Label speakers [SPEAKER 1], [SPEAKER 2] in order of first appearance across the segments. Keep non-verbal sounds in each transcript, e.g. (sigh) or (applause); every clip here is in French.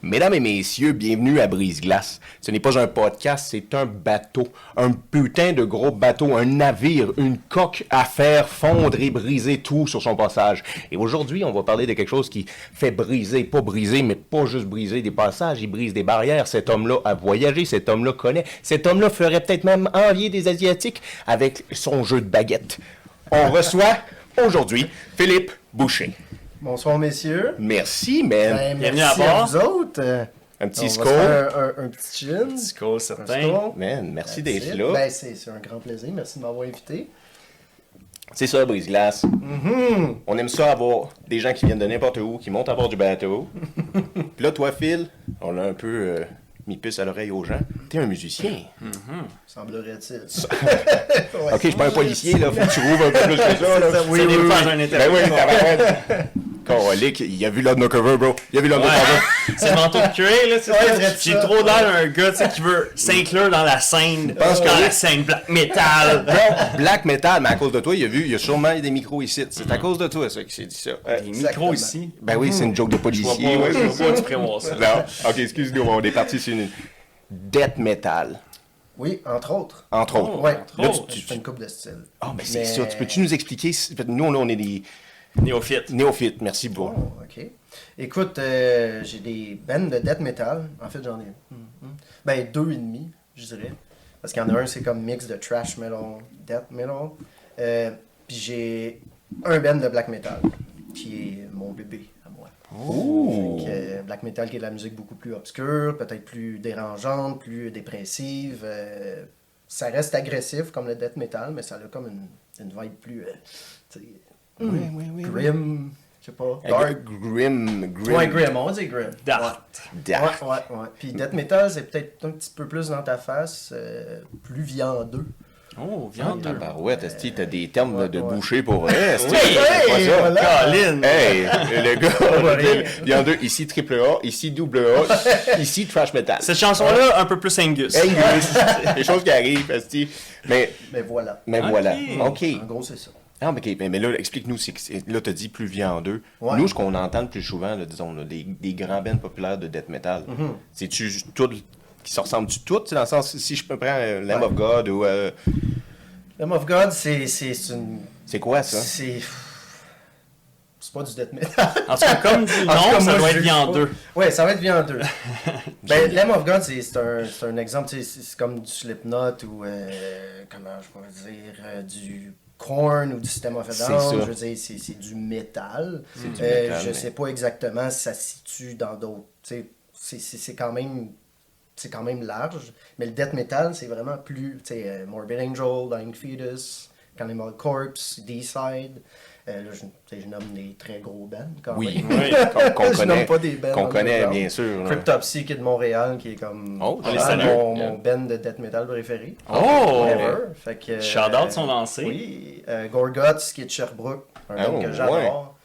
[SPEAKER 1] Mesdames et messieurs, bienvenue à Brise-Glace. Ce n'est pas un podcast, c'est un bateau. Un putain de gros bateau, un navire, une coque à faire fondre et briser tout sur son passage. Et aujourd'hui, on va parler de quelque chose qui fait briser, pas briser, mais pas juste briser des passages, il brise des barrières. Cet homme-là a voyagé, cet homme-là connaît, cet homme-là ferait peut-être même envier des Asiatiques avec son jeu de baguette.
[SPEAKER 2] (laughs)
[SPEAKER 1] On reçoit aujourd'hui Philippe Boucher.
[SPEAKER 2] Bonsoir, messieurs.
[SPEAKER 1] Merci, man.
[SPEAKER 2] Ben,
[SPEAKER 3] Bienvenue
[SPEAKER 2] merci
[SPEAKER 3] à bord.
[SPEAKER 2] vous autres. Euh,
[SPEAKER 1] un petit
[SPEAKER 2] on va se
[SPEAKER 1] score.
[SPEAKER 2] faire Un, un- un petit chin.
[SPEAKER 3] Cool,
[SPEAKER 2] un
[SPEAKER 3] certain.
[SPEAKER 2] score.
[SPEAKER 1] Man, merci
[SPEAKER 2] That's
[SPEAKER 1] d'être
[SPEAKER 2] it.
[SPEAKER 1] là.
[SPEAKER 2] Ben, c'est c'est un grand plaisir. Merci de m'avoir invité.
[SPEAKER 1] C'est ça, brise-glace. On aime ça avoir des gens qui viennent de n'importe où, qui montent à bord du bateau. Puis là, toi, Phil, on l'a un peu euh, mis puce à l'oreille aux gens. T'es un musicien.
[SPEAKER 3] Ben,
[SPEAKER 2] Semblerait-il. (laughs)
[SPEAKER 1] Ok, je suis pas un policier, là. Faut que tu rouvres un peu plus que ça, là.
[SPEAKER 3] Oui, ça vient de faire (laughs) un
[SPEAKER 1] Ben
[SPEAKER 3] interview.
[SPEAKER 1] oui, tabarouette. Colique, il a vu l'undercover, bro. Il a vu l'undercover.
[SPEAKER 3] Ouais. (laughs) C'est manteau de cuir, là, c'est
[SPEAKER 2] Ben, hein. Ouais,
[SPEAKER 3] ça.
[SPEAKER 2] c'est
[SPEAKER 3] J'ai
[SPEAKER 2] ça.
[SPEAKER 3] trop l'air d'un gars, tu sais, qui veut s'inclure dans la scène,
[SPEAKER 1] penses que
[SPEAKER 3] dans
[SPEAKER 1] oui?
[SPEAKER 3] la scène
[SPEAKER 2] (laughs)
[SPEAKER 3] black metal.
[SPEAKER 1] Black- Black metal, mais à cause de toi, il a vu, il y a sûrement des micros ici. C'est à cause de toi, ça, qu'il s'est dit ça. Euh,
[SPEAKER 3] Les
[SPEAKER 2] Exactement.
[SPEAKER 3] micros ici.
[SPEAKER 1] ben oui, c'est une joke de
[SPEAKER 3] Je vois
[SPEAKER 1] policier.
[SPEAKER 3] pas,
[SPEAKER 1] ouais,
[SPEAKER 3] je
[SPEAKER 1] c'est
[SPEAKER 3] vois pas, tu prévois ça.
[SPEAKER 1] Non, ok, excuse-nous, on est parti sur une. Death metal,
[SPEAKER 2] Oui, entre autres.
[SPEAKER 1] entre autres.
[SPEAKER 2] Ouais.
[SPEAKER 3] entre
[SPEAKER 1] Là,
[SPEAKER 3] autres.
[SPEAKER 1] tu-
[SPEAKER 2] Je
[SPEAKER 1] tu-
[SPEAKER 2] fais une coupe de style.
[SPEAKER 1] Ah, mais c'est ça. Tu peux-tu nous expliquer? si- fait, Nous, là, on est des
[SPEAKER 3] Néophyte.
[SPEAKER 1] néophytes. Merci beaucoup.
[SPEAKER 2] Oh, ok. Écoute, euh, j'ai des bands de death metal. En fait, j'en ai hum, hum. ben, deux et demi, je dirais. Parce qu'il y en a un, c'est comme mix de trash metal, death metal. Euh, Puis j'ai un band de black metal, qui est mon bébé à moi.
[SPEAKER 1] Oh.
[SPEAKER 2] Fait que, euh, black metal qui est de la musique beaucoup plus obscure, peut-être plus dérangeante, plus dépressive. euh, ça reste agressif comme le death metal, mais ça a comme une, une vibe plus euh, tu sais, grim, je sais pas, dark.
[SPEAKER 1] Dark Grim. Grim.
[SPEAKER 2] Ouais, grim, on dit grim.
[SPEAKER 3] Dart.
[SPEAKER 1] Dark.
[SPEAKER 2] Ouais, ouais, ouais. Puis death metal, c'est peut-être un petit peu plus dans ta face, euh, plus viandeux.
[SPEAKER 3] Oh, viande.
[SPEAKER 1] Tabarouette, esti, t'as des termes de- de
[SPEAKER 2] Ouais, ouais.
[SPEAKER 1] boucher pour elle. esti.
[SPEAKER 3] Oui,
[SPEAKER 1] C'est quoi
[SPEAKER 2] hey,
[SPEAKER 1] ça?
[SPEAKER 2] voilà.
[SPEAKER 3] Colin.
[SPEAKER 1] Hey, le
[SPEAKER 2] va
[SPEAKER 1] gars,
[SPEAKER 2] rire.
[SPEAKER 1] il y en a deux, ici triple A, ici double (laughs) A, ici trash metal.
[SPEAKER 3] Cette chanson-là, un peu plus Angus.
[SPEAKER 1] Hey, guys, les choses qui arrivent, esti. Mais,
[SPEAKER 2] Mais voilà.
[SPEAKER 1] mais
[SPEAKER 3] Ok.
[SPEAKER 1] voilà. OK.
[SPEAKER 2] En gros, c'est ça.
[SPEAKER 1] Ah, mais, ok, mais, mais là, explique-nous, c'est que c'est- là, t'as dit plus viandeux.
[SPEAKER 2] Ouais.
[SPEAKER 1] Nous, ce qu'on entend le plus souvent, là, disons, là, des, des grands bands populaires de death metal,
[SPEAKER 2] Mm-hmm.
[SPEAKER 1] c'est-tu tout qui se ressemble tu tout, tu sais, dans le sens, si je peux prendre euh, Lamb
[SPEAKER 2] Ouais.
[SPEAKER 1] of God ou... euh,
[SPEAKER 2] Lamb of God, c'est c'est une.
[SPEAKER 1] c'est quoi, ça?
[SPEAKER 2] C'est. C'est pas du death metal.
[SPEAKER 3] En tout cas, comme dit
[SPEAKER 2] (laughs)
[SPEAKER 3] le
[SPEAKER 2] En tout cas,
[SPEAKER 3] nom, ça
[SPEAKER 2] moi,
[SPEAKER 3] doit
[SPEAKER 2] je
[SPEAKER 3] être
[SPEAKER 2] juge
[SPEAKER 3] viandeux.
[SPEAKER 2] pas. Ouais, ça va
[SPEAKER 1] (laughs)
[SPEAKER 2] être viandeux. ben, Lamb of God, c'est c'est un, c'est un exemple, tu sais, c'est c'est comme du Slipknot ou, euh, comment je pourrais dire, euh, du Korn ou du System of a
[SPEAKER 1] C'est
[SPEAKER 2] Down.
[SPEAKER 1] ça.
[SPEAKER 2] Je veux dire, c'est c'est du métal.
[SPEAKER 1] du
[SPEAKER 2] Euh,
[SPEAKER 1] métal,
[SPEAKER 2] je
[SPEAKER 1] mais-
[SPEAKER 2] sais pas exactement si ça se situe dans d'autres. tu sais, C'est c'est- c'est quand même c'est quand même large, mais le death metal, c'est vraiment plus, tu sais, euh, Morbid Angel, Dying Fetus, Cannibal Corpse, D-Side, Euh, là, je, tu sais, je nomme des très gros bands, quand
[SPEAKER 1] Oui,
[SPEAKER 2] même.
[SPEAKER 3] Oui.
[SPEAKER 1] (laughs) qu'on- qu'on
[SPEAKER 2] Je
[SPEAKER 1] connaît,
[SPEAKER 2] nomme pas des bands
[SPEAKER 1] qu'on connaît
[SPEAKER 2] underground.
[SPEAKER 1] bien sûr. là.
[SPEAKER 2] Cryptopsy qui est de Montréal, qui est comme
[SPEAKER 1] Oh, je
[SPEAKER 3] les
[SPEAKER 2] vraiment
[SPEAKER 3] salue.
[SPEAKER 2] mon,
[SPEAKER 1] Yeah.
[SPEAKER 2] mon band de death metal préféré.
[SPEAKER 3] Oh!
[SPEAKER 2] Ever. Fait que, euh,
[SPEAKER 3] Shout-out sont lancés.
[SPEAKER 2] Oui, euh, Gorguts qui est de Sherbrooke, un
[SPEAKER 1] Ah,
[SPEAKER 2] band que
[SPEAKER 1] ouais.
[SPEAKER 2] j'adore.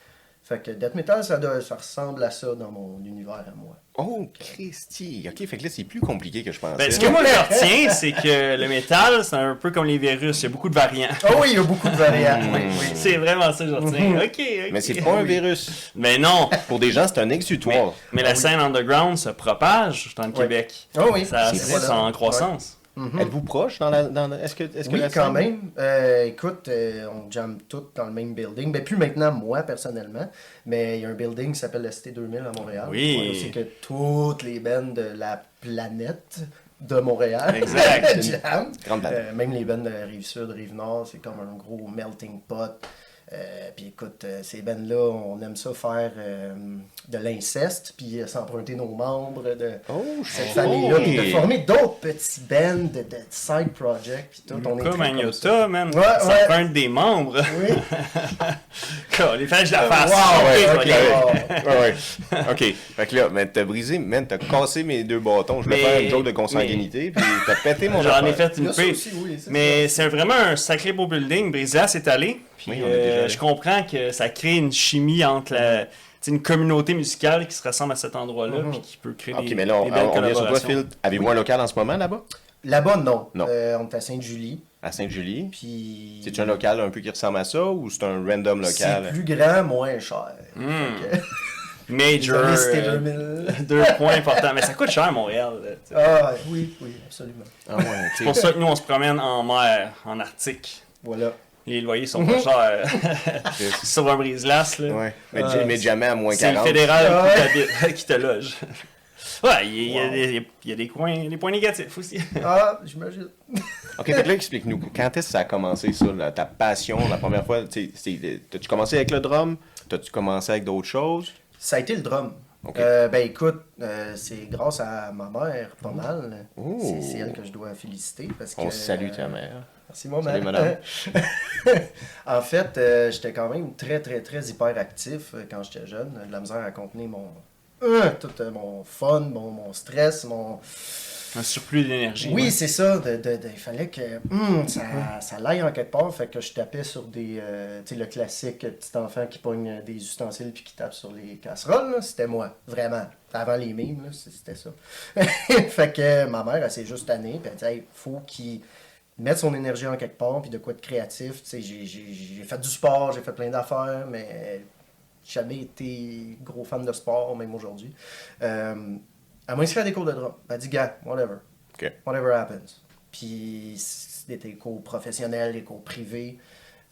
[SPEAKER 2] Fait que death metal, ça, doit- ça ressemble à ça dans mon univers à moi.
[SPEAKER 1] Oh, Christy! OK, fait que là, c'est plus compliqué que je pensais.
[SPEAKER 3] Ben, ce que moi je retiens, c'est que le métal, c'est un peu comme les virus, il y a beaucoup de variants.
[SPEAKER 2] Ah oui, il y a beaucoup
[SPEAKER 1] (laughs)
[SPEAKER 2] de variantes.
[SPEAKER 1] Hmm.
[SPEAKER 2] oui, oui.
[SPEAKER 3] C'est vraiment ça que je
[SPEAKER 2] Mhm.
[SPEAKER 3] retiens. Ok, ok.
[SPEAKER 1] Mais
[SPEAKER 2] (laughs)
[SPEAKER 1] c'est pas un virus.
[SPEAKER 3] Mais non,
[SPEAKER 1] Pour des gens, c'est un
[SPEAKER 3] Mais,
[SPEAKER 1] exutoire.
[SPEAKER 3] mais la scène underground se propage dans le
[SPEAKER 2] Ouais.
[SPEAKER 3] Québec.
[SPEAKER 2] Ah oui,
[SPEAKER 3] Ça,
[SPEAKER 2] c'est
[SPEAKER 3] ça,
[SPEAKER 2] vrai.
[SPEAKER 3] c'est en croissance.
[SPEAKER 1] Êtes-vous proche dans la... Dans la- Est-ce que, est que
[SPEAKER 2] Mm-hmm. Oui,
[SPEAKER 1] la
[SPEAKER 2] quand
[SPEAKER 1] scène-
[SPEAKER 2] même. Euh, écoute, euh, on jamme tous dans le même building. Ben, plus maintenant, moi, personnellement. Mais il y a un building qui s'appelle le ST2000 à Montréal.
[SPEAKER 3] Oui.
[SPEAKER 2] C'est que toutes les bands de la planète de Montréal (laughs)
[SPEAKER 3] Exact.
[SPEAKER 2] jamment.
[SPEAKER 1] Grande planète.
[SPEAKER 2] Euh, même les bands de la Rive-Sud, Rive-Nord, c'est comme un gros melting pot. Euh, puis écoute, euh, ces bands-là, on aime ça faire euh, de l'inceste, puis euh, s'emprunter nos membres de
[SPEAKER 1] Oh, je
[SPEAKER 2] cette
[SPEAKER 1] suis-
[SPEAKER 2] famille-là, puis
[SPEAKER 1] Oh.
[SPEAKER 2] de former d'autres petits bands de, de side project, puis tout. on est très
[SPEAKER 3] Luca
[SPEAKER 2] comme ça.
[SPEAKER 3] Magnotta, man.
[SPEAKER 2] Ouais,
[SPEAKER 3] ça
[SPEAKER 2] ouais.
[SPEAKER 3] fait un des membres. (laughs)
[SPEAKER 2] Oui.
[SPEAKER 3] les fans, je la fasse.
[SPEAKER 2] Wow,
[SPEAKER 3] Ah Ok,
[SPEAKER 2] ouais,
[SPEAKER 3] je
[SPEAKER 2] ok.
[SPEAKER 3] regarde.
[SPEAKER 1] Ouais, ouais. OK. Fait que là, man, t'as brisé, man, t'as cassé mes deux bâtons. Je vais
[SPEAKER 3] Mais-
[SPEAKER 1] faire une joke de consanguinité, puis t'as pété mon
[SPEAKER 3] (laughs) J'en ai
[SPEAKER 1] affaire.
[SPEAKER 3] fait
[SPEAKER 2] Il y
[SPEAKER 3] une
[SPEAKER 2] a ça
[SPEAKER 3] paix.
[SPEAKER 2] aussi, oui, c'est
[SPEAKER 3] Mais c'est vraiment un sacré beau building. Brésil s'est allé. Puis
[SPEAKER 1] Oui, on est
[SPEAKER 3] euh,
[SPEAKER 1] déjà allé.
[SPEAKER 3] je comprends que ça crée une chimie entre la. c'est une communauté musicale qui se ressemble à cet endroit-là
[SPEAKER 2] Mhm.
[SPEAKER 3] puis qui peut créer
[SPEAKER 1] OK,
[SPEAKER 3] des,
[SPEAKER 1] mais là, on,
[SPEAKER 3] des belles
[SPEAKER 1] on vient sur toi,
[SPEAKER 3] collaborations.
[SPEAKER 1] Phil. Avez-vous un local en ce moment, là-bas?
[SPEAKER 2] Là-bas, non.
[SPEAKER 1] Non.
[SPEAKER 2] Euh, on est à Sainte-Julie,
[SPEAKER 1] À Sainte-Julie?
[SPEAKER 2] puis...
[SPEAKER 1] C'est-tu un local un peu qui ressemble à ça, ou c'est un random
[SPEAKER 2] C'est
[SPEAKER 1] local?
[SPEAKER 2] plus grand, moins cher.
[SPEAKER 3] Hmm.
[SPEAKER 2] Les
[SPEAKER 3] Major.
[SPEAKER 2] années, c'était
[SPEAKER 3] euh,
[SPEAKER 2] 2000.
[SPEAKER 3] deux points importants. Mais ça coûte cher, Montréal. là, tu sais.
[SPEAKER 2] Ah, oui, oui, absolument.
[SPEAKER 4] Ah
[SPEAKER 3] (laughs)
[SPEAKER 4] ouais,
[SPEAKER 3] C'est
[SPEAKER 4] tu
[SPEAKER 3] pour
[SPEAKER 4] sais.
[SPEAKER 3] ça que nous, on se promène en mer, en Arctique.
[SPEAKER 2] Voilà.
[SPEAKER 3] Les loyers
[SPEAKER 2] (laughs)
[SPEAKER 3] sont pas chers. (laughs) Sur un brise-glace, là.
[SPEAKER 4] Ouais. Mais,
[SPEAKER 2] Ouais.
[SPEAKER 4] mais jamais à moins
[SPEAKER 3] C'est le
[SPEAKER 4] 40.
[SPEAKER 3] fédéral
[SPEAKER 2] Ah Ouais.
[SPEAKER 3] qui t'habite- (laughs) qui te loge. Ouais, il y, a- il y a
[SPEAKER 2] Wow.
[SPEAKER 3] des- il y a des, coins, des points négatifs aussi. (laughs)
[SPEAKER 2] Ah, j'imagine.
[SPEAKER 4] Ok, fait que là, explique-nous, quand est-ce que ça a commencé, ça, là, ta passion, la première fois, tu sais, c'est- t'as-tu commencé avec le drum? T'as-tu commencé avec d'autres choses?
[SPEAKER 2] Ça a été le drum.
[SPEAKER 4] Ok.
[SPEAKER 2] Euh, ben écoute, euh, c'est grâce à ma mère, pas mal.
[SPEAKER 4] Oh.
[SPEAKER 2] C'est c'est elle que je dois féliciter parce que.
[SPEAKER 4] On salue ta
[SPEAKER 2] euh,
[SPEAKER 4] mère.
[SPEAKER 2] Merci, mon
[SPEAKER 4] Salut,
[SPEAKER 2] madame. (laughs) en fait, euh, j'étais quand même très, très, très hyperactif euh, quand j'étais jeune. De la misère à contenir mon. euh, tout euh, mon fun, mon, mon stress, mon.
[SPEAKER 3] Un surplus d'énergie.
[SPEAKER 2] Oui,
[SPEAKER 3] ouais.
[SPEAKER 2] c'est ça. de- de- de- Il fallait que hum, ça, ça l'aille en quelque part. Fait que je tapais sur des. euh, tu sais, le classique euh, petit enfant qui pogne des ustensiles puis qui tape sur les casseroles. là, C'était moi, vraiment. Avant les mimes, là, c- c'était ça. (laughs) fait que euh, ma mère, elle s'est juste tannée. Puis elle dit Hey, faut qu'il mette son énergie en quelque part. Puis de quoi de créatif. Tu sais, j'ai- j'ai j'ai fait du sport, j'ai fait plein d'affaires, mais j'ai jamais été gros fan de sport, même aujourd'hui. Euh, elle m'a inscrit à des cours de drum. Elle dit Gars, whatever
[SPEAKER 4] Ok.
[SPEAKER 2] whatever happens. Puis c'était des cours professionnels, des cours privés.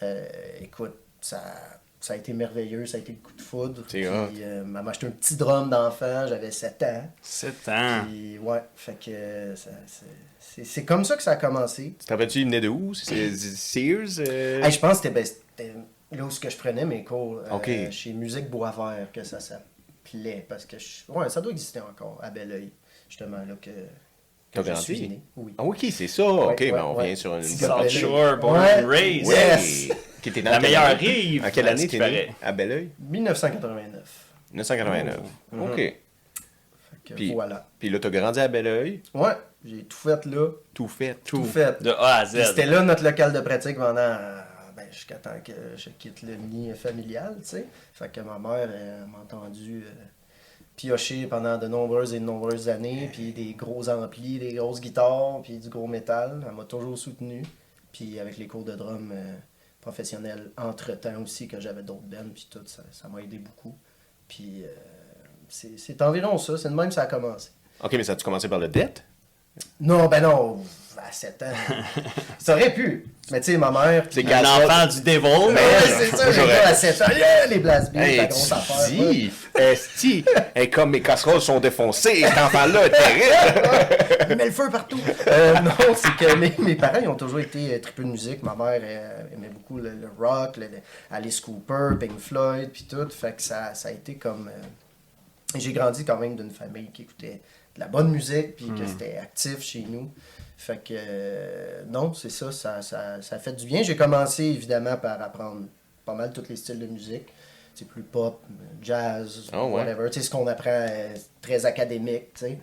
[SPEAKER 2] Euh, écoute, ça, ça a été merveilleux, ça a été le coup de foudre.
[SPEAKER 4] C'est
[SPEAKER 2] Puis
[SPEAKER 4] hot.
[SPEAKER 2] euh, elle m'a acheté un petit drum d'enfant, j'avais 7 ans.
[SPEAKER 3] Sept
[SPEAKER 4] Ah.
[SPEAKER 3] ans.
[SPEAKER 2] Puis ouais, fait que euh, ça- c'est- c'est c'est comme ça que ça a commencé.
[SPEAKER 4] Tu te rappelles-tu, il venait de où? C'est c'est Sears? euh?
[SPEAKER 2] Hey, je pense que c'était ben, c'était là où ce que je prenais mes cours euh,
[SPEAKER 4] Ok.
[SPEAKER 2] chez Musique Bois Vert que ça s'appelait. Parce que je- ouais, ça doit exister encore à Belleuil, justement, là que,
[SPEAKER 4] T'as
[SPEAKER 2] que je
[SPEAKER 4] grandi?
[SPEAKER 2] suis né. Oui.
[SPEAKER 4] Ah, ok, c'est ça. ok,
[SPEAKER 2] ouais,
[SPEAKER 4] ben on
[SPEAKER 2] ouais.
[SPEAKER 4] vient sur une
[SPEAKER 2] Petit
[SPEAKER 4] bonne
[SPEAKER 2] South
[SPEAKER 4] note.
[SPEAKER 3] South Shore, born
[SPEAKER 2] Ouais.
[SPEAKER 3] and raised.
[SPEAKER 2] Ouais.
[SPEAKER 4] Yes! Qui était dans
[SPEAKER 3] La
[SPEAKER 4] quelle
[SPEAKER 3] meilleure
[SPEAKER 4] année?
[SPEAKER 3] rive,
[SPEAKER 4] En quelle
[SPEAKER 3] à
[SPEAKER 4] année
[SPEAKER 3] ce qui
[SPEAKER 4] t'es né?
[SPEAKER 3] paraît.
[SPEAKER 4] À Belleuil?
[SPEAKER 2] 1989.
[SPEAKER 4] 1989.
[SPEAKER 2] Oh,
[SPEAKER 4] Ok.
[SPEAKER 2] Fait que
[SPEAKER 4] Puis-
[SPEAKER 2] voilà.
[SPEAKER 4] Puis là, t'as grandi à Belleuil,
[SPEAKER 2] Ouais, j'ai tout fait là.
[SPEAKER 4] tout fait.
[SPEAKER 2] Tout fait.
[SPEAKER 3] De A à Z.
[SPEAKER 2] Puis C'était là notre local de pratique pendant euh, ben, jusqu'à temps que je quitte le nid familial, tu sais. Fait que ma mère euh, m'a entendu euh, piocher pendant de nombreuses et de nombreuses années, puis des gros amplis, des grosses guitares, puis du gros métal. Elle m'a toujours soutenu. Puis avec les cours de drum euh, professionnels entre-temps aussi, que j'avais d'autres bands, puis tout, ça ça m'a aidé beaucoup. Puis euh, c'est c'est environ ça, c'est de même que ça a commencé.
[SPEAKER 4] Ok, mais ça a-tu commencé par le dette?
[SPEAKER 2] Non, ben non, à 7 ans. ça aurait pu. Mais tu sais, ma mère.
[SPEAKER 4] C'est
[SPEAKER 2] puis-
[SPEAKER 3] Un enfant du devil.
[SPEAKER 2] Oh, Ouais,
[SPEAKER 4] Ouais,
[SPEAKER 2] c'est
[SPEAKER 4] non,
[SPEAKER 2] ça, j'ai
[SPEAKER 4] euh, j'aurais-
[SPEAKER 2] pas à 7 ans. Yeah, les blast beats, la
[SPEAKER 4] Hey,
[SPEAKER 2] grosse
[SPEAKER 4] tu
[SPEAKER 2] affaire. ouais.
[SPEAKER 4] dis! (laughs) Esti! Et comme mes casseroles sont défoncées, cet enfant-là est terrible!
[SPEAKER 2] (laughs) Il met le feu partout. Euh, non, c'est que mes, mes parents, ils ont toujours été euh, tripeux de musique. Ma mère euh, aimait beaucoup le, le rock, le, le Alice Cooper, Pink Floyd, puis tout. Fait que ça, ça a été comme. euh, j'ai grandi quand même d'une famille qui écoutait de la bonne musique, puis que c'était actif chez nous. Fait que euh, non, c'est ça, ça, ça, ça fait du bien. J'ai commencé évidemment par apprendre pas mal tous les styles de musique. C'est plus pop, jazz,
[SPEAKER 4] Oh, ouais.
[SPEAKER 2] whatever. Tu sais, ce qu'on apprend euh, très académique, tu sais.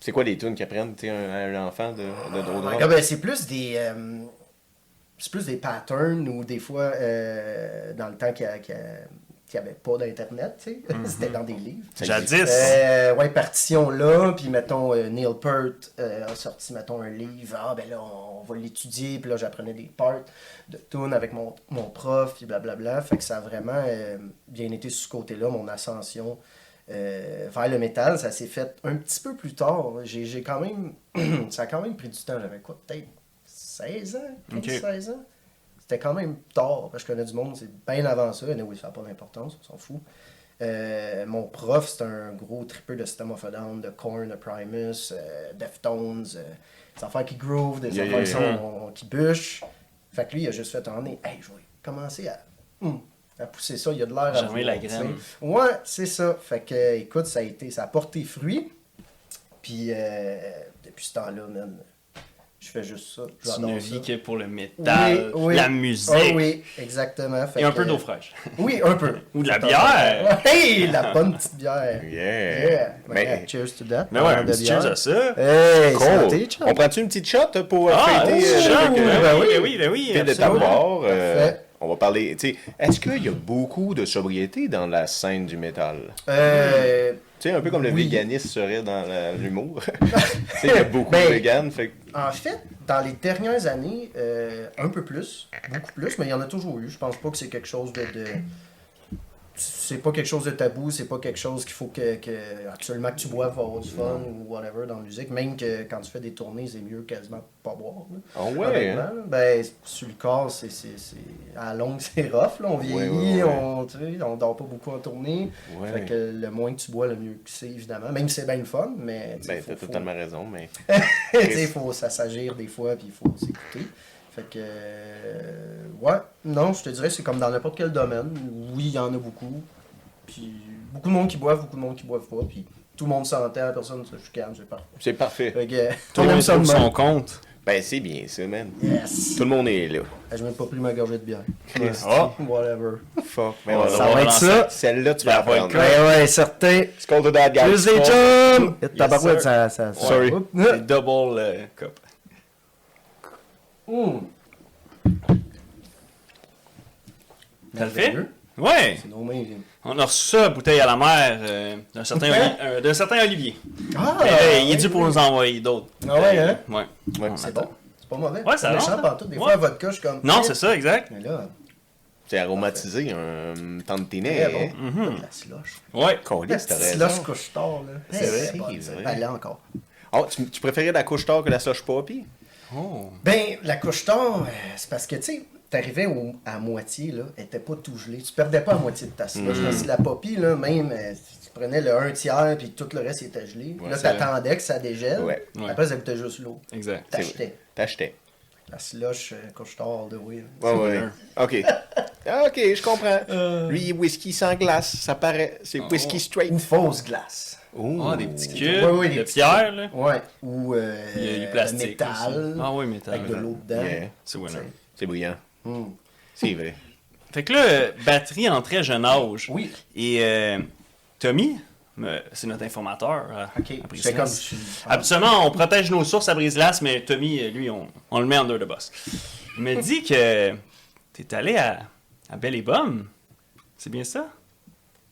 [SPEAKER 4] C'est quoi les tunes qu'ils apprennent, tu sais, un, un enfant de, de drôle de
[SPEAKER 2] Ouais,
[SPEAKER 4] rock?
[SPEAKER 2] comme, euh, c'est plus des. euh, c'est plus des patterns ou des fois, euh, dans le temps qu'il n'y avait pas d'Internet, tu sais. (laughs) C'était dans des livres.
[SPEAKER 3] Jadis.
[SPEAKER 2] Euh, ouais, partition là, puis mettons, euh, Neil Peart euh, a sorti, mettons, un livre, ah ben là, on va l'étudier, puis là, j'apprenais des parts de tune avec mon, mon prof, puis blablabla, fait que ça a vraiment euh, bien été sur ce côté-là, mon ascension euh, vers le métal, ça s'est fait un petit peu plus tard, j'ai j'ai quand même, (clears throat) ça a quand même pris du temps, j'avais quoi, peut-être 16 ans, 15,
[SPEAKER 3] Ok.
[SPEAKER 2] 16 ans c'était quand même tard. parce que Je connais du monde, c'est bien avant ça. Anyway, ça n'a pas d'importance, on s'en fout. Euh, mon prof, c'est un gros tripeux de System of a Down, de Korn, de Primus, euh, Deftones, euh, des enfants qui groove, des
[SPEAKER 4] Yeah,
[SPEAKER 2] enfants qui,
[SPEAKER 4] yeah,
[SPEAKER 3] yeah.
[SPEAKER 2] sont- qui bûchent. Fait que lui, il a juste fait en nez. Hey, je vais commencer à, hum, à pousser ça, il y a de l'air à
[SPEAKER 3] Germer la
[SPEAKER 2] venir, tu sais.
[SPEAKER 3] graine.
[SPEAKER 2] Ouais, c'est ça. Fait que, euh, écoute, ça a été, ça a porté fruit. Puis, euh, depuis ce temps-là, man, je fais juste ça.
[SPEAKER 3] Tu
[SPEAKER 2] J'adore
[SPEAKER 3] ne
[SPEAKER 2] ça.
[SPEAKER 3] vis que pour le métal,
[SPEAKER 2] Oui, oui.
[SPEAKER 3] la musique.
[SPEAKER 2] Ah oui, exactement. Fait
[SPEAKER 3] Et un
[SPEAKER 2] que-
[SPEAKER 3] peu d'eau fraîche.
[SPEAKER 2] Oui, un peu.
[SPEAKER 3] Ou de la
[SPEAKER 2] Attends.
[SPEAKER 3] bière.
[SPEAKER 2] (laughs) Hey, la bonne petite bière.
[SPEAKER 4] Yeah.
[SPEAKER 2] Yeah.
[SPEAKER 4] Mais-
[SPEAKER 2] Ouais, cheers to that.
[SPEAKER 3] Mais ouais, un
[SPEAKER 2] De
[SPEAKER 3] petit
[SPEAKER 2] bière.
[SPEAKER 3] cheers à ça.
[SPEAKER 2] Hey,
[SPEAKER 4] Cool.
[SPEAKER 2] santé, chum.
[SPEAKER 4] On prend-tu une petite shot pour euh,
[SPEAKER 3] Ah,
[SPEAKER 4] fêter
[SPEAKER 3] oui,
[SPEAKER 4] euh,
[SPEAKER 3] genre,
[SPEAKER 4] avec, euh,
[SPEAKER 3] ben
[SPEAKER 2] ben
[SPEAKER 3] oui,
[SPEAKER 2] oui.
[SPEAKER 3] ben oui, ben oui.
[SPEAKER 4] Phil de
[SPEAKER 3] absolument.
[SPEAKER 4] Taboire, euh,
[SPEAKER 2] Parfait.
[SPEAKER 4] on va parler. tu sais, Est-ce qu'il y a beaucoup de sobriété dans la scène du métal?
[SPEAKER 2] Euh,
[SPEAKER 4] Tu sais, un peu comme le
[SPEAKER 2] Oui.
[SPEAKER 4] véganisme serait dans la-
[SPEAKER 2] (laughs)
[SPEAKER 4] l'humour. tu sais, il y a beaucoup de
[SPEAKER 2] Ben,
[SPEAKER 4] véganes. Fait... que-
[SPEAKER 2] en fait, dans les dernières années, euh, un peu plus, beaucoup plus, mais il y en a toujours eu. Je pense pas que c'est quelque chose de, de- c'est pas quelque chose de tabou, c'est pas quelque chose qu'il faut que, que- absolument que tu bois pour avoir du fun ou whatever dans la musique. Même que quand tu fais des tournées, c'est mieux quasiment de pas boire. là.
[SPEAKER 4] Ah ouais,
[SPEAKER 2] Honnêtement,
[SPEAKER 4] hein?
[SPEAKER 2] là. Ben, sur le corps, c'est, c'est, c'est- à la longue, (laughs) c'est rough. Là. On vieillit,
[SPEAKER 4] Ouais, ouais, ouais.
[SPEAKER 2] On, tu sais, on dort pas beaucoup en tournée.
[SPEAKER 4] Ouais.
[SPEAKER 2] Fait que le moins que tu bois, le mieux que c'est, évidemment. Même si c'est bien le fun, mais tu sais,
[SPEAKER 4] Ben,
[SPEAKER 2] faut-
[SPEAKER 4] t'as
[SPEAKER 2] faut-
[SPEAKER 4] totalement raison, mais.
[SPEAKER 2] (laughs) tu sais, il faut s'assagir des fois, puis il faut s'écouter. Fait que, euh, ouais, non, je te dirais, c'est comme dans n'importe quel domaine. Oui, il y en a beaucoup. Puis, beaucoup de monde qui boivent, beaucoup de monde qui boivent pas. Puis, tout le monde s'entend, personne ne se calme, c'est parfait.
[SPEAKER 4] C'est parfait.
[SPEAKER 2] Fait que, euh,
[SPEAKER 3] Tout
[SPEAKER 2] on
[SPEAKER 3] le
[SPEAKER 2] aime
[SPEAKER 3] monde
[SPEAKER 2] ça de
[SPEAKER 3] trouve
[SPEAKER 2] même.
[SPEAKER 3] son compte.
[SPEAKER 4] Ben, c'est bien ça, man.
[SPEAKER 2] Yes!
[SPEAKER 4] Tout le monde est là.
[SPEAKER 2] Eh, Je même pas pris ma gorgée de bière.
[SPEAKER 4] Christ.
[SPEAKER 2] Ah, whatever.
[SPEAKER 4] Fuck, mais
[SPEAKER 3] Oh,
[SPEAKER 4] voilà.
[SPEAKER 3] ça va être ça.
[SPEAKER 4] Celle-là,
[SPEAKER 2] Ben,
[SPEAKER 4] tu
[SPEAKER 3] La
[SPEAKER 4] vas
[SPEAKER 3] voix
[SPEAKER 4] apprendre.
[SPEAKER 3] de
[SPEAKER 4] Ouais.
[SPEAKER 2] ouais, certain.
[SPEAKER 4] Skull to that, guys.
[SPEAKER 2] Plus
[SPEAKER 4] Skull.
[SPEAKER 2] les chums! Et
[SPEAKER 3] sir.
[SPEAKER 2] Tabarouette, ça, ça, ça-
[SPEAKER 3] Sorry.
[SPEAKER 2] Oups.
[SPEAKER 3] C'est double euh, cup.
[SPEAKER 2] Mmh.
[SPEAKER 3] T'as le fait?
[SPEAKER 2] Merveilleux.
[SPEAKER 3] Ouais!
[SPEAKER 2] C'est nos mains, j'ai-
[SPEAKER 3] On a reçu ça, bouteille à la mer, euh, d'un certain,
[SPEAKER 2] Hein?
[SPEAKER 3] euh, d'un certain Olivier.
[SPEAKER 2] Ah!
[SPEAKER 3] Eh ben, il
[SPEAKER 2] oui,
[SPEAKER 3] est dû pour
[SPEAKER 2] oui.
[SPEAKER 3] nous envoyer d'autres.
[SPEAKER 2] Ah ouais, hein?
[SPEAKER 3] Ouais.
[SPEAKER 4] Ouais,
[SPEAKER 3] On
[SPEAKER 2] C'est
[SPEAKER 3] attend.
[SPEAKER 2] bon. C'est pas mauvais.
[SPEAKER 3] Ouais, ça
[SPEAKER 2] Je
[SPEAKER 3] rentre,
[SPEAKER 2] chante
[SPEAKER 3] hein.
[SPEAKER 2] tout. Des
[SPEAKER 3] Ouais.
[SPEAKER 2] fois, à vodka, je suis comme. eh,
[SPEAKER 3] Non, c'est ça, exact.
[SPEAKER 2] Mais là,
[SPEAKER 4] C'est aromatisé, un
[SPEAKER 3] Eh,
[SPEAKER 4] tantinet.
[SPEAKER 2] très bon.
[SPEAKER 4] hein?
[SPEAKER 3] mm-hmm.
[SPEAKER 2] Pas de La slush.
[SPEAKER 3] Ouais.
[SPEAKER 4] Colisse, t'as
[SPEAKER 2] La
[SPEAKER 4] raison.
[SPEAKER 2] slush couche tard, là.
[SPEAKER 4] C'est
[SPEAKER 2] Eh,
[SPEAKER 4] vrai,
[SPEAKER 2] bon,
[SPEAKER 4] c'est
[SPEAKER 2] ça.
[SPEAKER 4] vrai.
[SPEAKER 2] Ben, là encore.
[SPEAKER 4] Oh, tu, tu préférais la couche tard que la slush poppy?
[SPEAKER 3] Oh.
[SPEAKER 2] Ben, la couche tard, euh, c'est parce que, tu sais, t'arrivais au- à moitié, là, elle était pas tout gelée. Tu perdais pas à moitié de ta slush.
[SPEAKER 4] Hmm.
[SPEAKER 2] Parce que la poppy, là, même, euh, si tu prenais le 1 tiers, puis tout le reste était gelé.
[SPEAKER 4] Ouais,
[SPEAKER 2] là,
[SPEAKER 4] c'est
[SPEAKER 2] t'attendais que ça dégèle.
[SPEAKER 4] Ouais.
[SPEAKER 3] Ouais.
[SPEAKER 2] Après, ça goûtait juste l'eau.
[SPEAKER 3] Exact.
[SPEAKER 4] C'est-
[SPEAKER 2] T'achetais.
[SPEAKER 4] T'achetais.
[SPEAKER 2] La slush euh, couche tard, de oui.
[SPEAKER 4] Ouais, ouais. Ok. Ah, Ok, je comprends.
[SPEAKER 2] Euh.
[SPEAKER 4] Lui, il est whisky sans glace, ça paraît. C'est whisky straight.
[SPEAKER 2] Ou fausse glace.
[SPEAKER 4] Oh,
[SPEAKER 3] Ah, des petits cubes
[SPEAKER 2] Ouais, ouais, des
[SPEAKER 3] de
[SPEAKER 2] petits
[SPEAKER 3] pierre, là.
[SPEAKER 2] Ouais, ou euh,
[SPEAKER 3] Il y a du
[SPEAKER 2] euh,
[SPEAKER 3] plastique
[SPEAKER 2] métal,
[SPEAKER 3] aussi. Ah oui, métal.
[SPEAKER 2] avec de l'eau dedans.
[SPEAKER 4] Yeah.
[SPEAKER 3] C'est winner.
[SPEAKER 4] C'est brillant.
[SPEAKER 2] Mm.
[SPEAKER 4] C'est vrai.
[SPEAKER 3] Fait que là, euh, batterie en très jeune âge.
[SPEAKER 2] Oui.
[SPEAKER 3] Et euh, Tommy, me- c'est notre informateur. euh, à-
[SPEAKER 2] Ok,
[SPEAKER 3] à Brise-Glace.
[SPEAKER 2] c'est comme...
[SPEAKER 3] Absolument, on protège nos sources à Brise-Glace, mais Tommy, euh, lui, on, on le met en deux de boss. Il me dit que t'es allé à, à Belle et Bomme. C'est bien ça?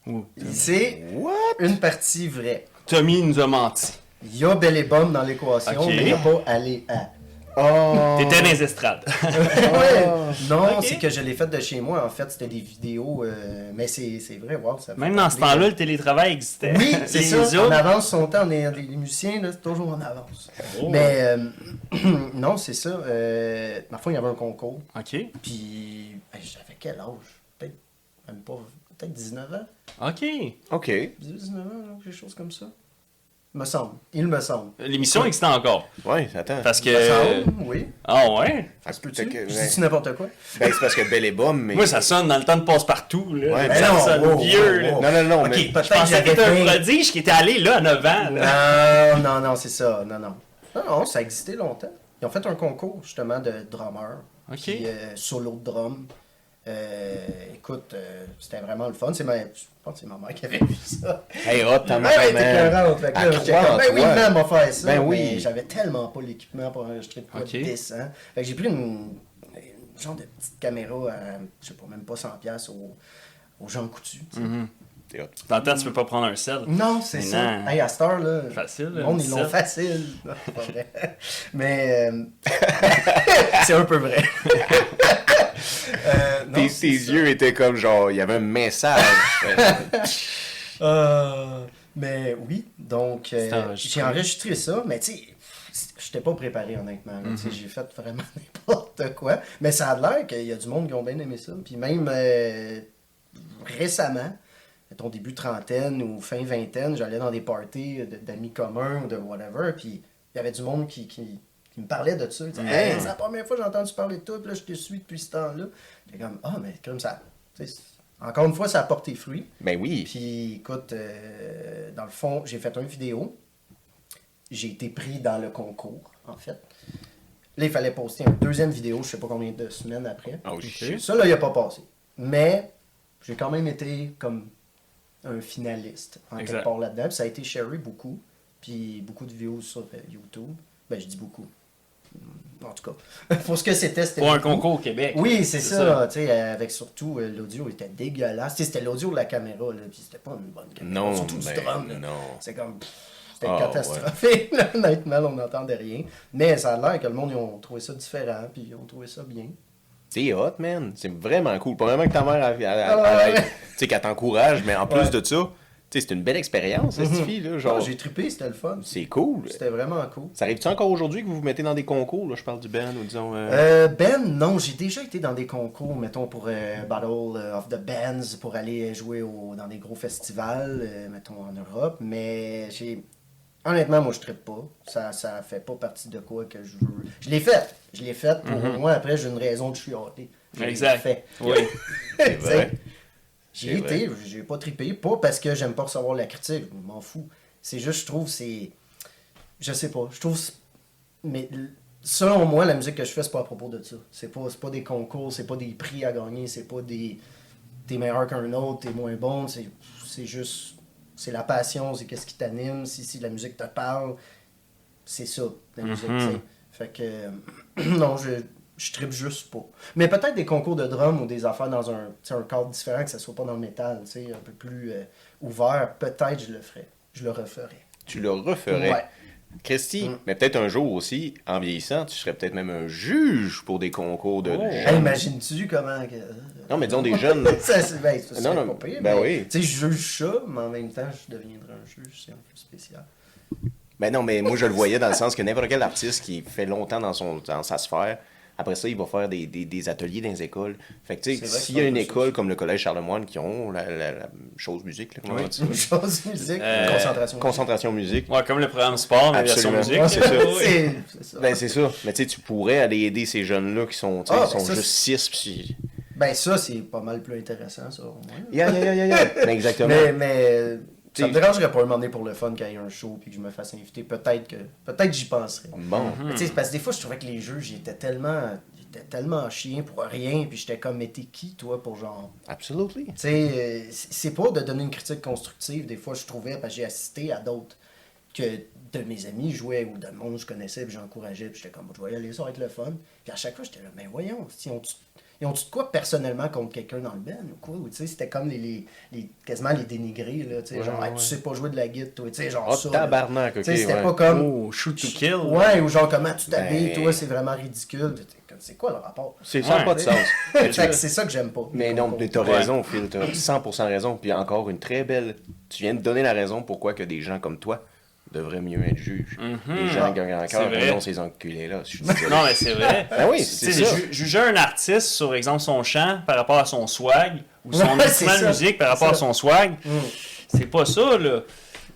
[SPEAKER 3] Ou
[SPEAKER 2] C'est
[SPEAKER 4] What?
[SPEAKER 2] une partie vraie.
[SPEAKER 3] Tommy nous a menti.
[SPEAKER 2] Il y a Belle et Bonne dans l'équation,
[SPEAKER 3] Ok.
[SPEAKER 2] mais il n'y a pas aller à. Ah!
[SPEAKER 4] Oh!
[SPEAKER 3] (laughs) T'étais dans les estrades.
[SPEAKER 2] Ouais. Non,
[SPEAKER 3] Ok.
[SPEAKER 2] c'est que je l'ai faite de chez moi, en fait. C'était des vidéos, euh, mais c'est c'est vrai, wow, ça fait
[SPEAKER 3] Même dans ce
[SPEAKER 2] parler.
[SPEAKER 3] temps-là, le télétravail existait.
[SPEAKER 2] Oui, c'est
[SPEAKER 3] Les
[SPEAKER 2] ça. On
[SPEAKER 3] autres-
[SPEAKER 2] avance son temps. On est- les, musiciens, là, c'est toujours en avance.
[SPEAKER 3] Oh.
[SPEAKER 2] Mais euh, (clears throat) non, c'est ça. Euh, ma foi, il y avait un concours.
[SPEAKER 3] Ok,
[SPEAKER 2] Puis, hey, j'avais quel âge? Peut-être même pas, peut-être 19 ans?
[SPEAKER 3] ok.
[SPEAKER 4] Ok.
[SPEAKER 2] 18, 19 ans, là, quelque chose comme ça. Me semble. Il me semble.
[SPEAKER 3] L'émission existait encore.
[SPEAKER 4] Ouais, attends.
[SPEAKER 2] Me
[SPEAKER 3] Parce que.
[SPEAKER 2] semble, oui.
[SPEAKER 3] Ah ouais?
[SPEAKER 4] Ah,
[SPEAKER 2] Ça se peut-tu?
[SPEAKER 4] peut-être que-
[SPEAKER 2] Je
[SPEAKER 4] ouais.
[SPEAKER 2] dis n'importe quoi.
[SPEAKER 4] Ben, c'est parce que Belle et Bomme, mais.
[SPEAKER 3] Moi, ça sonne dans le temps de passe-partout. là.
[SPEAKER 4] Ouais,
[SPEAKER 3] ça
[SPEAKER 4] mais
[SPEAKER 2] non,
[SPEAKER 3] sonne
[SPEAKER 2] wow,
[SPEAKER 3] vieux.
[SPEAKER 2] wow,
[SPEAKER 3] là.
[SPEAKER 2] wow.
[SPEAKER 4] Non, non, non,
[SPEAKER 3] Ok,
[SPEAKER 4] mais.
[SPEAKER 3] je pensais que
[SPEAKER 2] qu'il y
[SPEAKER 3] t'étais un
[SPEAKER 2] avait-
[SPEAKER 3] prodige qui était allé là à 9 ans. là.
[SPEAKER 2] Non, non, non, c'est ça. Non, non. Non, non, ça existait longtemps. Ils ont fait un concours, justement, de drummers.
[SPEAKER 3] Ok.
[SPEAKER 2] Puis, euh, solo de drum. Euh, écoute, euh, c'était vraiment le fun. C'est ma... Je pense que c'est ma mère qui avait vu ça.
[SPEAKER 4] Hey, hop, t'en
[SPEAKER 2] Ouais,
[SPEAKER 4] as
[SPEAKER 2] elle était écœurante, fait que
[SPEAKER 4] Ah,
[SPEAKER 2] là, j'étais comme, ben oui, maman m'a fait ça.
[SPEAKER 4] Ben oui.
[SPEAKER 2] Mais j'avais tellement pas l'équipement pour enregistrer de quoi
[SPEAKER 3] Ok.
[SPEAKER 2] de décent. Fait que j'ai pris une, une genre de petite caméra à, je sais pas, même pas 100$ piastres au, au Jean Coutu. tu sais.
[SPEAKER 4] T'es hot.
[SPEAKER 3] Dans le temps, tu peux pas prendre un sel.
[SPEAKER 2] Non, c'est
[SPEAKER 3] Mais
[SPEAKER 2] ça.
[SPEAKER 3] non.
[SPEAKER 2] Hey, à cette heure-là,
[SPEAKER 3] Facile,
[SPEAKER 2] le monde, ils
[SPEAKER 3] ça.
[SPEAKER 2] l'ont facile. Non, c'est pas vrai. Mais euh, c'est un peu vrai. (laughs) Euh, non,
[SPEAKER 4] Tes,
[SPEAKER 2] c'est
[SPEAKER 4] tes
[SPEAKER 2] ça.
[SPEAKER 4] yeux étaient comme genre, il y avait un
[SPEAKER 3] (laughs)
[SPEAKER 4] message. Euh,
[SPEAKER 2] Euh, mais oui, donc euh,
[SPEAKER 3] C'est enregistré.
[SPEAKER 2] j'ai enregistré ça, mais tu sais, je n'étais pas préparé honnêtement. là, tu
[SPEAKER 3] Mhm.
[SPEAKER 2] sais, J'ai fait vraiment (laughs) n'importe quoi. Mais ça a l'air qu'il y a du monde qui ont bien aimé ça. Puis même euh, récemment, à ton début trentaine ou fin vingtaine, j'allais dans des parties de- d'amis communs ou de whatever, puis il y avait du monde qui, qui, qui me parlait de ça. Ils disaient, Hey, c'est la première fois que j'ai entendu parler de toi, puis là, je te suis depuis ce temps-là. J'étais comme, ah, mais comme ça. tu sais, c'est- Encore une fois, ça a porté fruit.
[SPEAKER 4] ben oui.
[SPEAKER 2] Puis écoute, euh, dans le fond, j'ai fait une vidéo. J'ai été pris dans le concours, en fait. Là, il fallait poster une deuxième vidéo, je sais pas combien de semaines après.
[SPEAKER 3] Ah,
[SPEAKER 4] Oh shit.
[SPEAKER 2] Ça, là, il a pas passé. Mais j'ai quand même été comme un finaliste, en
[SPEAKER 3] Exact.
[SPEAKER 2] quelque part là-dedans. Puis ça a été sharé beaucoup. Puis beaucoup de vidéos sur euh, YouTube. Ben, je dis beaucoup. En tout cas, (laughs) pour ce que c'était, c'était
[SPEAKER 3] Pour un
[SPEAKER 2] beaucoup.
[SPEAKER 3] concours au Québec.
[SPEAKER 2] Oui, c'est ça. Tu sais, avec surtout euh, l'audio était dégueulasse. Tu sais, c'était l'audio de la caméra, là, puis c'était pas une bonne caméra.
[SPEAKER 4] Non,
[SPEAKER 2] surtout
[SPEAKER 4] ben,
[SPEAKER 2] du drum. là.
[SPEAKER 4] non.
[SPEAKER 2] C'est comme. pff, C'était
[SPEAKER 4] Ah,
[SPEAKER 2] catastrophique, (laughs) là, honnêtement, on n'entendait rien. Mais ça a l'air que le monde, ils ont trouvé ça différent, puis ils ont trouvé ça bien.
[SPEAKER 1] C'est hot, man. C'est vraiment cool. Pas vraiment que ta mère, elle- elle- elle- elle-
[SPEAKER 2] Ah, ouais.
[SPEAKER 1] tu sais, qu'elle t'encourage, mais en plus
[SPEAKER 2] Ouais.
[SPEAKER 1] de ça, tu sais, c'est une belle expérience, cette fille, là.
[SPEAKER 2] Non,
[SPEAKER 1] Genre,
[SPEAKER 2] Ah, J'ai trippé, c'était le fun.
[SPEAKER 1] c'est cool.
[SPEAKER 2] C'était vraiment cool.
[SPEAKER 1] Ça arrive-tu encore aujourd'hui que vous vous mettez dans des concours, là? Je parle du Ben, ou disons... euh,
[SPEAKER 2] Euh, ben, non, j'ai déjà été dans des concours, mettons, pour euh, Battle of the Bands, pour aller jouer au- dans des gros festivals, euh, mettons, en Europe, mais j'ai... Honnêtement, moi, je trippe pas. Ça, ça fait pas partie de quoi que je veux. Je l'ai fait. Je l'ai fait pour moi. Après, j'ai une raison de chialer. Je l'ai
[SPEAKER 3] Exact.
[SPEAKER 2] fait.
[SPEAKER 3] Oui.
[SPEAKER 2] Tu
[SPEAKER 1] vrai.
[SPEAKER 2] sais, J'ai
[SPEAKER 1] C'est
[SPEAKER 2] été, j'ai pas trippé, pas parce que j'aime pas recevoir la critique, je m'en fous. C'est juste, je trouve, c'est. Je sais pas, je trouve. c'est- Mais l- selon moi, la musique que je fais, c'est pas à propos de ça. C'est pas, c'est pas des concours, c'est pas des prix à gagner, c'est pas des. T'es meilleur qu'un autre, t'es moins bon, c'est c'est juste. C'est la passion, c'est qu'est-ce qui t'anime, si, si la musique te parle, c'est ça, la musique,
[SPEAKER 3] Mhm.
[SPEAKER 2] tu sais. Fait que. euh, (clears throat) non, je, je tripe juste pas. Mais peut-être des concours de drum ou des affaires dans un, tu sais, un cadre différent, que ça soit pas dans le métal, tu sais, un peu plus euh, ouvert, peut-être je le ferais. Je le referais.
[SPEAKER 1] tu le referais.
[SPEAKER 2] Ouais. Mm.
[SPEAKER 1] Christy, mais peut-être un jour aussi, en vieillissant, tu serais peut-être même un juge pour des concours de
[SPEAKER 3] Oh.
[SPEAKER 1] jeunes.
[SPEAKER 2] Hey, Imagines-tu comment. Que... euh,
[SPEAKER 1] Non, mais disons des jeunes.
[SPEAKER 2] (laughs) ça, c'est ben, ça,
[SPEAKER 1] Non,
[SPEAKER 2] serait
[SPEAKER 1] non,
[SPEAKER 2] pas pire,
[SPEAKER 1] ben
[SPEAKER 2] mais,
[SPEAKER 1] oui.
[SPEAKER 2] Tu sais, je juge ça, mais en même temps, je deviendrai un juge, c'est un peu spécial. (laughs)
[SPEAKER 1] Ben non, mais moi je le voyais dans le sens que n'importe quel artiste qui fait longtemps dans, son, dans sa sphère, après ça, il va faire des, des- des ateliers dans les écoles. Fait que tu sais,
[SPEAKER 2] C'est vrai que
[SPEAKER 1] s'il
[SPEAKER 2] c'est
[SPEAKER 1] y a
[SPEAKER 2] un
[SPEAKER 1] une
[SPEAKER 2] peu
[SPEAKER 1] école
[SPEAKER 2] ça.
[SPEAKER 1] comme le Collège Charlemagne qui ont la, la- la chose musique, là, comment
[SPEAKER 3] Oui.
[SPEAKER 1] on dit ça?
[SPEAKER 2] Une chose musique,
[SPEAKER 3] Euh,
[SPEAKER 2] une concentration.
[SPEAKER 1] concentration musique.
[SPEAKER 3] Ouais, comme le programme sport, mais version
[SPEAKER 1] Absolument.
[SPEAKER 3] musique.
[SPEAKER 1] Ouais, c'est ça.
[SPEAKER 3] Oui.
[SPEAKER 2] (laughs) C'est c'est ça.
[SPEAKER 1] Ben c'est ça, mais tu sais, tu pourrais aller aider ces jeunes-là qui sont, tu sais,
[SPEAKER 2] Ah,
[SPEAKER 1] qui
[SPEAKER 2] ben
[SPEAKER 1] sont
[SPEAKER 2] ça,
[SPEAKER 1] juste six. Puis...
[SPEAKER 2] Ben, ça, c'est pas mal plus intéressant, ça, au moins.
[SPEAKER 1] Yeah, yeah, yeah, yeah, yeah. (laughs) Ben, exactement.
[SPEAKER 2] Mais, mais ça
[SPEAKER 1] T'sais-
[SPEAKER 2] me dérangerait pas demander pour le fun qu'il y ait un show puis que je me fasse inviter. Peut-être que peut-être que j'y penserais.
[SPEAKER 1] Bon.
[SPEAKER 2] Mais t'sais, c'est parce que des fois, je trouvais que les juges, ils étaient tellement, ils étaient tellement chiens pour rien. Puis j'étais comme, mais t'es qui, toi, pour genre.
[SPEAKER 1] Absolutely.
[SPEAKER 2] Tu sais, euh, c'est pas de donner une critique constructive. Des fois, je trouvais, parce que j'ai assisté à d'autres que de mes amis jouaient ou de monde que je connaissais, puis j'encourageais, puis j'étais comme, je vais y aller, ça va être le fun. Puis à chaque fois, j'étais là, mais voyons, ils ont-tu ils ont-tu de quoi personnellement contre quelqu'un dans le band ou quoi? Ou tu sais, c'était comme les, les, les- quasiment les dénigrer, là, tu sais, genre, Hey, tu sais pas jouer de la guitare, toi, tu sais, genre
[SPEAKER 1] Oh,
[SPEAKER 2] ça. là.
[SPEAKER 1] tabarnak,
[SPEAKER 2] Tu
[SPEAKER 1] ok.
[SPEAKER 2] sais, c'était
[SPEAKER 1] ouais.
[SPEAKER 2] pas comme.
[SPEAKER 3] Oh, shoot to kill.
[SPEAKER 2] Ouais, ou genre, comment tu t'habilles,
[SPEAKER 1] Ben-
[SPEAKER 2] toi, c'est vraiment ridicule. J'étais comme, C'est quoi le rapport?
[SPEAKER 1] C'est ça,
[SPEAKER 3] Ouais.
[SPEAKER 1] pas de sens.
[SPEAKER 2] (laughs) Fait que c'est ça que j'aime pas.
[SPEAKER 1] Mais
[SPEAKER 2] Comme
[SPEAKER 1] non,
[SPEAKER 2] concours.
[SPEAKER 1] mais t'as
[SPEAKER 3] Ouais.
[SPEAKER 1] raison, Phil, t'as 100% raison. Puis encore une très belle. Tu viens de donner la raison pourquoi que des gens comme toi devraient mieux être juges. Les gens
[SPEAKER 2] Ah,
[SPEAKER 1] qui gagnent
[SPEAKER 3] Mhm. c'est
[SPEAKER 1] encore,
[SPEAKER 3] vrai.
[SPEAKER 1] non, ces enculés-là. Je suis désolé.
[SPEAKER 3] Non, mais c'est
[SPEAKER 1] (laughs)
[SPEAKER 3] vrai.
[SPEAKER 1] Ben oui,
[SPEAKER 3] Tu
[SPEAKER 1] c'est
[SPEAKER 3] sais,
[SPEAKER 1] ça.
[SPEAKER 3] ju- Juger un artiste sur, exemple, son chant par rapport à son swag ou son
[SPEAKER 2] (laughs) Ouais, c'est
[SPEAKER 3] instrument de
[SPEAKER 2] ça. Mm.
[SPEAKER 3] musique par rapport à
[SPEAKER 2] C'est
[SPEAKER 3] son swag, c'est pas ça, là.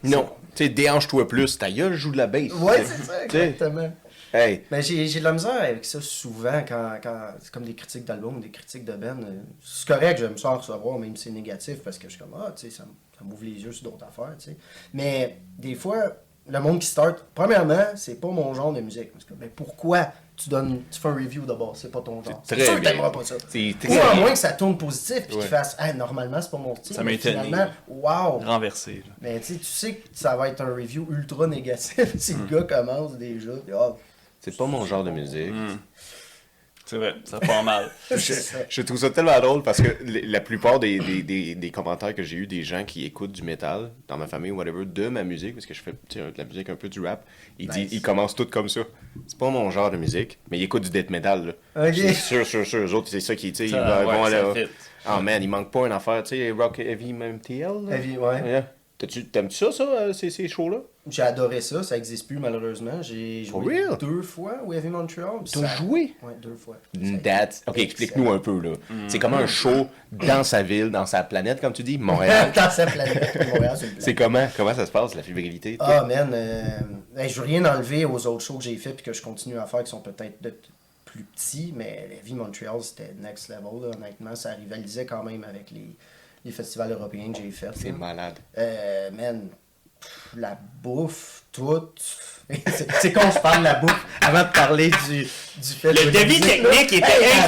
[SPEAKER 1] non. Tu sais, déhanche-toi plus, ta gueule joue de la baisse.
[SPEAKER 2] Ouais, c'est ça,
[SPEAKER 1] Tu sais,
[SPEAKER 2] exactement.
[SPEAKER 1] Hey,
[SPEAKER 2] Mais j'ai j'ai de la misère avec ça souvent quand, quand c'est comme des critiques d'album, des critiques de Ben. euh, C'est correct, j'aime ça en recevoir, même si c'est négatif, parce que je suis comme, ah, tu sais, ça, m- ça m'ouvre les yeux sur d'autres affaires, tu sais. Mais des fois, le monde qui start, premièrement, c'est pas mon genre de musique. Parce que, ben, pourquoi tu donnes, tu fais un review d'abord, c'est pas ton genre.
[SPEAKER 1] C'est
[SPEAKER 2] C'est sûr
[SPEAKER 1] très
[SPEAKER 2] que
[SPEAKER 1] bien.
[SPEAKER 2] t'aimeras pas ça.
[SPEAKER 1] C'est très
[SPEAKER 2] Ou à
[SPEAKER 1] bien.
[SPEAKER 2] moins que ça tourne positif, puis
[SPEAKER 1] Ouais.
[SPEAKER 2] qu'il fasse, ah, normalement, c'est pas mon style.
[SPEAKER 3] Ça
[SPEAKER 2] mais
[SPEAKER 3] m'étonne.
[SPEAKER 2] Finalement, waouh!
[SPEAKER 3] Renversé, là.
[SPEAKER 2] Mais tu sais, tu sais que ça va être un review ultra négatif (laughs) si
[SPEAKER 1] Hmm.
[SPEAKER 2] le gars commence déjà. puis, Ah,
[SPEAKER 1] c'est pas mon genre de musique.
[SPEAKER 3] Mhm. C'est vrai, ça part mal.
[SPEAKER 1] Je,
[SPEAKER 2] (laughs) c'est ça.
[SPEAKER 1] je trouve ça tellement drôle parce que l- la plupart des, des- des- des commentaires que j'ai eu des gens qui écoutent du métal dans ma famille ou whatever, de ma musique, parce que je fais tu sais, de la musique un peu du rap, ils,
[SPEAKER 2] Nice.
[SPEAKER 1] disent- ils commencent tout comme ça. C'est pas mon genre de musique, mais ils écoutent du death metal. Là.
[SPEAKER 2] Ok.
[SPEAKER 1] C'est sûr, sûr, sûr. Eux autres, c'est ça qui, tu sais, ils
[SPEAKER 3] Ça,
[SPEAKER 1] vont
[SPEAKER 3] ouais, ça
[SPEAKER 1] là.
[SPEAKER 3] fit.
[SPEAKER 1] Ah man, il manque pas une affaire, tu sais, rock heavy, même TL. là.
[SPEAKER 2] Heavy, ouais.
[SPEAKER 1] T'as-tu- T'aimes-tu ça, ça, euh, ces, ces shows-là?
[SPEAKER 2] J'ai adoré ça, ça n'existe plus malheureusement. J'ai
[SPEAKER 1] For
[SPEAKER 2] joué
[SPEAKER 1] real?
[SPEAKER 2] deux fois au Heavy Montreal. puis
[SPEAKER 1] T'as
[SPEAKER 2] ça-
[SPEAKER 1] joué?
[SPEAKER 2] Ouais, deux fois.
[SPEAKER 1] That. Ok, explique-nous un peu, là.
[SPEAKER 3] Mm.
[SPEAKER 1] C'est comme un show dans sa ville, dans sa planète, comme tu dis, Montréal.
[SPEAKER 2] (laughs) Dans sa planète, Montréal, c'est une planète.
[SPEAKER 1] C'est comment? Comment ça se passe, la fébrilité? tout?
[SPEAKER 2] Ah, man, euh, hey, je veux rien enlever aux autres shows que j'ai fait puis que je continue à faire qui sont peut-être de t- plus petits, mais la vie Montreal, c'était next level, là, honnêtement. Ça rivalisait quand même avec les, les festivals européens que j'ai fait.
[SPEAKER 1] C'est
[SPEAKER 2] là.
[SPEAKER 1] malade.
[SPEAKER 2] Euh, man, pff, la bouffe, tout. (laughs) c'est c'est qu'on se parle de la bouffe avant de parler du, du fait
[SPEAKER 3] Le
[SPEAKER 2] de-
[SPEAKER 3] devis technique était
[SPEAKER 2] la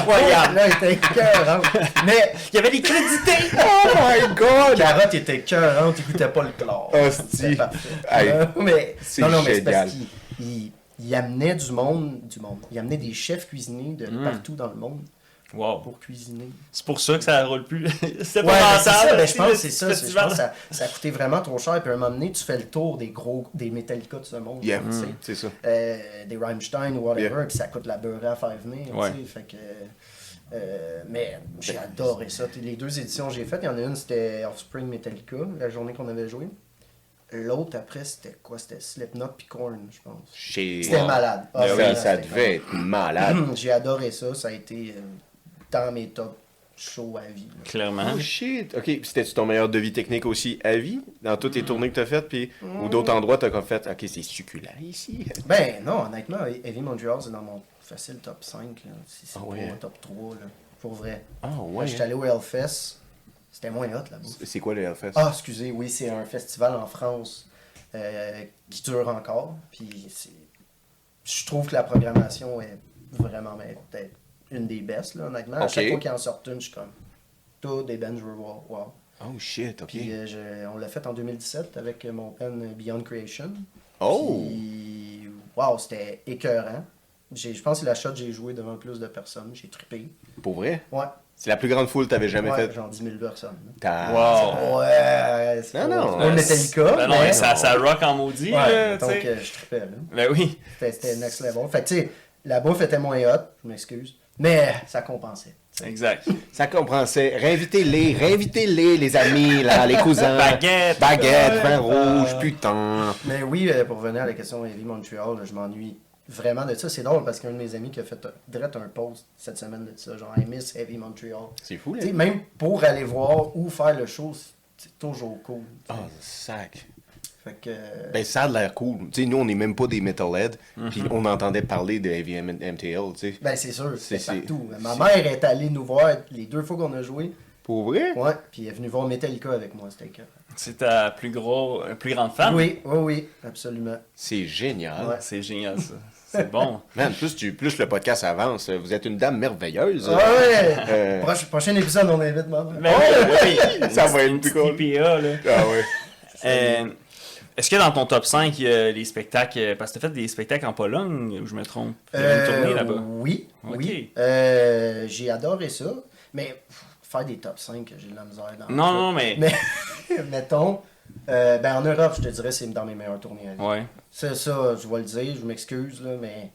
[SPEAKER 2] bouffe,
[SPEAKER 3] incroyable.
[SPEAKER 2] Là, était écœurante. Mais
[SPEAKER 3] Il y avait des crédités!
[SPEAKER 1] Oh my
[SPEAKER 2] la
[SPEAKER 1] god!
[SPEAKER 2] carotte était écœurante, il goûtait pas le chlore.
[SPEAKER 1] Hostie.
[SPEAKER 2] C'était parfait.
[SPEAKER 1] Hey,
[SPEAKER 2] Euh, mais,
[SPEAKER 1] c'est
[SPEAKER 2] non, non, mais c'est
[SPEAKER 1] génial.
[SPEAKER 2] parce qu'il il- il amenait du monde, du monde. Il amenait des chefs cuisiniers de partout dans le monde
[SPEAKER 3] Wow.
[SPEAKER 2] pour cuisiner.
[SPEAKER 3] C'est pour ça que ça roule plus. (laughs) c'est
[SPEAKER 2] Ouais,
[SPEAKER 3] pas
[SPEAKER 2] ben, c'est ça,
[SPEAKER 3] rentable,
[SPEAKER 2] ben, je pense que
[SPEAKER 3] le
[SPEAKER 2] c'est ça. c'est- Je
[SPEAKER 3] festival.
[SPEAKER 2] pense que ça, ça coûtait vraiment trop cher. Puis à un moment donné, tu fais le tour des gros, des Metallica de ce monde.
[SPEAKER 1] Yeah,
[SPEAKER 2] tu sais.
[SPEAKER 1] Hmm.
[SPEAKER 3] Mm.
[SPEAKER 1] c'est ça.
[SPEAKER 2] Euh, des Rammstein ou whatever.
[SPEAKER 1] Yeah.
[SPEAKER 2] Puis ça coûte la beurre à faire venir. tu
[SPEAKER 3] Ouais.
[SPEAKER 2] sais, Fait que. Euh, mais j'ai adoré ça. Les deux éditions que j'ai faites, il y en a une, c'était Offspring Metallica, la journée qu'on avait joué. L'autre après, c'était quoi C'était Slipknot puis Korn, je pense. (clears throat)
[SPEAKER 4] Chez...
[SPEAKER 2] C'était malade.
[SPEAKER 4] Ah
[SPEAKER 1] Ben
[SPEAKER 2] Ah, c'est
[SPEAKER 4] oui,
[SPEAKER 2] malade,
[SPEAKER 4] ça
[SPEAKER 2] c'était
[SPEAKER 4] devait être
[SPEAKER 2] (laughs)
[SPEAKER 4] malade.
[SPEAKER 2] J'ai adoré ça. Ça a été euh, dans mes top shows à vie. là.
[SPEAKER 3] Clairement.
[SPEAKER 1] Oh shit! Ok, puis c'était-tu ton meilleur devis technique aussi à vie, dans toutes les tournées que t'as faites, puis ou
[SPEAKER 2] Hmm.
[SPEAKER 1] d'autres endroits t'as comme fait, ok, c'est succulent ici. (laughs)
[SPEAKER 2] Ben non, honnêtement, Heavy Montreal, c'est dans mon facile top 5. Là, si c'est
[SPEAKER 1] Ah
[SPEAKER 2] pas
[SPEAKER 1] ouais.
[SPEAKER 2] mon top 3, là, pour vrai.
[SPEAKER 1] Ah
[SPEAKER 2] Quand J'étais allé au Hellfest. C'était moins hot là-bas.
[SPEAKER 1] C'est quoi le Hellfest?
[SPEAKER 2] Ah, excusez, oui, c'est un festival en France euh, qui dure encore. Puis c'est- je trouve que la programmation est vraiment mais peut-être une des best, là, honnêtement. À
[SPEAKER 1] Ok.
[SPEAKER 2] chaque fois qu'ils en sortent une, je suis comme, tout des bands, je veux voir. Wow.
[SPEAKER 1] Oh shit, ok.
[SPEAKER 2] Puis euh, je- on l'a fait en 2017 avec mon pen Beyond Creation.
[SPEAKER 1] Oh!
[SPEAKER 2] Puis, wow, c'était écœurant. J'ai- Je pense que c'est la shot que j'ai joué devant le plus de personnes. J'ai trippé.
[SPEAKER 1] Pour vrai?
[SPEAKER 2] Ouais,
[SPEAKER 1] C'est la plus grande foule que t'avais jamais
[SPEAKER 2] ouais,
[SPEAKER 1] faite.
[SPEAKER 2] genre 10 000 personnes. là.
[SPEAKER 1] Ta-
[SPEAKER 3] Wow.
[SPEAKER 2] Ouais, c'est
[SPEAKER 1] Non,
[SPEAKER 2] pas-
[SPEAKER 1] non,
[SPEAKER 2] c'est pas
[SPEAKER 1] euh,
[SPEAKER 2] le Metallica,
[SPEAKER 3] Ben non,
[SPEAKER 2] mais...
[SPEAKER 3] mais ça, ça rock en
[SPEAKER 2] Ouais,
[SPEAKER 3] maudit, là,
[SPEAKER 2] donc
[SPEAKER 3] tu sais.
[SPEAKER 2] euh, je trippais, là.
[SPEAKER 3] Ben oui.
[SPEAKER 2] C'était- C'était next level. Fait que, tu sais, la bouffe était moins hot, je m'excuse, mais ça compensait.
[SPEAKER 3] Exact.
[SPEAKER 4] Ça compensait. Réinvitez-les, réinvitez-les, les amis, là,
[SPEAKER 2] (laughs)
[SPEAKER 4] les cousins.
[SPEAKER 3] Baguette.
[SPEAKER 4] Baguette, vin
[SPEAKER 2] Ouais. Euh.
[SPEAKER 4] rouge, putain.
[SPEAKER 2] Mais oui, euh, pour revenir à la question Heavy Montreal, là, je m'ennuie vraiment de ça. C'est drôle parce qu'un de mes amis qui a fait un- direct un post cette semaine de ça, genre I miss Heavy Montreal.
[SPEAKER 1] C'est hein? fou,
[SPEAKER 2] Tu
[SPEAKER 1] là.
[SPEAKER 2] sais, même pour aller voir ou faire le show, c'est toujours cool. tu sais.
[SPEAKER 1] Ah, sac.
[SPEAKER 2] Fait que. euh,
[SPEAKER 1] Ben, ça a de l'air cool. Tu sais, nous, on n'est même pas des metalheads, puis on entendait parler de Heavy M- MTL, tu sais.
[SPEAKER 2] Mhm. Ben, c'est sûr, c'est
[SPEAKER 1] c'est-
[SPEAKER 2] partout. Ma mère est allée nous voir les deux fois qu'on a joué.
[SPEAKER 1] Pour vrai?
[SPEAKER 2] Ouais, puis elle est venue voir Metallica avec moi, c'était écœurant.
[SPEAKER 3] C'est ta plus gros, euh, plus grande fan.
[SPEAKER 2] Oui, oui, oui, absolument.
[SPEAKER 1] C'est génial.
[SPEAKER 2] Ouais.
[SPEAKER 3] C'est génial, ça.
[SPEAKER 2] (laughs)
[SPEAKER 3] C'est bon.
[SPEAKER 1] Man, plus, tu, plus le podcast avance, euh, vous êtes une dame merveilleuse.
[SPEAKER 2] Ah ouais!
[SPEAKER 1] Euh.
[SPEAKER 2] Proche- prochain épisode, on invite maman.
[SPEAKER 3] Ben oui, oui.
[SPEAKER 1] Ça va être
[SPEAKER 3] Une
[SPEAKER 1] plus
[SPEAKER 3] petite
[SPEAKER 1] cool.
[SPEAKER 3] IPA, là.
[SPEAKER 1] Ah
[SPEAKER 2] (laughs)
[SPEAKER 1] ouais.
[SPEAKER 3] Euh, Est-ce que dans ton top 5, il y a les spectacles. euh, Parce que t'as fait des spectacles en Pologne, ou je me trompe. Il y avait une
[SPEAKER 2] Euh,
[SPEAKER 3] tournée là-bas.
[SPEAKER 2] Oui,
[SPEAKER 3] Ok.
[SPEAKER 2] oui. Euh, j'ai adoré ça, mais pff, faire des top 5, j'ai de la misère dans
[SPEAKER 3] Non, non, mais.
[SPEAKER 2] Mais, (laughs) mettons, euh, ben en Europe, je te dirais, c'est dans mes meilleurs tournées à vie.
[SPEAKER 3] Ouais.
[SPEAKER 2] Ça, ça, je vais le dire, je m'excuse, là, mais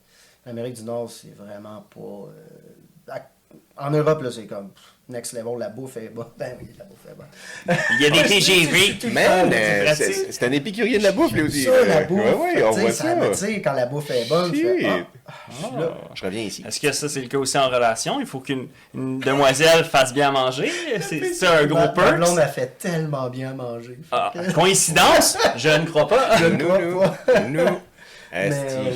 [SPEAKER 2] l'Amérique du Nord, c'est vraiment pas... euh, à- en Europe, là, c'est comme pff, next level, la bouffe est bonne. (laughs) Ben oui, la bouffe est bonne.
[SPEAKER 3] Il y a des
[SPEAKER 2] (laughs)
[SPEAKER 3] TGV.
[SPEAKER 1] Man,
[SPEAKER 3] C'est
[SPEAKER 1] euh,
[SPEAKER 3] pratique.
[SPEAKER 1] c'est c'est un épicurien de la bouffe, lui aussi.
[SPEAKER 2] Ah, Ça, la
[SPEAKER 1] Euh,
[SPEAKER 2] bouffe,
[SPEAKER 1] Ouais, ouais, on
[SPEAKER 2] tu sais,
[SPEAKER 1] voit
[SPEAKER 2] ça,
[SPEAKER 1] ça.
[SPEAKER 2] me tire quand la bouffe est bonne, je fais,
[SPEAKER 1] Shit.
[SPEAKER 2] ah, ah, je suis là.
[SPEAKER 1] Je reviens ici.
[SPEAKER 3] Est-ce que ça, c'est le cas aussi en relation? Il faut qu'une une demoiselle fasse bien à manger? C'est c'est un gros
[SPEAKER 2] Ma- ma
[SPEAKER 3] perk?
[SPEAKER 2] blonde
[SPEAKER 3] ça?
[SPEAKER 2] a fait tellement bien à manger.
[SPEAKER 3] Ah, coïncidence? Je ne crois pas.
[SPEAKER 2] Je ne
[SPEAKER 1] Nous,
[SPEAKER 2] crois
[SPEAKER 1] ben, nous,
[SPEAKER 2] pas.
[SPEAKER 1] nous.
[SPEAKER 2] Mais
[SPEAKER 1] Esti.
[SPEAKER 2] euh,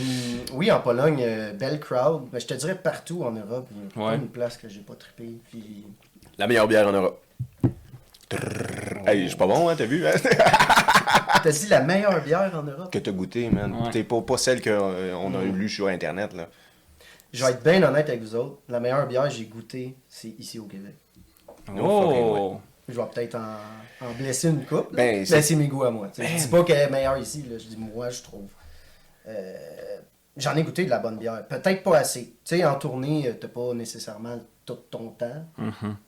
[SPEAKER 2] oui, en Pologne, euh, belle crowd. Mais je te dirais partout en Europe, il n'y a pas
[SPEAKER 3] Ouais.
[SPEAKER 2] une place que j'ai pas trippé. Puis...
[SPEAKER 1] La meilleure bière en Europe. Trrr. Hey, je suis pas bon, hein, t'as vu?
[SPEAKER 2] (laughs)
[SPEAKER 1] hein?
[SPEAKER 2] T'as dit la meilleure bière en Europe?
[SPEAKER 1] que t'as goûté, man.
[SPEAKER 3] Ouais.
[SPEAKER 1] T'es pas, pas celle qu'on a lue sur Internet, là.
[SPEAKER 2] Je vais être bien honnête avec vous autres. La meilleure bière que j'ai goûtée, c'est ici au Québec.
[SPEAKER 3] Oh!
[SPEAKER 2] Je vais peut-être en, en blesser une coupe.
[SPEAKER 1] Ben,
[SPEAKER 2] Ben,
[SPEAKER 1] c'est- Ben.
[SPEAKER 2] c'est mes goûts à moi. tu sais. Je dis pas qu'elle est meilleure ici. là. Je dis moi, je trouve. Euh, J'en ai goûté de la bonne bière. Peut-être pas assez. Tu sais, en tournée, euh, t'as pas nécessairement tout ton temps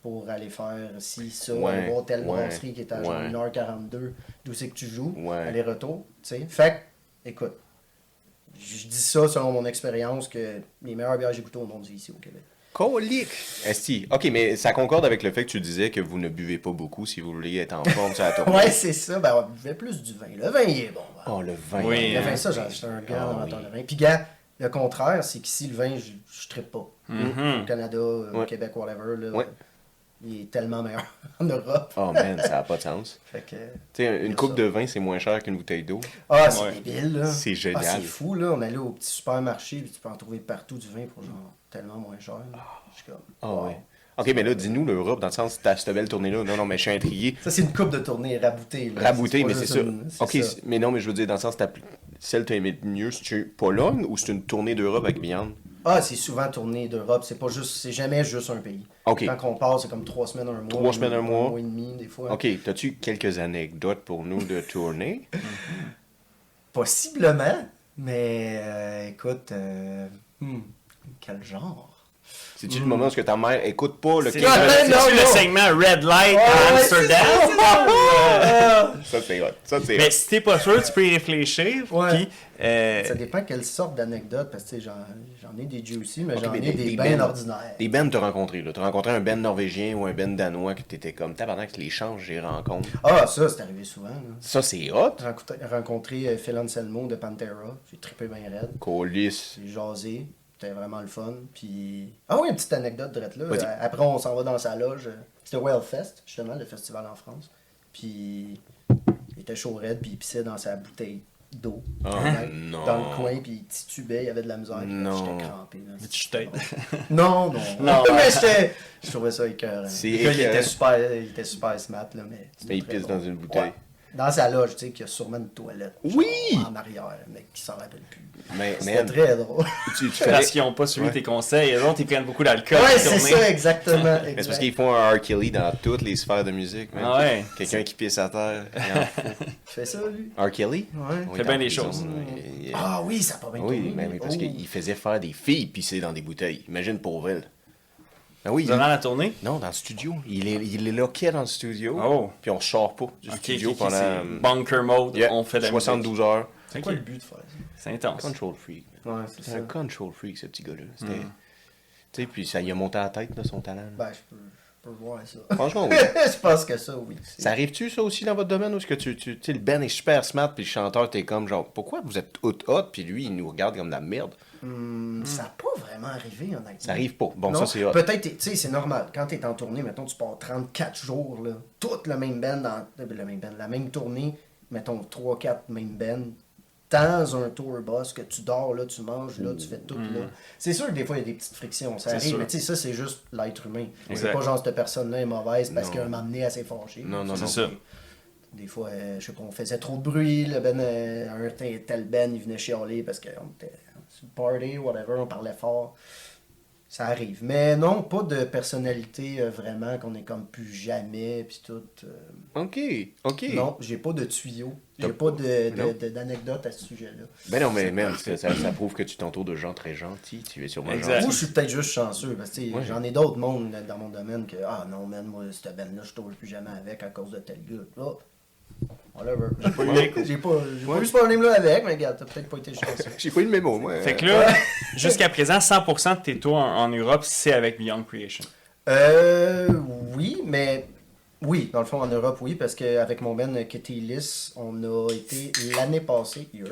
[SPEAKER 2] pour aller faire ci, ça,
[SPEAKER 1] Mm-hmm. Ouais,
[SPEAKER 2] aller voir telle
[SPEAKER 1] ouais,
[SPEAKER 2] brasserie qui est à genre
[SPEAKER 1] ouais.
[SPEAKER 2] 1h42, d'où c'est que tu joues,
[SPEAKER 1] Ouais.
[SPEAKER 2] aller-retour. tu sais. Fait que, écoute, je dis ça selon mon expérience que les meilleures bières que j'ai goûtées au monde, c'est ici au Québec.
[SPEAKER 1] Colique! Esti. Ok, mais ça concorde avec le fait que tu disais que vous ne buvez pas beaucoup si vous voulez être en forme sur la tournée.
[SPEAKER 2] Ouais, c'est ça. Ben, on buvait plus du vin. Le vin, il est bon. ben.
[SPEAKER 1] Oh, le vin.
[SPEAKER 3] Oui.
[SPEAKER 2] Le
[SPEAKER 3] hein.
[SPEAKER 2] vin, ça, j'en- j'étais un grand
[SPEAKER 1] Ah,
[SPEAKER 2] amateur
[SPEAKER 1] oui.
[SPEAKER 2] de vin. Puis, gars, le contraire, c'est qu'ici, le vin, je, je trippe pas. Au Canada, euh, au
[SPEAKER 1] Mm-hmm. Ouais.
[SPEAKER 2] Québec, whatever, là,
[SPEAKER 1] Ouais.
[SPEAKER 2] il est tellement meilleur (laughs) en Europe.
[SPEAKER 1] Oh, man, ça n'a pas de sens.
[SPEAKER 2] Fait que...
[SPEAKER 1] Tu sais, une
[SPEAKER 2] Ça.
[SPEAKER 1] coupe de vin, c'est moins cher qu'une bouteille d'eau.
[SPEAKER 2] Ah, c'est
[SPEAKER 3] Ouais.
[SPEAKER 2] débile, là.
[SPEAKER 1] C'est génial.
[SPEAKER 2] Ah, c'est fou, là. On allait au petit supermarché, puis tu peux en trouver partout du vin pour genre tellement moins cher. là. Je suis comme,
[SPEAKER 1] Ah
[SPEAKER 2] wow.
[SPEAKER 1] ouais. Ok, mais là, dis-nous l'Europe, dans le sens, t'as cette belle tournée-là. Non, non, mais je suis intrigué.
[SPEAKER 2] Ça, c'est une coupe de tournée raboutée. là.
[SPEAKER 1] Rabouté,
[SPEAKER 2] pas
[SPEAKER 1] mais c'est
[SPEAKER 2] juste
[SPEAKER 1] ça.
[SPEAKER 2] une- c'est
[SPEAKER 1] Ok,
[SPEAKER 2] ça.
[SPEAKER 1] c'est- mais non, mais je veux dire, dans le sens, t'as pl- celle que t'as aimé le mieux, c'est Pologne ou c'est une tournée d'Europe avec Beyond?
[SPEAKER 2] Ah, c'est souvent tourné d'Europe. C'est pas juste, c'est jamais juste un pays.
[SPEAKER 1] Ok.
[SPEAKER 2] Quand on part, c'est comme trois semaines, un mois.
[SPEAKER 1] Trois semaines, un mois.
[SPEAKER 2] Un mois et demi, des fois.
[SPEAKER 1] Ok, t'as-tu quelques anecdotes pour nous de
[SPEAKER 2] (laughs)
[SPEAKER 1] tournée?
[SPEAKER 2] Possiblement, mais euh, écoute, euh, hmm, quel genre
[SPEAKER 1] C'est-tu le moment où est-ce que ta mère écoute pas le
[SPEAKER 3] C'est
[SPEAKER 1] Québec?
[SPEAKER 2] Ah,
[SPEAKER 3] c'est-
[SPEAKER 2] non,
[SPEAKER 3] c'est-tu le
[SPEAKER 2] non.
[SPEAKER 3] segment Red Light à Amsterdam.
[SPEAKER 2] Ah,
[SPEAKER 1] Ça, c'est hot. Ça, c'est
[SPEAKER 3] Mais
[SPEAKER 1] hot.
[SPEAKER 3] si t'es pas sûr, tu peux y réfléchir.
[SPEAKER 2] Ouais.
[SPEAKER 3] Puis, euh,
[SPEAKER 2] Ça dépend quelle sorte d'anecdote, parce que tu sais, j'en j'en ai des juicy, mais
[SPEAKER 1] Ok,
[SPEAKER 2] j'en
[SPEAKER 1] mais
[SPEAKER 2] ai des, bien
[SPEAKER 1] bands-
[SPEAKER 2] ordinaires.
[SPEAKER 1] Des bands t'as rencontré, là. T'as rencontré un band norvégien ou un band danois que t'étais comme tabarnak, les changes, j'ai rencontre.
[SPEAKER 2] Ah, ça, c'est arrivé souvent. là.
[SPEAKER 1] Ça, c'est hot.
[SPEAKER 2] J'ai rencontré- rencontré euh, Phil Anselmo de Pantera, j'ai trippé bien raide,
[SPEAKER 1] Colis.
[SPEAKER 2] j'ai jasé, c'était vraiment le fun. Puis. Ah oui, une petite anecdote de
[SPEAKER 1] Vas-y.
[SPEAKER 2] là. Euh, Après, on s'en va dans sa loge. C'était Whale Fest, justement, le festival en France. Puis. Il était chaud raide, puis il pissait dans sa bouteille d'eau.
[SPEAKER 1] Oh,
[SPEAKER 2] Dans-
[SPEAKER 1] non.
[SPEAKER 2] Dans le coin, puis il titubait, il y avait de la misère. puis là,
[SPEAKER 1] Non.
[SPEAKER 2] J'étais crampé. là.
[SPEAKER 3] tu t'aides.
[SPEAKER 2] (laughs) Non, non.
[SPEAKER 3] (laughs) Non.
[SPEAKER 2] mais j'étais. Je trouvais ça écœurant.
[SPEAKER 1] C'est
[SPEAKER 2] Le gars, il
[SPEAKER 1] écœurant.
[SPEAKER 2] était super, il était super smart, là, mais.
[SPEAKER 1] Mais il
[SPEAKER 2] c'était
[SPEAKER 1] pisse
[SPEAKER 2] très
[SPEAKER 1] dans une bouteille.
[SPEAKER 2] Ouais. Dans sa loge, tu sais, qu'il y a sûrement une toilette. genre,
[SPEAKER 1] Oui!
[SPEAKER 2] en arrière, mais qui s'en rappelle plus.
[SPEAKER 1] Mais,
[SPEAKER 2] C'était
[SPEAKER 1] man,
[SPEAKER 2] très (laughs) drôle.
[SPEAKER 1] tu, tu connais-
[SPEAKER 3] Parce qu'ils ont pas suivi tes conseils. Et autres, ils prennent beaucoup d'alcool.
[SPEAKER 2] ouais,
[SPEAKER 3] ils
[SPEAKER 2] c'est
[SPEAKER 3] tournent.
[SPEAKER 2] ça, exactement.
[SPEAKER 1] Mais c'est parce
[SPEAKER 2] exact.
[SPEAKER 1] qu'ils font un R. Kelly dans toutes les sphères de musique, man.
[SPEAKER 3] Ah ouais.
[SPEAKER 1] Quelqu'un qui pisse à
[SPEAKER 2] (laughs)
[SPEAKER 1] terre. il en fout.
[SPEAKER 2] fait ça, lui.
[SPEAKER 1] R. Kelly?
[SPEAKER 2] Ouais.
[SPEAKER 1] On
[SPEAKER 3] Fait
[SPEAKER 1] est
[SPEAKER 3] bien
[SPEAKER 1] en
[SPEAKER 3] des
[SPEAKER 1] prison,
[SPEAKER 3] choses.
[SPEAKER 1] là. Il- il-
[SPEAKER 2] Ah oui, ça a pas bien
[SPEAKER 1] Oui,
[SPEAKER 2] tourné,
[SPEAKER 1] mais, mais parce
[SPEAKER 2] oh.
[SPEAKER 1] qu'il faisait faire des filles pisser dans des bouteilles. Imagine pour elle. Ben oui.
[SPEAKER 3] Durant la tournée.
[SPEAKER 1] il- Non, dans le studio. Il est, il est loqué dans le studio.
[SPEAKER 3] Oh.
[SPEAKER 1] Puis on sort pas du
[SPEAKER 3] Ok,
[SPEAKER 1] studio
[SPEAKER 3] ok, ok,
[SPEAKER 1] pendant
[SPEAKER 3] c'est
[SPEAKER 1] euh,
[SPEAKER 3] bunker mode.
[SPEAKER 1] yeah,
[SPEAKER 3] on fait de la
[SPEAKER 1] 72 heures.
[SPEAKER 2] C'est
[SPEAKER 3] musique.
[SPEAKER 2] quoi
[SPEAKER 3] Ok.
[SPEAKER 2] le but de faire ça?
[SPEAKER 3] C'est intense.
[SPEAKER 1] Control freak.
[SPEAKER 2] Ouais, c'est
[SPEAKER 1] C'est
[SPEAKER 2] ça.
[SPEAKER 1] un control freak, ce petit gars-là. C'était- Tu sais, puis ça lui a monté à la tête de son talent. là.
[SPEAKER 2] Ben, je peux, je peux voir ça. (laughs)
[SPEAKER 1] Franchement, oui.
[SPEAKER 2] je pense que ça, oui. c'est-
[SPEAKER 1] Ça arrive-tu, ça aussi, dans votre domaine, où est-ce que tu, tu, tu sais, le Ben est super smart, puis le chanteur, t'es comme genre, pourquoi vous êtes hot hot, puis lui, il nous regarde comme de la merde?
[SPEAKER 2] Hmm, Ça n'a pas vraiment arrivé, honnêtement.
[SPEAKER 1] Ça arrive pas. Bon,
[SPEAKER 2] Non,
[SPEAKER 1] ça, c'est hot.
[SPEAKER 2] Peut-être, tu sais, c'est normal. Quand t'es en tournée, mettons, tu pars 34 jours, là, toute la même band, dans, euh, la même band, la même tournée, mettons, 3-4 même band, dans un tour bus, que tu dors, là, tu manges, là, tu fais tout, là.
[SPEAKER 1] Hmm.
[SPEAKER 2] C'est sûr que des fois, il y a des petites frictions, ça
[SPEAKER 3] C'est
[SPEAKER 2] arrive,
[SPEAKER 3] sûr.
[SPEAKER 2] mais tu sais, ça, c'est juste l'être humain. C'est
[SPEAKER 3] Exact.
[SPEAKER 2] pas genre, cette personne-là est mauvaise parce
[SPEAKER 1] Non.
[SPEAKER 2] qu'elle m'a amené à s'efforger.
[SPEAKER 1] Non, non,
[SPEAKER 3] C'est
[SPEAKER 1] non.
[SPEAKER 3] ça.
[SPEAKER 2] Des fois, euh, je sais pas, on faisait trop de bruit, le ben, euh, un tel tel ben, il venait chialer parce qu'on était sur le party, whatever, on parlait fort. Ça arrive. Mais non, pas de personnalité euh, vraiment qu'on est comme plus jamais, puis tout. euh,
[SPEAKER 1] OK, OK.
[SPEAKER 2] Non, j'ai pas de tuyau. J'ai
[SPEAKER 1] T'as-
[SPEAKER 2] pas de-
[SPEAKER 1] Non.
[SPEAKER 2] de- de- d'anecdote à ce sujet-là.
[SPEAKER 1] Ben non, mais même, ça, ça- ça prouve que tu t'entoures de gens très gentils. Tu es sûrement
[SPEAKER 3] Exact.
[SPEAKER 1] gentil.
[SPEAKER 2] Moi, je suis peut-être juste chanceux, parce que tu sais,
[SPEAKER 1] Ouais.
[SPEAKER 2] j'en ai d'autres mondes là, dans mon domaine que Ah non, man, moi, cette band-là, je tourne plus jamais avec à cause de tel gars. Oh, whatever. J'ai pas,
[SPEAKER 3] Ouais.
[SPEAKER 2] eu- j'ai pas, j'ai pas eu ce problème-là avec, mais regarde, t'as peut-être pas été chanceux.
[SPEAKER 1] (laughs)
[SPEAKER 2] (laughs)
[SPEAKER 1] J'ai pas eu le mémo, moi.
[SPEAKER 3] Fait que là, (laughs) jusqu'à présent, 100% de tes tours en, en Europe, c'est avec Beyond Creation.
[SPEAKER 2] Euh, oui, mais oui, dans le fond, en Europe, oui, parce qu'avec mon ben Kitty Liss, on a été l'année passée, hier,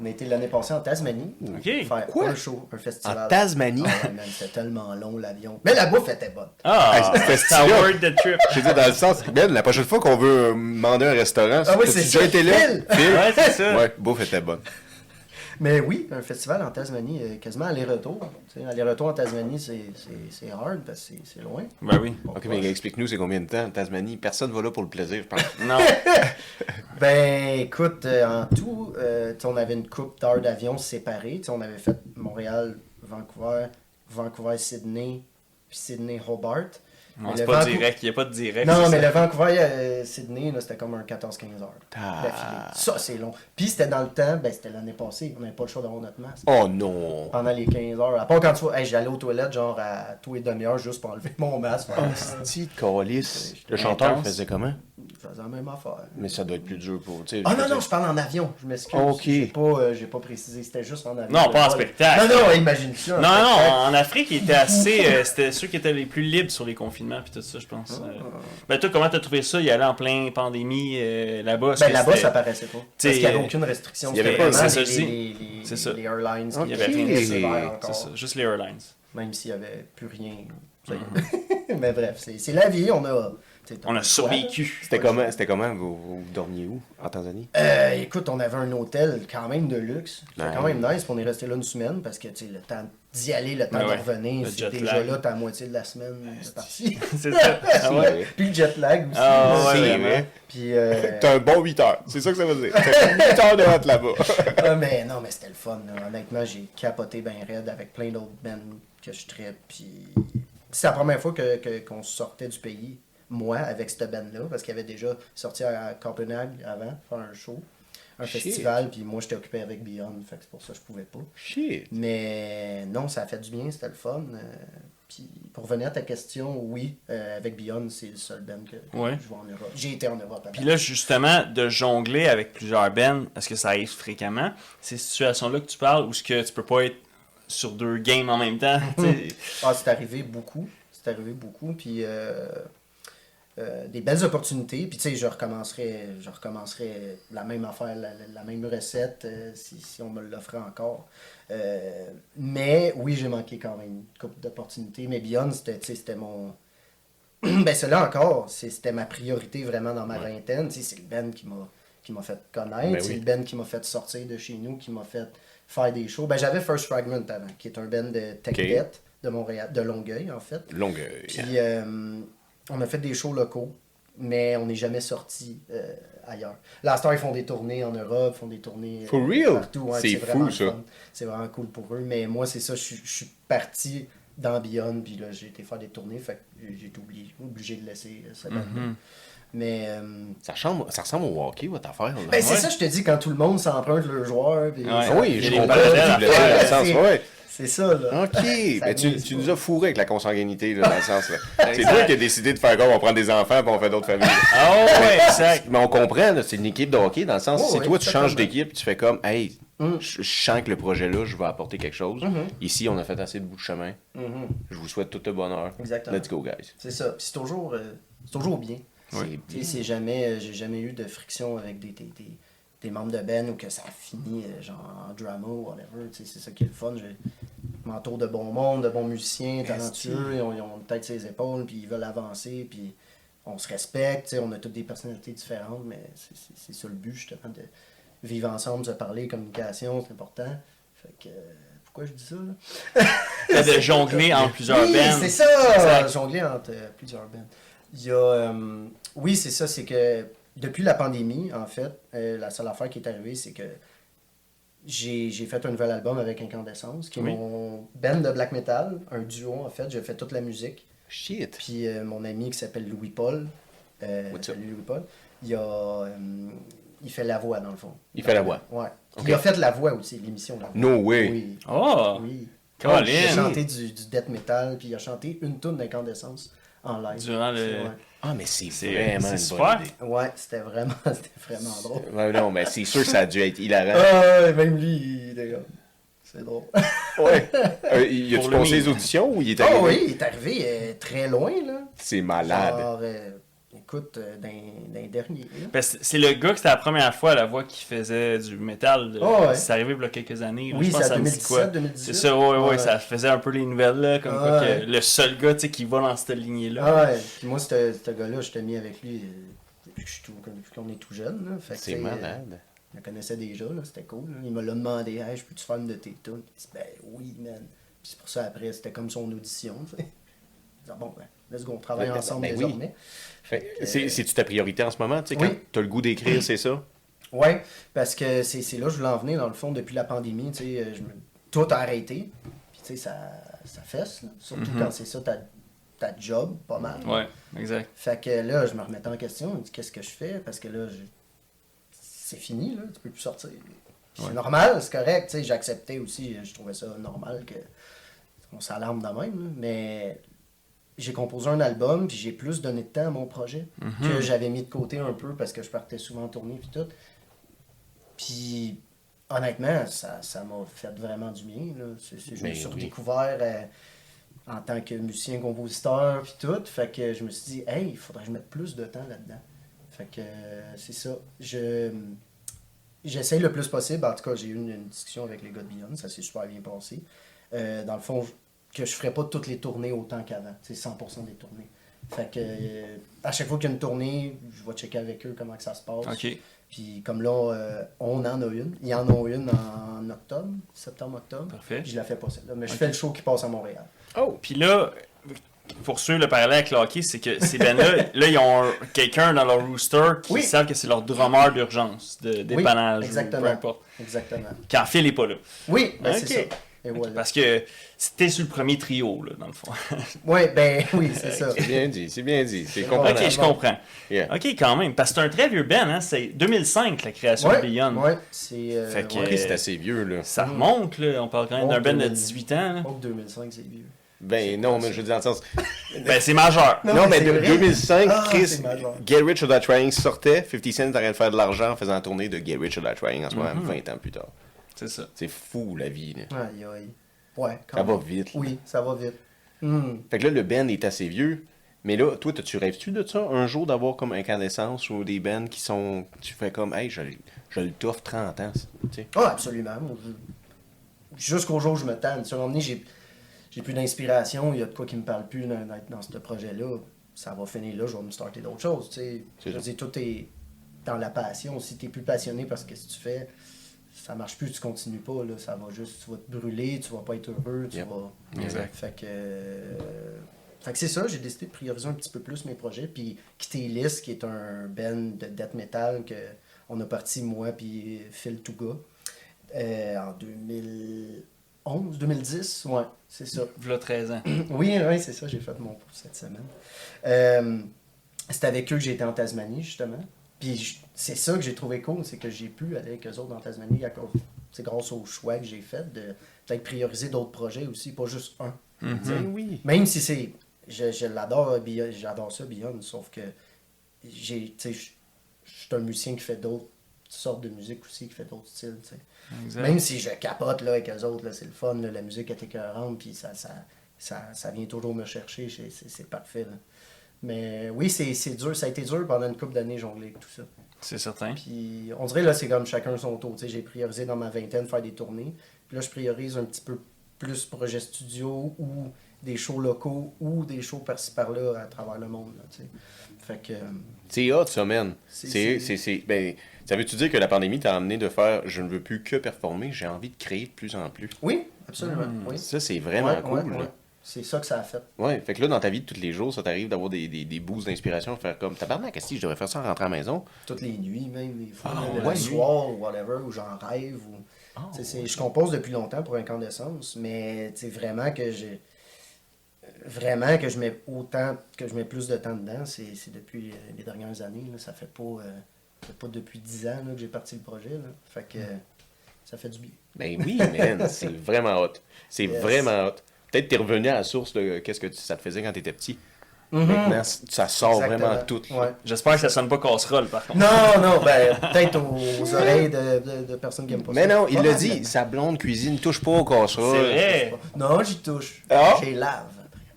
[SPEAKER 2] on a été l'année passée en Tasmanie.
[SPEAKER 3] Ok.
[SPEAKER 2] Faire
[SPEAKER 1] Oh. Quoi?
[SPEAKER 2] un show, un festival.
[SPEAKER 1] En Tasmanie?
[SPEAKER 2] Ah ouais, man, c'était tellement long, l'avion. Mais la bouffe était bonne.
[SPEAKER 3] Ah,
[SPEAKER 1] Hey, c'est
[SPEAKER 3] c'est un
[SPEAKER 1] fastidieux.
[SPEAKER 3] word de
[SPEAKER 1] (laughs)
[SPEAKER 3] trip.
[SPEAKER 1] Je veux dire, dans le sens, Ben, la prochaine fois qu'on veut euh, demander un restaurant,
[SPEAKER 2] Ah oui,
[SPEAKER 1] t'as-tu
[SPEAKER 2] c'est
[SPEAKER 1] déjà
[SPEAKER 2] ça,
[SPEAKER 1] été là?
[SPEAKER 2] Phil.
[SPEAKER 3] Ouais, c'est ça.
[SPEAKER 1] Ouais, bouffe était bonne.
[SPEAKER 2] Mais oui, un festival en Tasmanie, euh, quasiment aller-retour. Tu sais, Aller-retour en Tasmanie, c'est- c'est c'est hard parce que c'est- c'est loin.
[SPEAKER 3] Ben oui.
[SPEAKER 2] Bon,
[SPEAKER 1] OK,
[SPEAKER 2] proche.
[SPEAKER 1] mais explique-nous, c'est combien de temps en Tasmanie? Personne va là pour le plaisir, je pense. (laughs)
[SPEAKER 2] (laughs)
[SPEAKER 3] Non.
[SPEAKER 2] Ben, écoute, euh, en tout, euh, tu sais, on avait une coupe d'heures d'avion séparées. Tu sais, on avait fait Montréal, Vancouver, Vancouver, Sydney, puis Sydney, Hobart.
[SPEAKER 3] Non,
[SPEAKER 2] Mais
[SPEAKER 3] c'est
[SPEAKER 2] le
[SPEAKER 3] pas
[SPEAKER 2] Vancou-
[SPEAKER 3] direct. Il n'y a pas de direct.
[SPEAKER 2] Non,
[SPEAKER 3] c'est
[SPEAKER 2] mais
[SPEAKER 3] ça.
[SPEAKER 2] le Vancouver, euh, Sydney, là, c'était comme un 14-15 heures d'affilée. Ça, c'est long. Puis c'était dans le temps, ben, c'était l'année passée. On n'avait pas le choix d'avoir notre masque.
[SPEAKER 1] Oh non!
[SPEAKER 2] Pendant les 15 heures. À part quand tu vois, hey, j'allais aux toilettes, genre à tous les demi-heures, juste pour enlever mon masque.
[SPEAKER 1] Petite calice. Le
[SPEAKER 3] Intense.
[SPEAKER 1] comment?
[SPEAKER 2] Je faisais la même affaire.
[SPEAKER 1] Mais ça doit être plus dur pour. tu sais,
[SPEAKER 2] Ah
[SPEAKER 1] je veux
[SPEAKER 2] non, non,
[SPEAKER 1] dire-
[SPEAKER 2] je parle en avion, je m'excuse.
[SPEAKER 1] Ok.
[SPEAKER 2] J'ai pas, euh, j'ai pas précisé, c'était juste en avion.
[SPEAKER 3] Non, pas en
[SPEAKER 2] Le vol.
[SPEAKER 3] spectacle.
[SPEAKER 2] Non, non, imagine ça.
[SPEAKER 3] Non, non, en Afrique, ils étaient assez. euh, C'était ceux qui étaient les plus libres sur les confinements puis tout ça, je pense. Euh,
[SPEAKER 2] Ah.
[SPEAKER 3] Ben, toi, comment t'as trouvé ça? Il y allait en plein pandémie euh, là-bas. est-ce
[SPEAKER 2] Ben
[SPEAKER 3] que
[SPEAKER 2] là-bas,
[SPEAKER 3] c'était-
[SPEAKER 2] ça paraissait pas. Parce
[SPEAKER 3] T'sais,
[SPEAKER 2] qu'il n'y avait aucune restriction.
[SPEAKER 1] il y avait
[SPEAKER 2] C'était
[SPEAKER 1] pas-
[SPEAKER 2] vraiment
[SPEAKER 3] c'est
[SPEAKER 2] les,
[SPEAKER 3] ça, je
[SPEAKER 2] les, les,
[SPEAKER 3] C'est ça.
[SPEAKER 2] les airlines
[SPEAKER 1] Ok.
[SPEAKER 2] qui
[SPEAKER 3] Il y avait
[SPEAKER 2] étaient
[SPEAKER 3] rien.
[SPEAKER 2] plus sévères
[SPEAKER 3] C'est
[SPEAKER 2] encore.
[SPEAKER 3] ça, juste les airlines.
[SPEAKER 2] Même s'il n'y avait plus rien. Ça y est. (laughs) Mais bref, c'est c'est la vie, on a. t'sais, t'as
[SPEAKER 3] Mm-hmm. On
[SPEAKER 2] pas
[SPEAKER 3] a
[SPEAKER 2] le choix.
[SPEAKER 3] survécu.
[SPEAKER 1] C'était comment, c'était comment vous, vous dormiez où en Tanzanie?
[SPEAKER 2] Euh, écoute, on avait un hôtel quand même de luxe. C'était
[SPEAKER 1] Ouais.
[SPEAKER 2] quand même nice. puis On est resté là une semaine parce que tu sais, le temps d'y aller, le temps
[SPEAKER 3] Ouais, ouais.
[SPEAKER 2] de revenir,
[SPEAKER 3] Le
[SPEAKER 2] c'est
[SPEAKER 3] jet
[SPEAKER 2] déjà
[SPEAKER 3] lag.
[SPEAKER 2] là, t'as la moitié de la semaine de partie.
[SPEAKER 3] C'est ça. (laughs) Ah ouais.
[SPEAKER 2] (laughs) Puis le jet lag aussi.
[SPEAKER 3] Ah ouais,
[SPEAKER 2] C'est-
[SPEAKER 3] vraiment.
[SPEAKER 2] Puis,
[SPEAKER 3] (laughs)
[SPEAKER 2] euh,
[SPEAKER 1] T'as un bon 8 heures, c'est ça que ça veut dire. (laughs) T'as 8 heures de hâte là-bas.
[SPEAKER 2] (laughs) ah, mais non, mais c'était le fun. là. Honnêtement, j'ai capoté ben raide avec plein d'autres bands que je traite. Puis c'est la première fois que, que- qu'on sortait du pays, moi, avec cette band-là, parce qu'il avait déjà sorti à Copenhague avant, faire un show. un
[SPEAKER 4] Shit.
[SPEAKER 2] festival, puis moi j'étais occupé avec Beyond, fait que c'est pour ça que je pouvais pas.
[SPEAKER 1] (laughs) Shit.
[SPEAKER 2] Mais non, ça a fait du bien, c'était le fun. euh, puis pour revenir à ta question, oui, euh, avec Beyond, c'est le seul band que que
[SPEAKER 3] Ouais.
[SPEAKER 2] je vois en Europe. J'ai été en Europe avant.
[SPEAKER 3] Puis là, justement, de jongler avec plusieurs bands, est-ce que ça arrive fréquemment? Ces situations-là que tu parles, où ce que tu peux pas être sur deux games en même temps? tu
[SPEAKER 4] Hmm.
[SPEAKER 3] sais.
[SPEAKER 2] Ah, c'est arrivé beaucoup. C'est arrivé beaucoup. Puis euh, euh, des belles opportunités. Puis tu sais, je recommencerai, je recommencerai la même affaire, la, la- la même recette euh, si, si on me l'offrait encore. Euh, mais oui, j'ai manqué quand même une couple d'opportunités. Mais Beyond, c'était tu sais, c'était mon. (clears throat) ben, cela encore, c'est- c'était ma priorité vraiment dans ma vingtaine. Tu sais, C'est le band qui m'a qui m'a fait connaître,
[SPEAKER 4] Ben
[SPEAKER 2] c'est
[SPEAKER 4] oui.
[SPEAKER 2] le band qui m'a fait sortir de chez nous, qui m'a fait faire des shows. Ben, j'avais First Fragment avant, qui est un band de tech
[SPEAKER 4] Ok.
[SPEAKER 2] debt de Montréal, de Longueuil en fait.
[SPEAKER 4] Longueuil.
[SPEAKER 2] Puis euh, on a fait des shows locaux, mais on n'est jamais sorti euh, ailleurs. Là, à cette heure, ils font des tournées en Europe, font des tournées euh,
[SPEAKER 4] For real?
[SPEAKER 2] partout. ouais,
[SPEAKER 4] C'est
[SPEAKER 2] puis vraiment
[SPEAKER 4] fou,
[SPEAKER 2] le
[SPEAKER 4] ça.
[SPEAKER 2] fun. C'est vraiment cool pour eux. Mais moi, c'est ça, je suis- je suis parti dans Beyond, puis là, j'ai été faire des tournées, fait que j'ai été obligé, obligé de laisser euh, ça.
[SPEAKER 1] Mm-hmm.
[SPEAKER 2] Mais euh,
[SPEAKER 1] Ça, chambre- ça ressemble au hockey, votre affaire. là.
[SPEAKER 2] ben, c'est ça, je te dis, quand tout le monde s'emprunte le joueur. puis-
[SPEAKER 3] Ouais.
[SPEAKER 1] Ah oui,
[SPEAKER 3] Il y a
[SPEAKER 1] je
[SPEAKER 3] des
[SPEAKER 1] comprends.
[SPEAKER 3] parallèles à
[SPEAKER 1] Tu voulais faire
[SPEAKER 2] faire.
[SPEAKER 1] dans le sens, ouais.
[SPEAKER 2] C'est (laughs) ça, là.
[SPEAKER 1] Ok, mais tu,
[SPEAKER 2] niaise
[SPEAKER 1] tu
[SPEAKER 2] pas.
[SPEAKER 1] nous as fourré avec la consanguinité, là, dans le sens. là.
[SPEAKER 2] Ben,
[SPEAKER 1] C'est toi qui as décidé de faire comme on prend des enfants puis on fait d'autres familles.
[SPEAKER 3] Ah ouais, exact.
[SPEAKER 1] Mais on comprend, là, c'est une équipe de hockey, dans le sens,
[SPEAKER 2] Ouais,
[SPEAKER 1] c'est
[SPEAKER 2] ouais, Mm.
[SPEAKER 1] toi, tu
[SPEAKER 2] totalement.
[SPEAKER 1] changes d'équipe, tu fais comme, hey, je, je sens que le projet-là, je vais apporter quelque chose.
[SPEAKER 2] Mm-hmm.
[SPEAKER 1] Ici, on a fait assez de bout de chemin.
[SPEAKER 2] Mhm.
[SPEAKER 1] Je vous souhaite tout le bonheur.
[SPEAKER 2] Exactement.
[SPEAKER 1] Let's go, guys.
[SPEAKER 2] C'est ça. Puis c'est toujours, euh, c'est toujours bien.
[SPEAKER 1] Oui.
[SPEAKER 2] Tu sais, c'est jamais, euh, j'ai jamais eu de friction avec des, des, des- des membres de Ben ou que ça a fini euh, genre en drama ou whatever. Tu sais, c'est ça qui est le fun. Je je m'entoure de bon monde, de bons musiciens, talentueux. Ils ont, ils ont peut-être ses épaules, puis ils veulent avancer, puis on se respecte. tu sais, On a toutes des personnalités différentes, mais c'est- c'est c'est ça le but justement de vivre ensemble, se parler, communication, c'est important. Fait que, euh, pourquoi je dis ça? là?
[SPEAKER 3] Fait de jongler en plusieurs
[SPEAKER 2] oui,
[SPEAKER 3] bands.
[SPEAKER 2] C'est ça,
[SPEAKER 3] Exact.
[SPEAKER 2] jongler entre euh, plusieurs bands. Il y a, euh, oui, c'est ça, c'est que depuis la pandémie, en fait, euh, la seule affaire qui est arrivée, c'est que j'ai j'ai fait un nouvel album avec Incandescence, qui est
[SPEAKER 3] Oui.
[SPEAKER 2] mon band de black metal, un duo en fait. J'ai fait toute la musique.
[SPEAKER 1] Shit.
[SPEAKER 2] Puis euh, mon ami qui s'appelle Louis Paul, euh,
[SPEAKER 1] What's up?
[SPEAKER 2] salut Louis Paul, il, a, euh, il fait la voix dans le fond.
[SPEAKER 1] Il fait la voix.
[SPEAKER 2] Ouais.
[SPEAKER 1] Ok.
[SPEAKER 2] Il a fait la voix aussi, l'émission. La Voix.
[SPEAKER 1] No way.
[SPEAKER 2] Oui.
[SPEAKER 3] Oh!
[SPEAKER 2] (laughs) Oui.
[SPEAKER 3] Colin.
[SPEAKER 2] Il a chanté du, du death metal, puis il a chanté une toune d'incandescence en live.
[SPEAKER 3] Durant le-
[SPEAKER 2] C'est-
[SPEAKER 1] Ah, mais c'est
[SPEAKER 3] C'est-
[SPEAKER 1] vraiment
[SPEAKER 3] c'est
[SPEAKER 1] une
[SPEAKER 3] super.
[SPEAKER 1] bonne idée.
[SPEAKER 2] Ouais, ouais c'était vraiment, (laughs) c'était vraiment drôle.
[SPEAKER 1] Ouais, non, mais c'est sûr que ça a dû être hilarant.
[SPEAKER 2] Ah, ouais, même lui, il- les gars, c'est drôle.
[SPEAKER 1] ouais. Euh, y
[SPEAKER 3] Pour
[SPEAKER 1] a-tu
[SPEAKER 3] le
[SPEAKER 1] passé
[SPEAKER 3] mime.
[SPEAKER 1] les auditions ou il est arrivé?
[SPEAKER 2] Oh Ah, oui, il est arrivé euh, très loin, là.
[SPEAKER 1] C'est malade.
[SPEAKER 2] Genre, euh, écoute, euh, d'un, d'un dernier. là.
[SPEAKER 3] Ben, c'est c'est le gars que c'était la première fois à la voix qui faisait du métal. là.
[SPEAKER 2] Ah ouais.
[SPEAKER 3] C'est arrivé il y a quelques années. là.
[SPEAKER 2] Oui,
[SPEAKER 3] Je pense
[SPEAKER 2] c'est
[SPEAKER 3] que
[SPEAKER 2] à
[SPEAKER 3] ça me dit quoi.
[SPEAKER 2] 2017,
[SPEAKER 3] C'est ça, ouais, ouais,
[SPEAKER 2] Ah, Ouais. Ah,
[SPEAKER 3] ça faisait un peu les nouvelles, là, comme quoi
[SPEAKER 2] Ouais.
[SPEAKER 3] que le seul gars tu sais, qui va dans cette lignée-là.
[SPEAKER 2] Ah ouais, puis moi, ce ce gars-là, je t'ai mis avec lui euh, depuis que je suis tout- depuis qu'on est tout jeune. Là. Fait que,
[SPEAKER 1] C'est
[SPEAKER 2] tu sais, euh,
[SPEAKER 1] malade.
[SPEAKER 2] Je le connaissais déjà, là, c'était cool. là. Il me l'a demandé, hey, je peux-tu faire une de tes tunes? Il dit, ben oui, man. Puis c'est pour ça, après, c'était comme son audition. tu sais. Je dis, bon, ben, let's go, on travaille
[SPEAKER 1] Ben, ben,
[SPEAKER 2] ensemble
[SPEAKER 1] ben oui.
[SPEAKER 2] désormais.
[SPEAKER 1] Fait- c'est- C'est-tu ta priorité en ce moment? Tu sais,
[SPEAKER 2] Oui.
[SPEAKER 1] quand t'as le goût d'écrire, c'est ça?
[SPEAKER 2] Ouais, parce que c'est c'est là que je voulais en venir, dans le fond, depuis la pandémie, tu sais, euh, je me- tout a arrêté. Puis, tu sais, ça, ça fesse, là. surtout
[SPEAKER 1] Mm-hmm.
[SPEAKER 2] quand c'est ça ta, ta job, pas mal.
[SPEAKER 3] Ouais, exact.
[SPEAKER 2] Fait que là, je me remettais en question, je me dis, qu'est-ce que je fais? Parce que là, je- c'est fini, là, tu peux plus sortir. C'est normal, c'est correct, tu sais, j'acceptais aussi, je trouvais ça normal que on s'alarme de même, là. mais j'ai composé un album, puis j'ai plus donné de temps à mon projet que j'avais mis de côté un peu parce que je partais souvent en tournée, puis tout. Puis, honnêtement, ça ça m'a fait vraiment du bien, là. C'est- c'est- je me
[SPEAKER 1] Ben
[SPEAKER 2] suis
[SPEAKER 1] oui.
[SPEAKER 2] redécouvert... euh, en tant que musicien, compositeur, puis tout. Fait que je me suis dit, hey, il faudrait que je mette plus de temps là-dedans. Fait que euh, c'est ça. Je j'essaye le plus possible. En tout cas, j'ai eu une, une discussion avec les gars de Beyond, ça s'est super bien passé. Euh, dans le fond, je- que je ferais pas toutes les tournées autant qu'avant. C'est 100% des tournées. Fait que euh, à chaque fois qu'il y a une tournée, je vais checker avec eux comment que ça se passe.
[SPEAKER 3] Ok.
[SPEAKER 2] Puis comme là, euh, on en a une. Ils en ont une en octobre, septembre-octobre.
[SPEAKER 3] Parfait.
[SPEAKER 2] Je la fais pas celle-là, mais je fais le show qui passe à Montréal.
[SPEAKER 3] Oh! Puis là, pour suivre le parallèle avec le hockey, c'est que ces
[SPEAKER 2] (laughs)
[SPEAKER 3] bands-là, là, ils ont un- quelqu'un dans leur rooster qui
[SPEAKER 2] Oui.
[SPEAKER 3] savent que c'est leur drummer d'urgence, de
[SPEAKER 2] Oui,
[SPEAKER 3] dépannage, ou
[SPEAKER 2] exactement.
[SPEAKER 3] peu importe.
[SPEAKER 2] Exactement.
[SPEAKER 3] Quand Phil est pas là.
[SPEAKER 2] Oui, ben,
[SPEAKER 3] Ok.
[SPEAKER 2] c'est ça. Et voilà.
[SPEAKER 3] Parce que c'était sur le premier trio, là, dans le fond. (laughs) ok,
[SPEAKER 2] Ouais, ben (laughs) oui, c'est ça.
[SPEAKER 1] C'est bien dit, c'est bien dit. C'est
[SPEAKER 2] bon.
[SPEAKER 1] comprenable.
[SPEAKER 2] Ok,
[SPEAKER 3] je comprends.
[SPEAKER 1] Yeah.
[SPEAKER 3] Ok, quand même. Parce que c'est un très vieux Ben, hein. C'est 2005, la création
[SPEAKER 2] Ouais,
[SPEAKER 3] de Beyond.
[SPEAKER 2] ouais, c'est. euh,
[SPEAKER 3] Fait que-
[SPEAKER 2] ouais.
[SPEAKER 1] Ok, c'est assez vieux, là.
[SPEAKER 3] Ça remonte, là. On parle quand même d'un Ben de 18 ans. là.
[SPEAKER 2] Oh, 2005, c'est vieux.
[SPEAKER 1] Ben non, mais je veux dire dans le sens.
[SPEAKER 3] Ben, c'est majeur.
[SPEAKER 2] Non,
[SPEAKER 1] Non, mais,
[SPEAKER 2] mais c'est
[SPEAKER 1] de-
[SPEAKER 2] vrai.
[SPEAKER 1] 2005,
[SPEAKER 2] Ah,
[SPEAKER 1] Chris,
[SPEAKER 2] c'est majeur.
[SPEAKER 1] Get Rich or Die Trying sortait. 50 Cent est en train de faire de l'argent en faisant la tournée de Get Rich or Die Trying en ce
[SPEAKER 2] Mm-hmm.
[SPEAKER 1] moment, 20 ans plus tard.
[SPEAKER 3] C'est ça.
[SPEAKER 1] C'est fou, la vie, là.
[SPEAKER 2] Aïe, aïe. Ouais, quand
[SPEAKER 1] Ça va
[SPEAKER 2] même.
[SPEAKER 1] vite. là.
[SPEAKER 2] Oui, ça va vite. Hmm.
[SPEAKER 1] Fait que là, le band est assez vieux. Mais là, toi, t'as- tu rêves-tu de ça un jour d'avoir comme incandescence ou des bands qui sont. Tu fais comme, hey, je, je le toffe 30 ans, ça, tu sais.
[SPEAKER 2] Ah, absolument. Moi, je- Jusqu'au jour où je me tanne. Sur un moment donné, j'ai, j'ai plus d'inspiration, il y a de quoi qui me parle plus dans, dans- dans ce projet-là. Ça va finir là, je vais me starter d'autres choses. tu sais. Je
[SPEAKER 1] C'est
[SPEAKER 2] veux
[SPEAKER 1] ça.
[SPEAKER 2] dire, tout est dans la passion. Si tu plus passionné parce que ce que tu fais, ça marche plus, tu continues pas. Là, ça va juste, tu vas te brûler, tu vas pas être heureux, tu
[SPEAKER 1] Yep.
[SPEAKER 2] vas.
[SPEAKER 1] Exact.
[SPEAKER 2] Fait que. euh, Fait que c'est ça, j'ai décidé de prioriser un petit peu plus mes projets, puis quitter List, qui est un band de death metal que on a parti, moi, puis Phil Touga, euh, en 2011, 2010, ouais, c'est ça.
[SPEAKER 3] V'là 13 ans.
[SPEAKER 2] (laughs) Oui, oui, c'est ça, j'ai fait mon pour cette semaine. Euh, c'est avec eux que j'ai été en Tasmanie, justement. Puis je- c'est ça que j'ai trouvé cool, c'est que j'ai pu aller avec eux autres en Tasmanie à cause. C'est grâce au choix que j'ai fait de peut-être prioriser d'autres projets aussi, pas juste un.
[SPEAKER 1] Ben oui.
[SPEAKER 2] Même si c'est. Je, je l'adore, Beyond- j'adore ça, Beyond, sauf que j'ai. tu sais, je je suis un musicien qui fait d'autres sortes de musique aussi, qui fait d'autres styles, tu sais.
[SPEAKER 3] Exact.
[SPEAKER 2] Même si je capote là, avec eux autres, là, c'est le fun, là, la musique est écœurante, puis ça, ça, ça, ça vient toujours me chercher, c'est- c'est c'est parfait. là. Mais oui, c'est c'est dur, ça a été dur pendant une couple d'années jongler avec tout ça.
[SPEAKER 3] C'est certain.
[SPEAKER 2] Puis on dirait là, c'est comme chacun son tour. tu sais, J'ai priorisé dans ma vingtaine faire des tournées. Puis là, je priorise un petit peu plus projet studio ou des shows locaux ou des shows par-ci par-là à travers le monde. là, tu sais. fait que. euh,
[SPEAKER 1] C'est hot, ça, man.
[SPEAKER 2] C'est-
[SPEAKER 1] C'est,
[SPEAKER 2] c'est-
[SPEAKER 1] c'est, c'est- ben, ça veut-tu dire que la pandémie t'a amené de faire je ne veux plus que performer, j'ai envie de créer de plus en plus.
[SPEAKER 2] Oui, absolument. oui.
[SPEAKER 1] Ça, c'est vraiment
[SPEAKER 2] Ouais, ouais,
[SPEAKER 1] cool. là.
[SPEAKER 2] ouais.
[SPEAKER 1] Ouais,
[SPEAKER 2] C'est ça que ça a fait.
[SPEAKER 1] fait que là, dans ta vie de tous les jours, ça t'arrive d'avoir des, des, des boosts d'inspiration, faire comme tabarnak, si je devrais faire ça en rentrant à la maison.
[SPEAKER 2] Toutes les nuits, même, des fois,
[SPEAKER 1] Ah,
[SPEAKER 2] le
[SPEAKER 1] ouais. Ah,
[SPEAKER 2] soir ou whatever, où j'en rêve. Ou... Tu sais, c'est- Je compose depuis longtemps pour Incandescence, mais tu sais, vraiment que j'ai. Vraiment que je mets autant, que je mets plus de temps dedans, c'est c'est depuis euh, les dernières années. là. Ça fait pas, euh, ça fait pas depuis 10 ans là, que j'ai parti le projet. là. Fait que
[SPEAKER 1] Mm.
[SPEAKER 2] euh, ça fait du bien.
[SPEAKER 1] Ben
[SPEAKER 3] (laughs)
[SPEAKER 1] oui, man, c'est vraiment hot. C'est
[SPEAKER 2] Yes.
[SPEAKER 1] vraiment hot. Peut-être t'es revenu à la source de qu'est-ce que tu- ça te faisait quand t'étais petit.
[SPEAKER 3] Mm.
[SPEAKER 1] Maintenant, c- Mm-hmm. ça sort vraiment tout. là.
[SPEAKER 2] Ouais.
[SPEAKER 3] J'espère que ça sonne pas casserole, par contre.
[SPEAKER 2] Non, non, ben, peut-être
[SPEAKER 1] Mm.
[SPEAKER 2] aux oreilles de, de- de personnes qui aiment pas
[SPEAKER 1] Mais
[SPEAKER 2] ça.
[SPEAKER 1] non, il
[SPEAKER 2] Pas
[SPEAKER 1] l'a
[SPEAKER 2] mal,
[SPEAKER 1] dit,
[SPEAKER 2] là.
[SPEAKER 1] sa blonde cuisine touche pas au casserole.
[SPEAKER 3] C'est vrai.
[SPEAKER 2] Non, j'y touche.
[SPEAKER 1] Ah.
[SPEAKER 2] J'ai lave.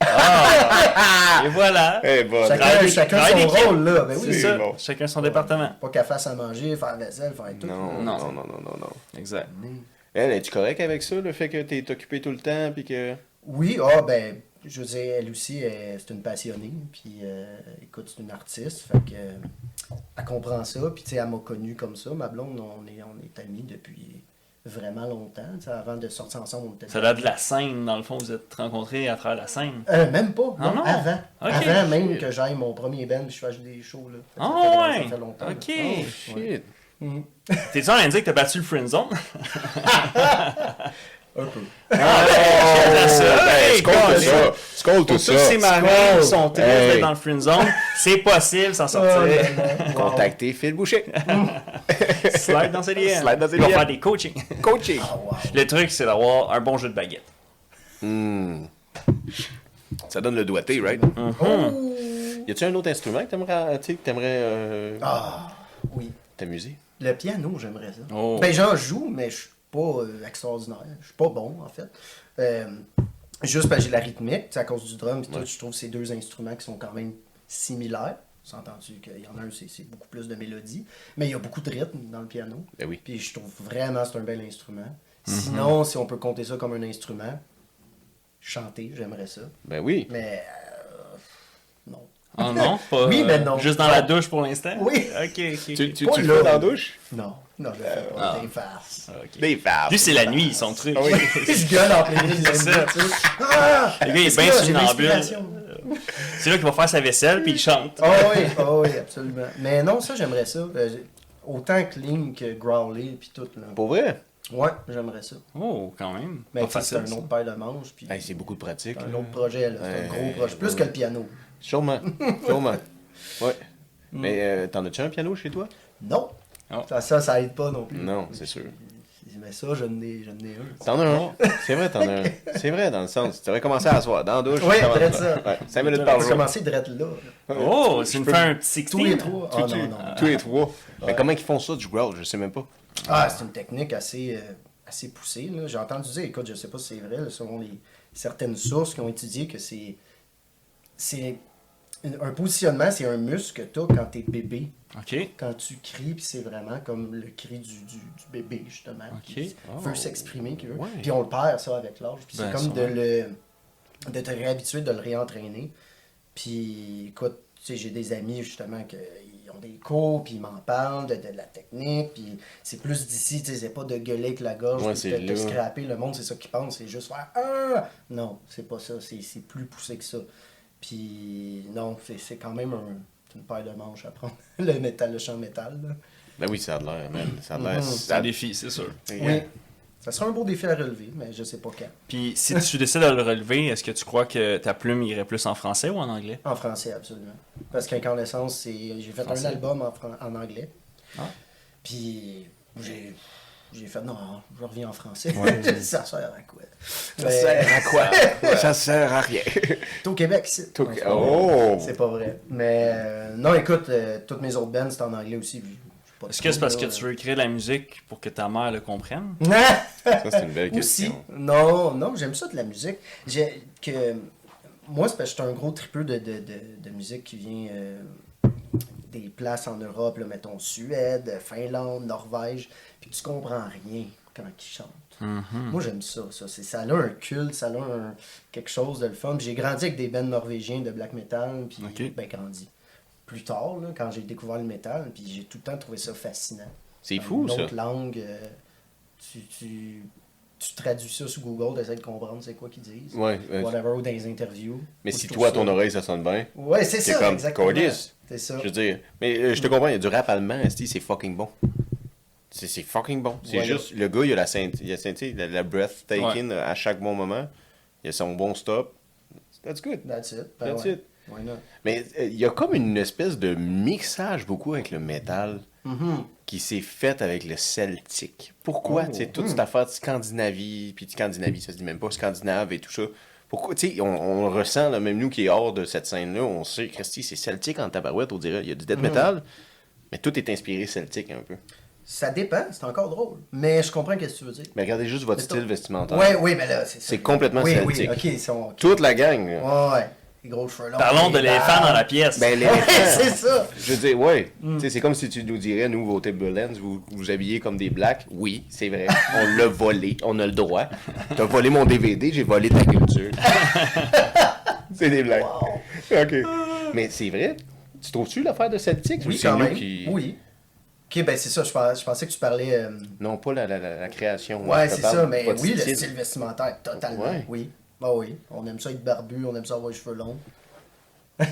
[SPEAKER 3] Ah! Et voilà.
[SPEAKER 1] Eh, bon.
[SPEAKER 2] Chacun,
[SPEAKER 3] Travail-
[SPEAKER 2] Ah! Euh, chacun
[SPEAKER 3] travail
[SPEAKER 2] son
[SPEAKER 3] d'équipe.
[SPEAKER 2] rôle, là. Ben
[SPEAKER 3] C'est
[SPEAKER 2] oui,
[SPEAKER 3] ça.
[SPEAKER 1] bon.
[SPEAKER 3] Chacun son département.
[SPEAKER 2] Pas qu'elle fasse à manger, faire la vaisselle, faire tout. Euh,
[SPEAKER 1] Non,
[SPEAKER 3] Non.
[SPEAKER 1] non, non, non, non, non.
[SPEAKER 3] Exact.
[SPEAKER 1] Elle, es-tu correct avec ça, le fait que t'es occupé tout le temps, puis que...
[SPEAKER 2] Oui, ah ben, je veux dire, elle aussi, elle- c'est une passionnée. Puis, euh, écoute, c'est une artiste. Fait que, euh, elle comprend ça. Puis, tu sais, elle m'a connu comme ça. Ma blonde, on est, on est amis depuis vraiment longtemps. Tu sais, avant de sortir ensemble, on était...
[SPEAKER 3] Ça date de la scène, dans le fond, vous êtes rencontrés à travers la scène.
[SPEAKER 2] Euh, même pas,
[SPEAKER 3] Ah
[SPEAKER 2] non,
[SPEAKER 3] non?
[SPEAKER 2] avant.
[SPEAKER 3] Ok.
[SPEAKER 2] Avant même que j'aille mon premier band puis je fasse des shows. Là. Fait que ça
[SPEAKER 3] Ah
[SPEAKER 2] fait-
[SPEAKER 3] ouais!
[SPEAKER 2] Ça fait longtemps. là. Oh.
[SPEAKER 3] Ok.
[SPEAKER 2] Ouais.
[SPEAKER 1] Oh, Shit.
[SPEAKER 3] T'es-tu en train de dire que t'as battu le friendzone?
[SPEAKER 2] Un peu.
[SPEAKER 1] Ah,
[SPEAKER 3] (laughs) J'aime ça. Hey,
[SPEAKER 1] Scold tout
[SPEAKER 3] golly.
[SPEAKER 1] ça! Scold tout
[SPEAKER 3] Pour tous ces
[SPEAKER 1] ça!
[SPEAKER 3] marins qui sont tristes
[SPEAKER 1] Hey.
[SPEAKER 3] d'être dans le friendzone, c'est possible de s'en
[SPEAKER 2] Oh
[SPEAKER 3] sortir.
[SPEAKER 2] là là. Wow.
[SPEAKER 1] Contactez Phil Boucher.
[SPEAKER 3] Slide dans ses liens.
[SPEAKER 1] Slide dans ses
[SPEAKER 3] Ils vont
[SPEAKER 1] liens.
[SPEAKER 3] faire des coachings.
[SPEAKER 1] Coaching.
[SPEAKER 2] Ah, wow.
[SPEAKER 3] Le truc, c'est d'avoir un bon jeu de baguette.
[SPEAKER 1] Hmm. Ça donne le doigté, right? Y a-tu un autre instrument que t'aimerais, tu sais, que t'aimerais euh,
[SPEAKER 2] Ah, oui.
[SPEAKER 1] t'amuser?
[SPEAKER 2] Le piano, j'aimerais ça.
[SPEAKER 3] Oh.
[SPEAKER 2] Ben, j'en joue, mais je suis pas euh, extraordinaire. Je suis pas bon, en fait. Euh, juste parce que j'ai la rythmique, tu sais, à cause du drum, puis tout, je trouve ces deux instruments qui sont quand même similaires. C'est entendu qu'il y en a un, c'est c'est beaucoup plus de mélodie, mais il y a beaucoup de rythme dans le piano.
[SPEAKER 1] Ben oui. Mm-hmm.
[SPEAKER 2] Puis je trouve vraiment que c'est un bel instrument. Sinon, si on peut compter ça comme un instrument, chanter, j'aimerais ça.
[SPEAKER 1] Ben oui.
[SPEAKER 2] Mais euh, non.
[SPEAKER 3] Oh non, pas. euh,
[SPEAKER 2] Oui, mais non.
[SPEAKER 3] Juste dans la douche pour l'instant?
[SPEAKER 2] Oui.
[SPEAKER 3] Ok, ok.
[SPEAKER 1] Tu, tu,
[SPEAKER 2] Pas
[SPEAKER 1] tu le
[SPEAKER 2] là.
[SPEAKER 1] fais dans la douche?
[SPEAKER 2] Non, non, je le fais
[SPEAKER 1] Euh,
[SPEAKER 2] pas. Des Ah farces.
[SPEAKER 3] ok.
[SPEAKER 1] Des faves.
[SPEAKER 3] Lui, c'est la nuit, son truc.
[SPEAKER 1] oui.
[SPEAKER 2] (laughs) je gueule en plein milieu de la
[SPEAKER 3] (laughs) C'est
[SPEAKER 2] nuit,
[SPEAKER 3] ça.
[SPEAKER 2] tu sais. Ah!
[SPEAKER 3] Le gars, il est
[SPEAKER 2] Qu'est-ce
[SPEAKER 3] bien
[SPEAKER 2] que j'ai
[SPEAKER 3] somnambule.
[SPEAKER 2] l'inspiration.
[SPEAKER 3] C'est là qu'il va faire sa vaisselle, puis il chante.
[SPEAKER 2] Ah oui, ah oui, absolument. Mais non, ça, j'aimerais ça. Euh, autant clean que growler, puis tout. Là.
[SPEAKER 1] Pour vrai?
[SPEAKER 2] Ouais, j'aimerais ça.
[SPEAKER 3] Oh, quand même.
[SPEAKER 2] Mais
[SPEAKER 3] pas
[SPEAKER 2] tu sais, c'est
[SPEAKER 3] facile.
[SPEAKER 2] un
[SPEAKER 3] ça.
[SPEAKER 2] autre paire de manches. Puis
[SPEAKER 1] Hey, Ben, c'est beaucoup de pratique.
[SPEAKER 2] c'est un
[SPEAKER 1] là.
[SPEAKER 2] autre projet, là. C'est un
[SPEAKER 1] Ouais,
[SPEAKER 2] gros projet. Plus
[SPEAKER 1] ouais.
[SPEAKER 2] que le piano.
[SPEAKER 1] Sûrement. Sûrement. Ouais. Mais euh, t'en as-tu un piano chez toi?
[SPEAKER 2] Non!
[SPEAKER 3] Oh.
[SPEAKER 2] Ça, ça, ça aide pas non plus.
[SPEAKER 1] Non, c'est sûr.
[SPEAKER 2] Mais ça, je n'ai je n'ai un.
[SPEAKER 1] T'en as un. C'est vrai, t'en as un. C'est vrai, dans le sens. Tu aurais commencé à soir, dans la douche.
[SPEAKER 2] Ouais,
[SPEAKER 1] tu commences-
[SPEAKER 2] drette ça.
[SPEAKER 1] Ouais, cinq minutes
[SPEAKER 2] On
[SPEAKER 1] par
[SPEAKER 2] va
[SPEAKER 1] jour.
[SPEAKER 2] commencer direct là. là.
[SPEAKER 3] Oh, tu me
[SPEAKER 1] peux-
[SPEAKER 3] fais un petit 16.
[SPEAKER 2] Tous les trois. Ah
[SPEAKER 1] Tous-
[SPEAKER 2] non, non.
[SPEAKER 1] Tous les trois. Mais comment ils font ça du growl? Je sais même pas.
[SPEAKER 2] Ah, c'est une technique assez, euh, assez poussée. là. J'ai entendu dire, écoute, je sais pas si c'est vrai, là, selon les, certaines sources qui ont étudié que c'est. C'est. une- Un positionnement, c'est un muscle que tu quand t'es bébé.
[SPEAKER 3] OK.
[SPEAKER 2] Quand tu cries, puis c'est vraiment comme le cri du, du, du bébé, justement.
[SPEAKER 3] Ok.
[SPEAKER 2] Qui
[SPEAKER 1] Oh.
[SPEAKER 2] veut s'exprimer, qui veut.
[SPEAKER 1] Ouais.
[SPEAKER 2] Puis on le perd, ça, avec l'âge. Puis
[SPEAKER 3] Ben,
[SPEAKER 2] c'est comme de
[SPEAKER 3] sûrement.
[SPEAKER 2] le. de te réhabituer, de le réentraîner. Puis, écoute, tu sais, j'ai des amis, justement, qui ont des cours, puis ils m'en parlent de, de la technique, puis c'est plus d'ici, tu sais, c'est pas de gueuler avec la gorge,
[SPEAKER 1] Ouais,
[SPEAKER 2] puis
[SPEAKER 1] c'est
[SPEAKER 2] de, de
[SPEAKER 1] là.
[SPEAKER 2] scraper. Le monde, c'est ça qu'ils pensent, c'est juste faire Ah! Non, c'est pas ça, c'est c'est plus poussé que ça. Puis, non, c'est- c'est quand même un- c'est une paire de manches à prendre, (laughs) le métal, le champ métal. là.
[SPEAKER 1] Ben oui, ça a de l'air, man. Ça a de
[SPEAKER 2] Mm.
[SPEAKER 1] l'air.
[SPEAKER 3] C'est
[SPEAKER 1] ça-
[SPEAKER 3] un défi, c'est sûr.
[SPEAKER 2] Oui. Ça sera un beau défi à relever, mais je sais pas quand.
[SPEAKER 3] Puis si tu décides de le relever, est-ce que tu crois que ta plume irait plus en français ou en anglais?
[SPEAKER 2] En français, absolument. Parce qu'Incarnescence, c'est. J'ai fait
[SPEAKER 3] Français.
[SPEAKER 2] un album en, fran- en anglais.
[SPEAKER 3] Ah.
[SPEAKER 2] Puis j'ai. J'ai fait non, je reviens en français. (laughs) ça sert à quoi? Mais
[SPEAKER 1] à quoi? Ça sert à rien.
[SPEAKER 2] T'es au Québec, c'est.
[SPEAKER 1] T'es au-
[SPEAKER 2] en ce
[SPEAKER 1] Oh!
[SPEAKER 2] moment. C'est pas vrai. Mais euh, non, écoute, euh, toutes mes autres bands, c'est en anglais aussi. puis j'ai pas de
[SPEAKER 3] Est-ce que c'est
[SPEAKER 2] trouble,
[SPEAKER 3] parce
[SPEAKER 2] là,
[SPEAKER 3] que tu veux écrire de la musique pour que ta mère le comprenne?
[SPEAKER 2] Ah! (laughs)
[SPEAKER 1] Ça, c'est une belle
[SPEAKER 2] Aussi.
[SPEAKER 1] question.
[SPEAKER 2] Non, non, j'aime ça de la musique. J'ai- que, moi, c'est parce que j'étais un gros tripeux de, de, de- de musique qui vient euh, des places en Europe, là, mettons Suède, Finlande, Norvège, puis tu comprends rien quand ils chantent.
[SPEAKER 1] Mm-hmm.
[SPEAKER 2] Moi, j'aime ça. Ça, c'est, ça a un culte, ça a un, quelque chose de le fun. Puis J'ai grandi avec des bands norvégiens de black metal, puis
[SPEAKER 3] Ok.
[SPEAKER 2] ben, grandi. Plus tard, là, quand j'ai découvert le métal, puis j'ai tout le temps trouvé ça fascinant.
[SPEAKER 1] C'est
[SPEAKER 2] Dans
[SPEAKER 1] fou,
[SPEAKER 2] une
[SPEAKER 1] ça.
[SPEAKER 2] autre langue, euh, tu, tu, tu traduis ça sur Google, t'essaies de comprendre c'est quoi qu'ils disent.
[SPEAKER 1] Ouais, ouais.
[SPEAKER 2] Whatever, ou dans les interviews.
[SPEAKER 1] Mais
[SPEAKER 2] Moi,
[SPEAKER 1] si
[SPEAKER 2] je
[SPEAKER 1] toi,
[SPEAKER 2] trouve
[SPEAKER 1] ton
[SPEAKER 2] ça-
[SPEAKER 1] oreille, ça sonne bien.
[SPEAKER 2] Ouais, c'est
[SPEAKER 1] t'es
[SPEAKER 2] ça,
[SPEAKER 1] comme
[SPEAKER 2] exactement.
[SPEAKER 1] calice.
[SPEAKER 2] C'est ça.
[SPEAKER 1] Je veux dire, mais euh, je te comprends, il y a du rap allemand, esti, c'est fucking bon. C'est c'est fucking bon. C'est
[SPEAKER 2] Voilà.
[SPEAKER 1] juste, le gars, il a la scène, il a scène, tu sais, la, la breath taking à chaque bon moment. Il a son bon stop. That's good.
[SPEAKER 2] That's it. Ben
[SPEAKER 1] That's
[SPEAKER 2] ouais.
[SPEAKER 1] it.
[SPEAKER 2] Why not?
[SPEAKER 1] Mais euh, il y a comme une espèce de mixage beaucoup avec le métal
[SPEAKER 2] Mm-hmm.
[SPEAKER 1] qui s'est fait avec le celtique. Pourquoi,
[SPEAKER 2] Oh.
[SPEAKER 1] tu sais,
[SPEAKER 2] Mm.
[SPEAKER 1] toute cette affaire de Scandinavie, puis de Scandinavie, ça se dit même pas, Scandinave et tout ça. Pourquoi, tu sais, on, on le ressent, là, même nous qui est hors de cette scène-là, on sait, Christy, c'est celtique en tabarouette, on dirait. Il y a du
[SPEAKER 2] Mm.
[SPEAKER 1] death metal, mais tout est inspiré celtique un peu.
[SPEAKER 2] Ça dépend, c'est encore drôle. Mais je comprends qu'est-ce que tu veux dire.
[SPEAKER 1] Mais regardez juste votre
[SPEAKER 2] Mais
[SPEAKER 1] style
[SPEAKER 2] toi-
[SPEAKER 1] vestimentaire.
[SPEAKER 2] Ouais, oui, mais là, c'est ça.
[SPEAKER 1] C'est complètement
[SPEAKER 2] oui,
[SPEAKER 1] celtique.
[SPEAKER 2] Oui, ok, ils sont. ok.
[SPEAKER 1] Toute la gang, là.
[SPEAKER 2] Ouais, ouais. Les gros cheveux longs.
[SPEAKER 3] Parlons de
[SPEAKER 2] les
[SPEAKER 3] l'éléphant
[SPEAKER 2] barbes.
[SPEAKER 3] dans la pièce.
[SPEAKER 1] Ben, les-
[SPEAKER 2] (laughs) Ouais, c'est ça.
[SPEAKER 1] Je veux dire, ouais. Tu sais, C'est comme si tu nous dirais, nous, vos Timberlands, vous vous habillez comme des blacks. Oui, c'est vrai. On l'a volé. On a le droit. T'as volé mon DVD, j'ai volé ta culture. c'est des blacks. OK. Mais c'est vrai. Tu trouves-tu l'affaire de Celtic?
[SPEAKER 2] Oui,
[SPEAKER 1] c'est
[SPEAKER 2] quand
[SPEAKER 1] nous
[SPEAKER 2] même.
[SPEAKER 1] qui-
[SPEAKER 2] Oui. Ok, ben c'est ça, je pens- je pensais que tu parlais. euh,
[SPEAKER 1] Non, pas la, la- la- la création.
[SPEAKER 2] Ouais,
[SPEAKER 1] Je te
[SPEAKER 2] c'est
[SPEAKER 1] parle
[SPEAKER 2] ça, mais
[SPEAKER 1] pas de
[SPEAKER 2] oui, le
[SPEAKER 1] style.
[SPEAKER 2] style vestimentaire, totalement.
[SPEAKER 1] Ouais.
[SPEAKER 2] Oui. Bah oui, on aime ça être barbu, on aime ça avoir les cheveux longs.
[SPEAKER 3] Crime,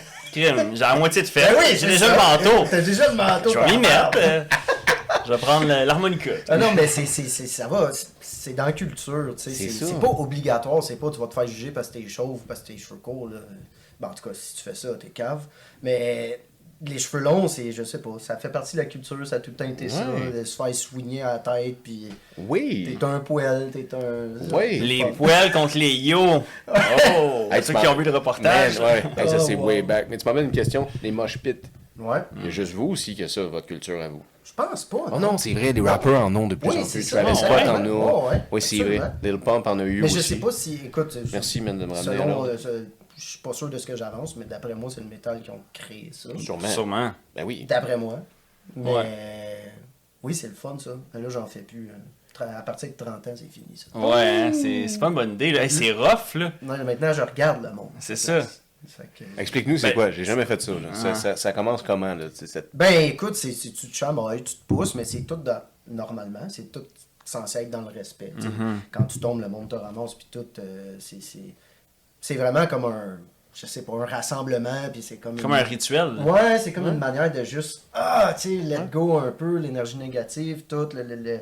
[SPEAKER 3] J'ai la moitié de fait. Ben J'ai déjà le manteau.
[SPEAKER 2] (laughs) T'as déjà le manteau.
[SPEAKER 3] Je vais
[SPEAKER 2] par
[SPEAKER 3] m'y mettre.
[SPEAKER 2] terre.
[SPEAKER 3] euh, Je vais prendre le- l'harmonica.
[SPEAKER 2] Ah non, mais c'est, c'est, c'est- ça va, c'est- c'est dans la culture, tu sais.
[SPEAKER 1] C'est ça.
[SPEAKER 2] C'est, c'est pas obligatoire, c'est pas tu vas te faire juger parce que t'es chauve ou parce que t'es cheveux courts, là. Ben, en tout cas, si tu fais ça, t'es cave. Mais les cheveux longs, c'est, je sais pas, ça fait partie de la culture, ça a tout le temps été ça,
[SPEAKER 1] Ouais.
[SPEAKER 2] de se faire soigner à la tête, puis
[SPEAKER 1] Oui.
[SPEAKER 2] t'es un poêle, t'es un...
[SPEAKER 1] Oui.
[SPEAKER 3] Les
[SPEAKER 2] Pas-
[SPEAKER 3] poêles contre les yo. Oh,
[SPEAKER 1] Hey, tu
[SPEAKER 3] ceux
[SPEAKER 1] m'en-
[SPEAKER 3] qui ont vu le reportage.
[SPEAKER 1] Man, ouais. Hey, ça,
[SPEAKER 2] Oh,
[SPEAKER 1] c'est
[SPEAKER 2] wow. Hmm.
[SPEAKER 1] way back. Mais tu m'amènes une question. Les mosh pits.
[SPEAKER 2] Ouais,
[SPEAKER 1] Il y a juste vous aussi qui a ça, votre culture à vous.
[SPEAKER 2] je pense pas.
[SPEAKER 1] Oh non, c'est vrai, les rappeurs en ont de plus
[SPEAKER 2] Oui,
[SPEAKER 1] en
[SPEAKER 2] c'est
[SPEAKER 1] plus.
[SPEAKER 2] ça,
[SPEAKER 1] Travis
[SPEAKER 3] ouais,
[SPEAKER 1] Scott
[SPEAKER 3] ouais,
[SPEAKER 1] en a.
[SPEAKER 2] ouais, ouais,
[SPEAKER 1] oui, c'est vrai.
[SPEAKER 2] absolument.
[SPEAKER 1] Lil Pump en a eu
[SPEAKER 2] Mais
[SPEAKER 1] aussi.
[SPEAKER 2] je sais pas si. Écoute, je-
[SPEAKER 1] Merci, man, de me ramener
[SPEAKER 2] selon,
[SPEAKER 1] à
[SPEAKER 2] euh, ce- Je suis pas sûr de ce que j'avance, mais d'après moi, c'est le métal qui ont créé ça.
[SPEAKER 1] Sûrement.
[SPEAKER 3] Sûrement.
[SPEAKER 1] Ben oui.
[SPEAKER 2] D'après moi. Mais euh,
[SPEAKER 3] Ouais.
[SPEAKER 2] oui, c'est le fun, ça. Mais là, j'en fais plus. hein. Tra- À partir de 30 ans, c'est fini, ça.
[SPEAKER 3] Ouais, hein, c'est c'est pas une bonne idée. là. Hey, c'est rough, là.
[SPEAKER 2] Non, maintenant, je regarde le monde.
[SPEAKER 3] C'est ça.
[SPEAKER 2] Fait que-
[SPEAKER 1] Explique-nous, c'est
[SPEAKER 3] Ben,
[SPEAKER 1] quoi J'ai jamais fait ça, là. Ça, ça- ça commence comment, là tu sais, cette-
[SPEAKER 2] Ben, écoute, c'est, c'est- tu te chamailles, tu te pousses, mais c'est tout dans- normalement. C'est tout censé être dans le respect. tu sais.
[SPEAKER 3] Mm-hmm.
[SPEAKER 2] Quand tu tombes, le monde te ramasse, puis tout. euh, c'est, c'est, c'est vraiment comme un. Je sais pas, un rassemblement, puis c'est comme.
[SPEAKER 3] Comme
[SPEAKER 2] une-
[SPEAKER 3] un rituel. là.
[SPEAKER 2] Ouais, c'est comme une manière de juste, ah, tu sais, let go un peu, l'énergie négative, tout, le, le- le-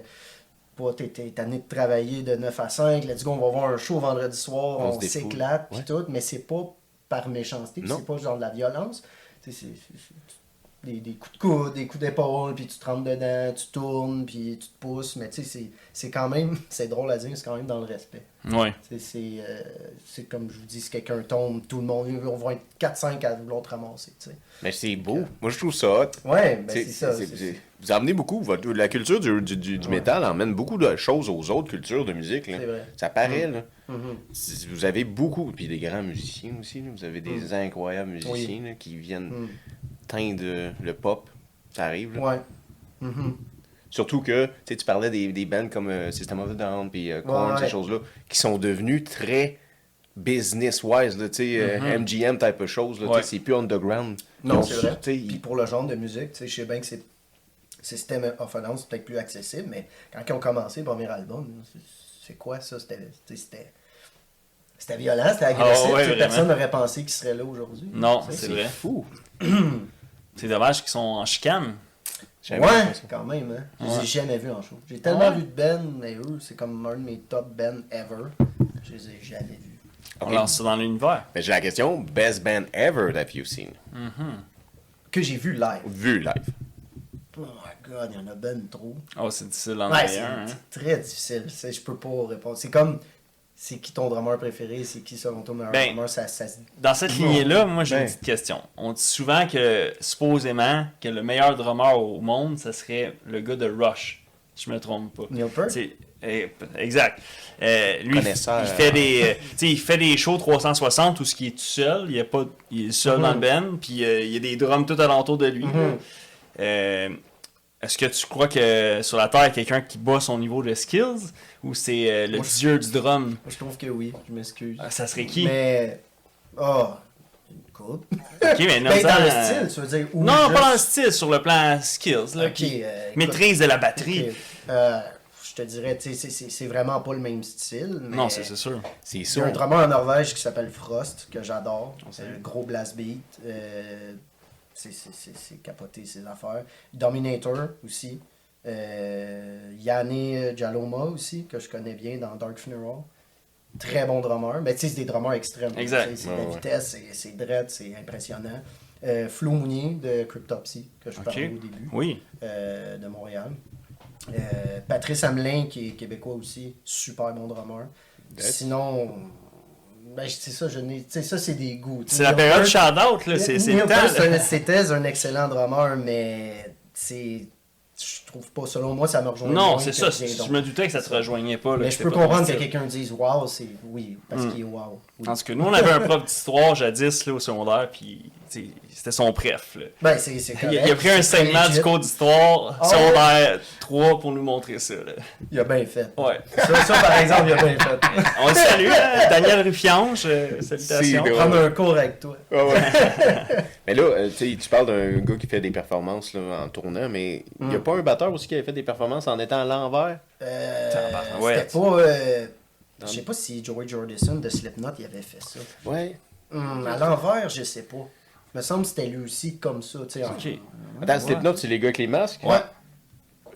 [SPEAKER 2] pas, t'es t'es tanné de travailler de 9 à 5, let's go, on va voir un show vendredi soir,
[SPEAKER 1] On se
[SPEAKER 2] on,
[SPEAKER 1] défoule.
[SPEAKER 2] s'éclate, puis
[SPEAKER 1] Ouais.
[SPEAKER 2] tout, mais c'est pas par méchanceté, puis
[SPEAKER 1] Non.
[SPEAKER 2] c'est pas genre de la violence. Tu sais, c'est- c'est- c'est des, des coups de coude, des coups d'épaule, puis tu te rentres dedans, tu tournes, puis tu te pousses, mais tu sais, c'est- c'est quand même, (laughs) c'est drôle à dire, c'est quand même dans le respect.
[SPEAKER 3] Ouais.
[SPEAKER 2] Tu sais, C'est euh, c'est comme je vous dis, si quelqu'un tombe, tout le monde, on va être 4-5 à vouloir te ramasser, tu sais.
[SPEAKER 1] Mais c'est beau. Moi, je trouve ça hot.
[SPEAKER 2] Ouais, ben
[SPEAKER 1] C'est-
[SPEAKER 2] c'est ça.
[SPEAKER 1] c'est-
[SPEAKER 2] c'est-
[SPEAKER 1] c'est-
[SPEAKER 2] c'est-
[SPEAKER 1] Vous emmenez beaucoup. votre- la culture du, du, du- du métal emmène beaucoup de choses aux autres cultures de musique. là.
[SPEAKER 2] C'est vrai.
[SPEAKER 1] Ça paraît, là.
[SPEAKER 2] Mhm.
[SPEAKER 1] Si- Vous avez beaucoup, puis des grands musiciens aussi. là. Vous avez des incroyables musiciens
[SPEAKER 2] Mm. Oui.
[SPEAKER 1] là, qui viennent
[SPEAKER 2] Mm.
[SPEAKER 1] teindre le pop. Ça arrive. là.
[SPEAKER 2] Ouais. Mhm.
[SPEAKER 1] Surtout que tu sais, tu parlais des, des bands comme euh, System of a Down, puis euh, Korn,
[SPEAKER 2] Ouais, ouais.
[SPEAKER 1] ces choses-là, qui sont devenues très business-wise, là, tu sais, euh, MGM type of choses. là, tu sais,
[SPEAKER 3] Ouais.
[SPEAKER 1] C'est plus underground.
[SPEAKER 2] Mm-hmm. Non,
[SPEAKER 1] Ils
[SPEAKER 2] c'est
[SPEAKER 1] ont-
[SPEAKER 2] vrai.
[SPEAKER 1] tu sais,
[SPEAKER 2] Puis
[SPEAKER 1] ils-
[SPEAKER 2] pour le genre de musique, tu sais, je sais bien que c'est System of a Down, c'est peut-être plus accessible, mais quand ils ont commencé le premier album, c'est- c'est quoi ça? C'était tu sais, c'était- c'était violent, c'était agressif.
[SPEAKER 3] Ah ouais,
[SPEAKER 2] tu sais,
[SPEAKER 3] vraiment.
[SPEAKER 2] personne n'aurait pensé qu'ils seraient là aujourd'hui.
[SPEAKER 3] Non,
[SPEAKER 2] tu sais.
[SPEAKER 3] c'est vrai.
[SPEAKER 1] fou.
[SPEAKER 3] C'est dommage qu'ils sont en chicane.
[SPEAKER 1] J'avais
[SPEAKER 2] Ouais,
[SPEAKER 1] l'impression.
[SPEAKER 2] quand même, hein. Je
[SPEAKER 3] Ouais.
[SPEAKER 2] les ai jamais vus en show. J'ai tellement
[SPEAKER 3] Ouais.
[SPEAKER 2] vu de Ben, mais eux, c'est comme un de mes top Ben ever. Je les ai jamais vus.
[SPEAKER 3] On
[SPEAKER 1] Ok.
[SPEAKER 3] lance ça dans l'univers.
[SPEAKER 1] Mais j'ai la question, best band ever that you've seen?
[SPEAKER 2] Que j'ai vu live.
[SPEAKER 1] Vu live.
[SPEAKER 2] Oh my god, il y en a ben trop.
[SPEAKER 3] Oh, c'est difficile d'en
[SPEAKER 2] Ouais,
[SPEAKER 3] nommer
[SPEAKER 2] c'est
[SPEAKER 3] un. hein.
[SPEAKER 2] c'est très difficile. C'est- Je peux pas répondre. C'est comme c'est qui ton drummer préféré, c'est qui selon ton meilleur
[SPEAKER 3] Ben,
[SPEAKER 2] drummer, ça, ça se-
[SPEAKER 3] Dans cette lignée-là, moi j'ai
[SPEAKER 1] Ben.
[SPEAKER 3] une petite question. On dit souvent que, supposément, que le meilleur drummer au monde, ce serait le gars de Rush. Je me trompe pas.
[SPEAKER 2] Neil Peart?
[SPEAKER 3] C'est- eh, Exact. Euh, lui, il
[SPEAKER 1] Connaisseur.
[SPEAKER 3] fait, des, euh, tu sais, il fait des shows 360 où ce qui est tout seul, il, y a pas, il est seul
[SPEAKER 2] Mhm.
[SPEAKER 3] dans le band, puis euh, il y a des drums tout alentour de lui. là. Euh, Est-ce que tu crois que sur la Terre, il y a quelqu'un qui bat son niveau de skills ou c'est euh, le
[SPEAKER 2] Moi, je-
[SPEAKER 3] dieu
[SPEAKER 2] (laughs)
[SPEAKER 3] du drum
[SPEAKER 2] Moi, je trouve que oui, je m'excuse.
[SPEAKER 3] Ah, Ça serait qui
[SPEAKER 2] Mais. Oh, une coupe.
[SPEAKER 3] Ok, mais
[SPEAKER 2] Ben,
[SPEAKER 3] non, ça,
[SPEAKER 2] dans le
[SPEAKER 3] euh,
[SPEAKER 2] style, tu veux dire. ou
[SPEAKER 3] Non,
[SPEAKER 2] juste-
[SPEAKER 3] pas dans le style, sur le plan skills, là,
[SPEAKER 2] Ok,
[SPEAKER 3] qui
[SPEAKER 2] euh, écoute.
[SPEAKER 3] maîtrise de la batterie.
[SPEAKER 2] Ok, euh, je te dirais, tu sais, c'est- c'est c'est vraiment pas le même style. Mais...
[SPEAKER 3] Non, c'est c'est sûr.
[SPEAKER 1] C'est
[SPEAKER 2] Il y a
[SPEAKER 1] ça.
[SPEAKER 2] un drummer en Norvège qui s'appelle Frost, que j'adore. C'est
[SPEAKER 3] salue.
[SPEAKER 2] un gros blast beat. euh, c'est- c'est c'est- c'est capoté, ces affaires. Dominator aussi. Euh, Yanné Jaloma aussi, que je connais bien dans Dark Funeral. Très bon drummer. Mais tu sais, c'est des drummers extrêmes.
[SPEAKER 3] Exact.
[SPEAKER 2] Tu sais, C'est
[SPEAKER 1] Ouais,
[SPEAKER 2] de la
[SPEAKER 1] ouais.
[SPEAKER 2] vitesse, c'est- c'est dread, c'est impressionnant. Euh, Flo Mounier de Cryptopsy, que je
[SPEAKER 3] Ok.
[SPEAKER 2] parlais au début
[SPEAKER 3] Oui.
[SPEAKER 2] euh, de Montréal. Euh, Patrice Hamelin, qui est québécois aussi, super bon drummer. Sinon, ben, je- c'est ça, je n'ai- tu sais, ça, c'est des goûts.
[SPEAKER 3] C'est la période
[SPEAKER 2] Neil
[SPEAKER 3] shout-out, là.
[SPEAKER 2] Peart-
[SPEAKER 3] C'est c'est
[SPEAKER 2] Neil
[SPEAKER 3] le temps.
[SPEAKER 2] Peart, c'est un-
[SPEAKER 3] là.
[SPEAKER 2] C'était un excellent drummer, mais c'est. Je trouve pas, selon moi, ça me rejoint.
[SPEAKER 3] Non,
[SPEAKER 2] moins
[SPEAKER 3] c'est
[SPEAKER 2] que
[SPEAKER 3] ça.
[SPEAKER 2] bien
[SPEAKER 3] Je
[SPEAKER 2] d'autre.
[SPEAKER 3] me doutais que ça te rejoignait pas. là,
[SPEAKER 2] Mais
[SPEAKER 3] que Hmm.
[SPEAKER 2] je
[SPEAKER 3] c'était
[SPEAKER 2] peux
[SPEAKER 3] pas ton
[SPEAKER 2] comprendre que
[SPEAKER 3] style.
[SPEAKER 2] quelqu'un dise wow, c'est. Oui, parce qu'il est wow. Oui.
[SPEAKER 3] En tout cas, nous, on avait un prof d'histoire jadis là, au secondaire, puis tu sais, c'était son préf. là.
[SPEAKER 2] Ben, c'est c'est
[SPEAKER 3] Il, a-
[SPEAKER 2] correct,
[SPEAKER 3] il a pris un
[SPEAKER 2] c'est
[SPEAKER 3] segment
[SPEAKER 2] legit.
[SPEAKER 3] du cours d'histoire
[SPEAKER 2] Ah ouais?
[SPEAKER 3] secondaire 3 pour nous montrer ça. là.
[SPEAKER 2] Il a bien fait.
[SPEAKER 3] Ouais.
[SPEAKER 2] Ça, ça, par exemple, il a bien
[SPEAKER 3] (laughs)
[SPEAKER 2] fait.
[SPEAKER 3] On le salue, hein, Daniel Ruffiange. euh,
[SPEAKER 1] C'est
[SPEAKER 3] salutations.
[SPEAKER 1] drôle.
[SPEAKER 2] Prendre un cours avec toi.
[SPEAKER 1] Ouais, Ah ouais. (laughs) mais là, euh, tu sais, tu parles d'un gars qui fait des performances là, en tournant, mais il
[SPEAKER 2] Mm.
[SPEAKER 1] n'y a pas un batteur aussi qui avait fait des performances en étant à l'envers?
[SPEAKER 2] Euh,
[SPEAKER 3] Tabarouette.
[SPEAKER 2] C'était pas. euh, je sais pas si Joey Jordison de Slipknot il avait fait ça.
[SPEAKER 1] Ouais.
[SPEAKER 2] Hum, à l'envers, je sais pas. Me semble que c'était lui aussi comme ça. tu sais, en-
[SPEAKER 3] Ok.
[SPEAKER 1] Attends, Slipknot, c'est les gars avec les masques?
[SPEAKER 2] Ouais.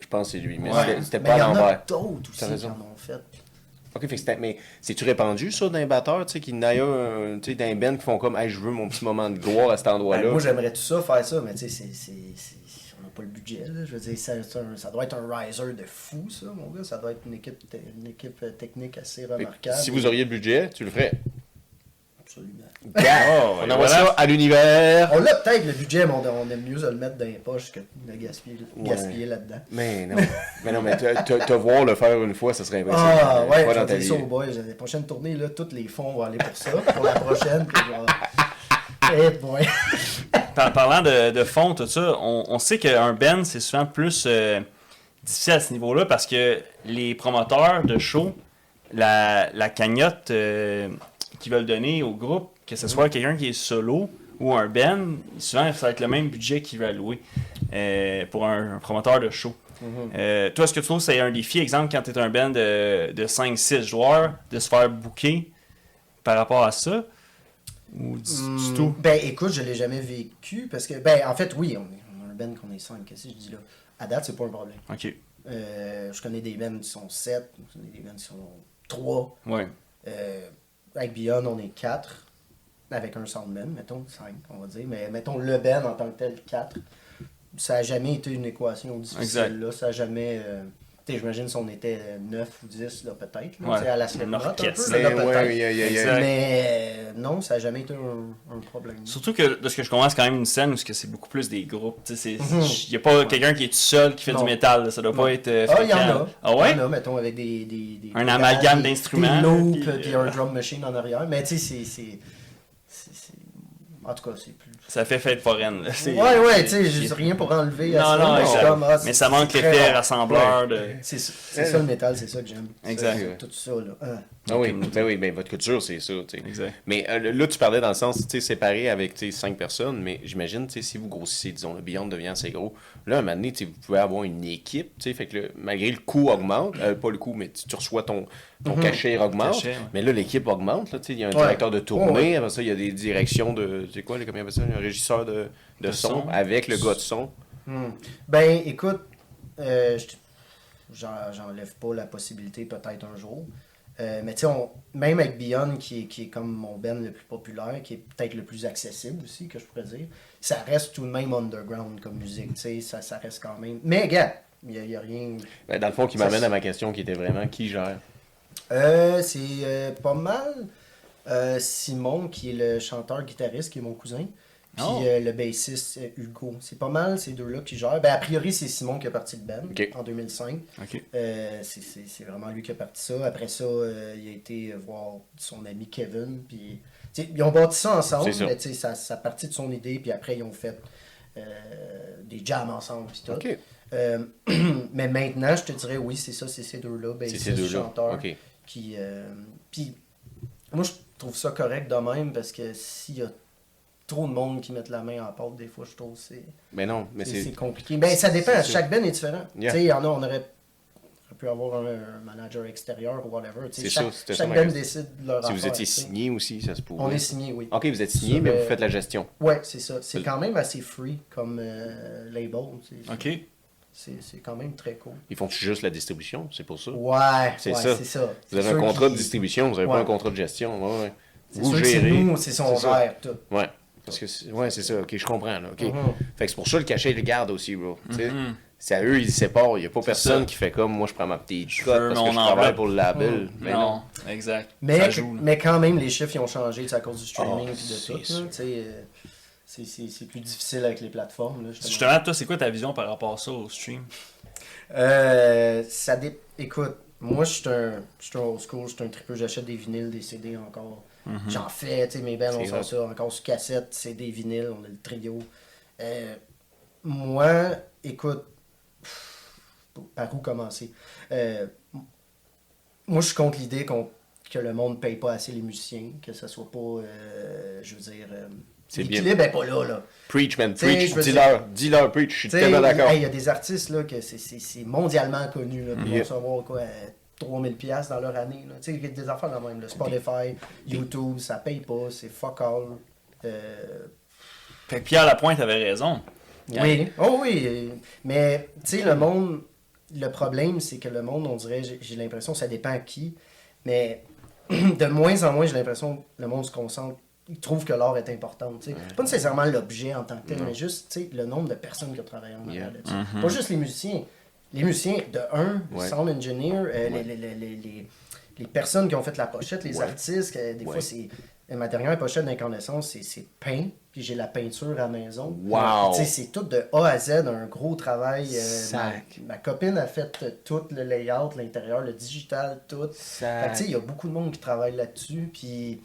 [SPEAKER 1] Je pense que c'est lui, mais
[SPEAKER 2] Ouais.
[SPEAKER 1] c'était- c'était
[SPEAKER 2] Mais
[SPEAKER 1] pas à
[SPEAKER 2] il y en a
[SPEAKER 1] l'envers.
[SPEAKER 2] d'autres aussi
[SPEAKER 1] T'as
[SPEAKER 2] qui
[SPEAKER 1] raison.
[SPEAKER 2] en ont fait.
[SPEAKER 1] Ok, fait que c'était- mais c'est-tu répandu ça d'un batteur, tu sais, qui n'a un, tu sais, d'un band qui font comme, hey, je veux mon petit moment de gloire à cet
[SPEAKER 2] Ben,
[SPEAKER 1] endroit-là.
[SPEAKER 2] moi, j'aimerais tout ça, faire ça, mais tu sais, c'est- c'est- c'est- on n'a pas le budget. là. Je veux dire, ça, ça- ça doit être un riser de fou, ça, mon gars. Ça doit être une équipe, te- une équipe euh, technique assez
[SPEAKER 1] Fait que
[SPEAKER 2] remarquable.
[SPEAKER 1] si vous auriez le budget, tu le ferais.
[SPEAKER 2] Absolument.
[SPEAKER 3] Oh,
[SPEAKER 1] on
[SPEAKER 3] et
[SPEAKER 1] envoie
[SPEAKER 3] voilà.
[SPEAKER 1] ça à l'univers.
[SPEAKER 2] On l'a peut-être le budget, mais on, on aime mieux se le mettre dans les poches que de le gaspiller,
[SPEAKER 1] Ouais.
[SPEAKER 2] gaspiller là-dedans.
[SPEAKER 1] Mais non, mais non, mais te, te- te voir le faire une fois, ça serait impressionnant.
[SPEAKER 2] Ah
[SPEAKER 1] Une
[SPEAKER 2] ouais,
[SPEAKER 1] fois
[SPEAKER 2] je
[SPEAKER 1] dans
[SPEAKER 2] vais
[SPEAKER 1] ta
[SPEAKER 2] dire
[SPEAKER 1] vie.
[SPEAKER 2] ça aux boys. La prochaine tournée, là, tous les fonds vont aller pour ça. Pour la prochaine, puis genre... Eh boy!
[SPEAKER 3] Par- parlant de, de fond, tout ça, on, on sait qu'un band, c'est souvent plus euh, difficile à ce niveau-là parce que les promoteurs de show, la, la cagnotte euh, qu'ils veulent donner au groupe, que ce soit quelqu'un qui est solo ou un band, souvent ça va être le même budget qu'ils veulent allouer euh, pour un, un promoteur de show. Euh, toi, est-ce que tu trouves que c'est un défi, exemple, quand tu es un band de, de 5-6 joueurs, de se faire booker par rapport à ça? Ou du, du tout?
[SPEAKER 2] Ben écoute, je l'ai jamais vécu parce que, ben en fait, oui, on est, on a un band qu'on est cinq. Qu'est-ce que je dis là? À date, c'est pas un problème.
[SPEAKER 3] Ok.
[SPEAKER 2] Euh, je connais des bands qui sont 7, je connais des bands qui sont 3.
[SPEAKER 3] Ouais.
[SPEAKER 2] Euh, avec Beyond, on est 4. Avec un soundman, mettons, 5, on va dire. Mais mettons le band en tant que tel, 4. Ça n'a jamais été une équation difficile.
[SPEAKER 3] Exact.
[SPEAKER 2] Là. Ça n'a jamais. euh, tu sais, J'imagine si on était 9 ou 10, là, peut-être. là,
[SPEAKER 3] Ouais.
[SPEAKER 2] tu sais, À la
[SPEAKER 3] Une
[SPEAKER 2] Slipknot, un peu,
[SPEAKER 3] orchestre.
[SPEAKER 2] là,
[SPEAKER 1] Ben
[SPEAKER 2] peut-être.
[SPEAKER 1] ouais, il y a- il y a- il y a-
[SPEAKER 3] Exact.
[SPEAKER 2] Mais euh, non, ça n'a jamais été un, un problème.
[SPEAKER 3] Surtout que de ce que je comprends, c'est quand même une scène où c'est que c'est beaucoup plus des groupes. Il n'y a pas quelqu'un qui est tout seul qui fait
[SPEAKER 2] Mhm. Non.
[SPEAKER 3] du métal. là. Ça doit pas être. euh,
[SPEAKER 2] Ah, il y en
[SPEAKER 3] fréquent.
[SPEAKER 2] a.
[SPEAKER 3] Ah ouais?
[SPEAKER 2] Il y en a, mettons, avec des. des, des-
[SPEAKER 3] Un
[SPEAKER 2] des-
[SPEAKER 3] amalgame
[SPEAKER 2] des-
[SPEAKER 3] d'instruments,
[SPEAKER 2] Des loops,
[SPEAKER 3] puis, euh,
[SPEAKER 2] puis, un drum machine en arrière. Mais tu sais, c'est- c'est. c'est- c'est- En tout cas, c'est plus.
[SPEAKER 3] Ça fait fête foraine. là. C'est-
[SPEAKER 2] Ouais, ouais, tu sais,
[SPEAKER 3] c'est-
[SPEAKER 2] j'ai rien pour enlever à
[SPEAKER 3] Non,
[SPEAKER 2] ça.
[SPEAKER 3] non,
[SPEAKER 2] mais c'est
[SPEAKER 3] exact.
[SPEAKER 2] comme, ah, c'est-
[SPEAKER 3] Mais ça manque
[SPEAKER 2] c'est
[SPEAKER 3] l'effet
[SPEAKER 2] très rare.
[SPEAKER 3] rassembleur de.
[SPEAKER 2] C'est ça- c'est ça le métal, c'est ça que j'aime.
[SPEAKER 3] (laughs) Exact.
[SPEAKER 2] C'est Tout ça, là. Ah.
[SPEAKER 1] Ah oui, ben oui, ben votre culture, c'est ça. tu sais.
[SPEAKER 3] Exact.
[SPEAKER 1] Mais euh, là, tu parlais dans le sens, tu sais, séparé avec tu sais, cinq personnes, mais j'imagine, tu sais, si vous grossissez, disons, le Beyond devient assez gros, là, un moment donné, tu sais, vous pouvez avoir une équipe, tu sais, fait que là, malgré le coût augmente, euh, pas le coût, mais tu, tu reçois ton, ton cachet augmente,
[SPEAKER 3] Mm-hmm. Cachet, ouais.
[SPEAKER 1] mais là, l'équipe augmente, là, tu sais, il y a un
[SPEAKER 2] Ouais.
[SPEAKER 1] directeur de tournée,
[SPEAKER 2] Ouais,
[SPEAKER 1] après ça, il y a des directions de, tu sais quoi, là, comment il appelle ça, un régisseur de, de,
[SPEAKER 3] De
[SPEAKER 1] son,
[SPEAKER 3] son.
[SPEAKER 1] avec le gars de son.
[SPEAKER 2] Hmm. Ben, écoute, euh, je- j'en- j'enlève pas la possibilité peut-être un jour. Euh, mais tu sais, on- même avec Beyond, qui est, qui est comme mon band le plus populaire, qui est peut-être le plus accessible aussi, que je pourrais dire, ça reste tout de même underground comme musique, tu sais, ça, ça reste quand même... Mais gars, il n'y a, y a rien...
[SPEAKER 1] Ben, dans le fond, qui
[SPEAKER 2] Ça,
[SPEAKER 1] m'amène
[SPEAKER 2] c'est-
[SPEAKER 1] à ma question qui était vraiment, qui gère?
[SPEAKER 2] Euh, c'est euh, pas mal euh, Simon, qui est le chanteur-guitariste, qui est mon cousin. Puis
[SPEAKER 3] Oh.
[SPEAKER 2] euh, le bassiste euh, Hugo. C'est pas mal ces deux-là qui gèrent. Ben, a priori, c'est Simon qui a parti de Ben
[SPEAKER 1] Ok.
[SPEAKER 2] en 2005.
[SPEAKER 3] Ok.
[SPEAKER 2] Euh, c'est- c'est c'est vraiment lui qui a parti ça. Après ça, euh, il a été voir son ami Kevin. Puis, tu sais, ils ont bâti ça ensemble,
[SPEAKER 1] C'est ça.
[SPEAKER 2] mais tu sais, ça, ça a parti de son idée. Puis après, ils ont fait euh, des jams ensemble. Puis tout.
[SPEAKER 1] Ok.
[SPEAKER 2] Euh, (clears throat) mais maintenant, je te dirais, oui, c'est ça, c'est ces deux-là. Ben,
[SPEAKER 1] C'est ces
[SPEAKER 2] c'est ce
[SPEAKER 1] deux-là.
[SPEAKER 2] chanteur
[SPEAKER 1] Ok.
[SPEAKER 2] qui. euh, puis, moi, je trouve ça correct de même parce que s'il y a trop de monde qui mettent la main en porte, des fois, je trouve que c'est.
[SPEAKER 1] Mais Ben non, mais
[SPEAKER 2] C'est
[SPEAKER 1] c'est...
[SPEAKER 2] c'est compliqué. Ben, ça dépend.
[SPEAKER 1] c'est-
[SPEAKER 2] Chaque band est différent.
[SPEAKER 1] Yeah.
[SPEAKER 2] Tu sais, il y en a, on aurait on aurait pu avoir un, un manager extérieur ou whatever. Tu sais,
[SPEAKER 1] C'est
[SPEAKER 2] chaque
[SPEAKER 1] ça, c'était ça
[SPEAKER 2] chaque
[SPEAKER 1] ma
[SPEAKER 2] band
[SPEAKER 1] question.
[SPEAKER 2] décide de leur
[SPEAKER 1] Si vous
[SPEAKER 2] affaire,
[SPEAKER 1] étiez
[SPEAKER 2] tu sais.
[SPEAKER 1] signé aussi, ça se pourrait.
[SPEAKER 2] On est signé, oui.
[SPEAKER 1] Ok, vous êtes signé,
[SPEAKER 2] Sur,
[SPEAKER 1] mais vous
[SPEAKER 2] euh,
[SPEAKER 1] faites la gestion.
[SPEAKER 2] Ouais, c'est ça. C'est quand même assez free comme euh, label. tu sais.
[SPEAKER 3] Ok.
[SPEAKER 2] C'est c'est quand même très cool.
[SPEAKER 1] Ils font juste la distribution, c'est pour ça.
[SPEAKER 2] Ouais,
[SPEAKER 1] C'est
[SPEAKER 2] ouais,
[SPEAKER 1] ça.
[SPEAKER 2] c'est ça.
[SPEAKER 1] Vous avez
[SPEAKER 2] Ceux
[SPEAKER 1] un contrat de
[SPEAKER 2] qui-
[SPEAKER 1] distribution, vous n'avez pas
[SPEAKER 2] Ouais.
[SPEAKER 1] un contrat de gestion. ouais, ouais.
[SPEAKER 2] C'est
[SPEAKER 1] Vous
[SPEAKER 2] sûr que C'est
[SPEAKER 1] gérez.
[SPEAKER 2] nous, c'est son
[SPEAKER 1] C'est ça.
[SPEAKER 2] verre, tout.
[SPEAKER 1] Ouais. Parce que c'est- ouais, c'est ça. Ok, je comprends. Là. ok.
[SPEAKER 2] Mhm.
[SPEAKER 1] Fait que c'est pour ça le cachet le garde aussi, bro. Tu sais, C'est à eux, ils se séparent. Il n'y a pas personne
[SPEAKER 3] Mm-hmm. ça.
[SPEAKER 1] qui fait comme moi, je prends ma petite cote
[SPEAKER 3] veux
[SPEAKER 1] parce que
[SPEAKER 3] mon
[SPEAKER 1] je travaille
[SPEAKER 3] enveloppe. Mm-hmm.
[SPEAKER 1] pour le label. Mais non.
[SPEAKER 3] Ben non. exact.
[SPEAKER 2] Mais,
[SPEAKER 3] ça joue. là.
[SPEAKER 2] mais quand même, les chiffres ils ont changé tu sais, à cause du streaming
[SPEAKER 1] Ah,
[SPEAKER 2] et de
[SPEAKER 1] c'est
[SPEAKER 2] tout. là,
[SPEAKER 1] sûr.
[SPEAKER 2] tu sais, euh, C'est c'est- c'est plus difficile avec les plateformes. Là, justement.
[SPEAKER 3] Justement, toi, c'est quoi ta vision par rapport à ça au stream?
[SPEAKER 2] Euh, ça dé- Écoute, moi, je suis un, je suis un old school, je suis un tripeux, j'achète des vinyles, des CD encore. J'en fais, tu sais, mes bands, on
[SPEAKER 1] Mhm. C'est
[SPEAKER 2] sort
[SPEAKER 1] vrai.
[SPEAKER 2] ça encore sur cassette, CD, vinyle, on a le trio. Euh, moi, écoute, pff, par où commencer? Euh, moi, je suis contre l'idée qu'on que le monde ne paye pas assez les musiciens, que ça soit pas, euh, je veux dire, euh,
[SPEAKER 1] C'est bien.
[SPEAKER 2] l'équilibre n'est pas là, là.
[SPEAKER 1] Preach, man,
[SPEAKER 2] Tu sais,
[SPEAKER 1] preach.
[SPEAKER 2] je veux
[SPEAKER 1] Dis-leur, dis-leur, preach. Je suis
[SPEAKER 2] Tu sais,
[SPEAKER 1] tellement d'accord.
[SPEAKER 2] hey, Il y a des artistes là, que c'est- c'est c'est mondialement connu là, pour
[SPEAKER 1] Yeah.
[SPEAKER 2] recevoir quoi, 3000 pièces dans leur année. là. Tu sais, il y a des affaires dans le même. là. Spotify, YouTube, ça paye pas, c'est fuck all. Euh,
[SPEAKER 3] Fait que Pierre Lapointe avait raison.
[SPEAKER 2] oui, oh oui. euh, Mais tu sais, le monde, le problème, c'est que le monde, on dirait, j'ai- j'ai l'impression, ça dépend à qui, mais (clears throat) de moins en moins, j'ai l'impression que le monde se concentre. Il trouve que l'art est important. tu sais. Pas nécessairement l'objet en tant que tel, mais juste tu sais, le nombre de personnes qui ont travaillé en arrière
[SPEAKER 1] Yeah. Mm-hmm.
[SPEAKER 2] là-dessus. Pas juste les musiciens. Les musiciens, de un,
[SPEAKER 1] Ouais.
[SPEAKER 2] les sound engineer, euh, les, les- les- les- les- les personnes qui ont fait la pochette, les
[SPEAKER 1] Ouais.
[SPEAKER 2] artistes, que des
[SPEAKER 1] Ouais.
[SPEAKER 2] fois, c'est. Ma dernière pochette d'incarnation, c'est- c'est peint, puis j'ai la peinture à maison.
[SPEAKER 1] Wow.
[SPEAKER 2] Tu sais, c'est tout de A à Z, un gros travail. euh,
[SPEAKER 1] Sac.
[SPEAKER 2] ma, ma copine a fait euh, tout le layout, l'intérieur, le digital, tout.
[SPEAKER 1] Sac.
[SPEAKER 2] Fait que, tu sais, il y a beaucoup de monde qui travaille là-dessus. Puis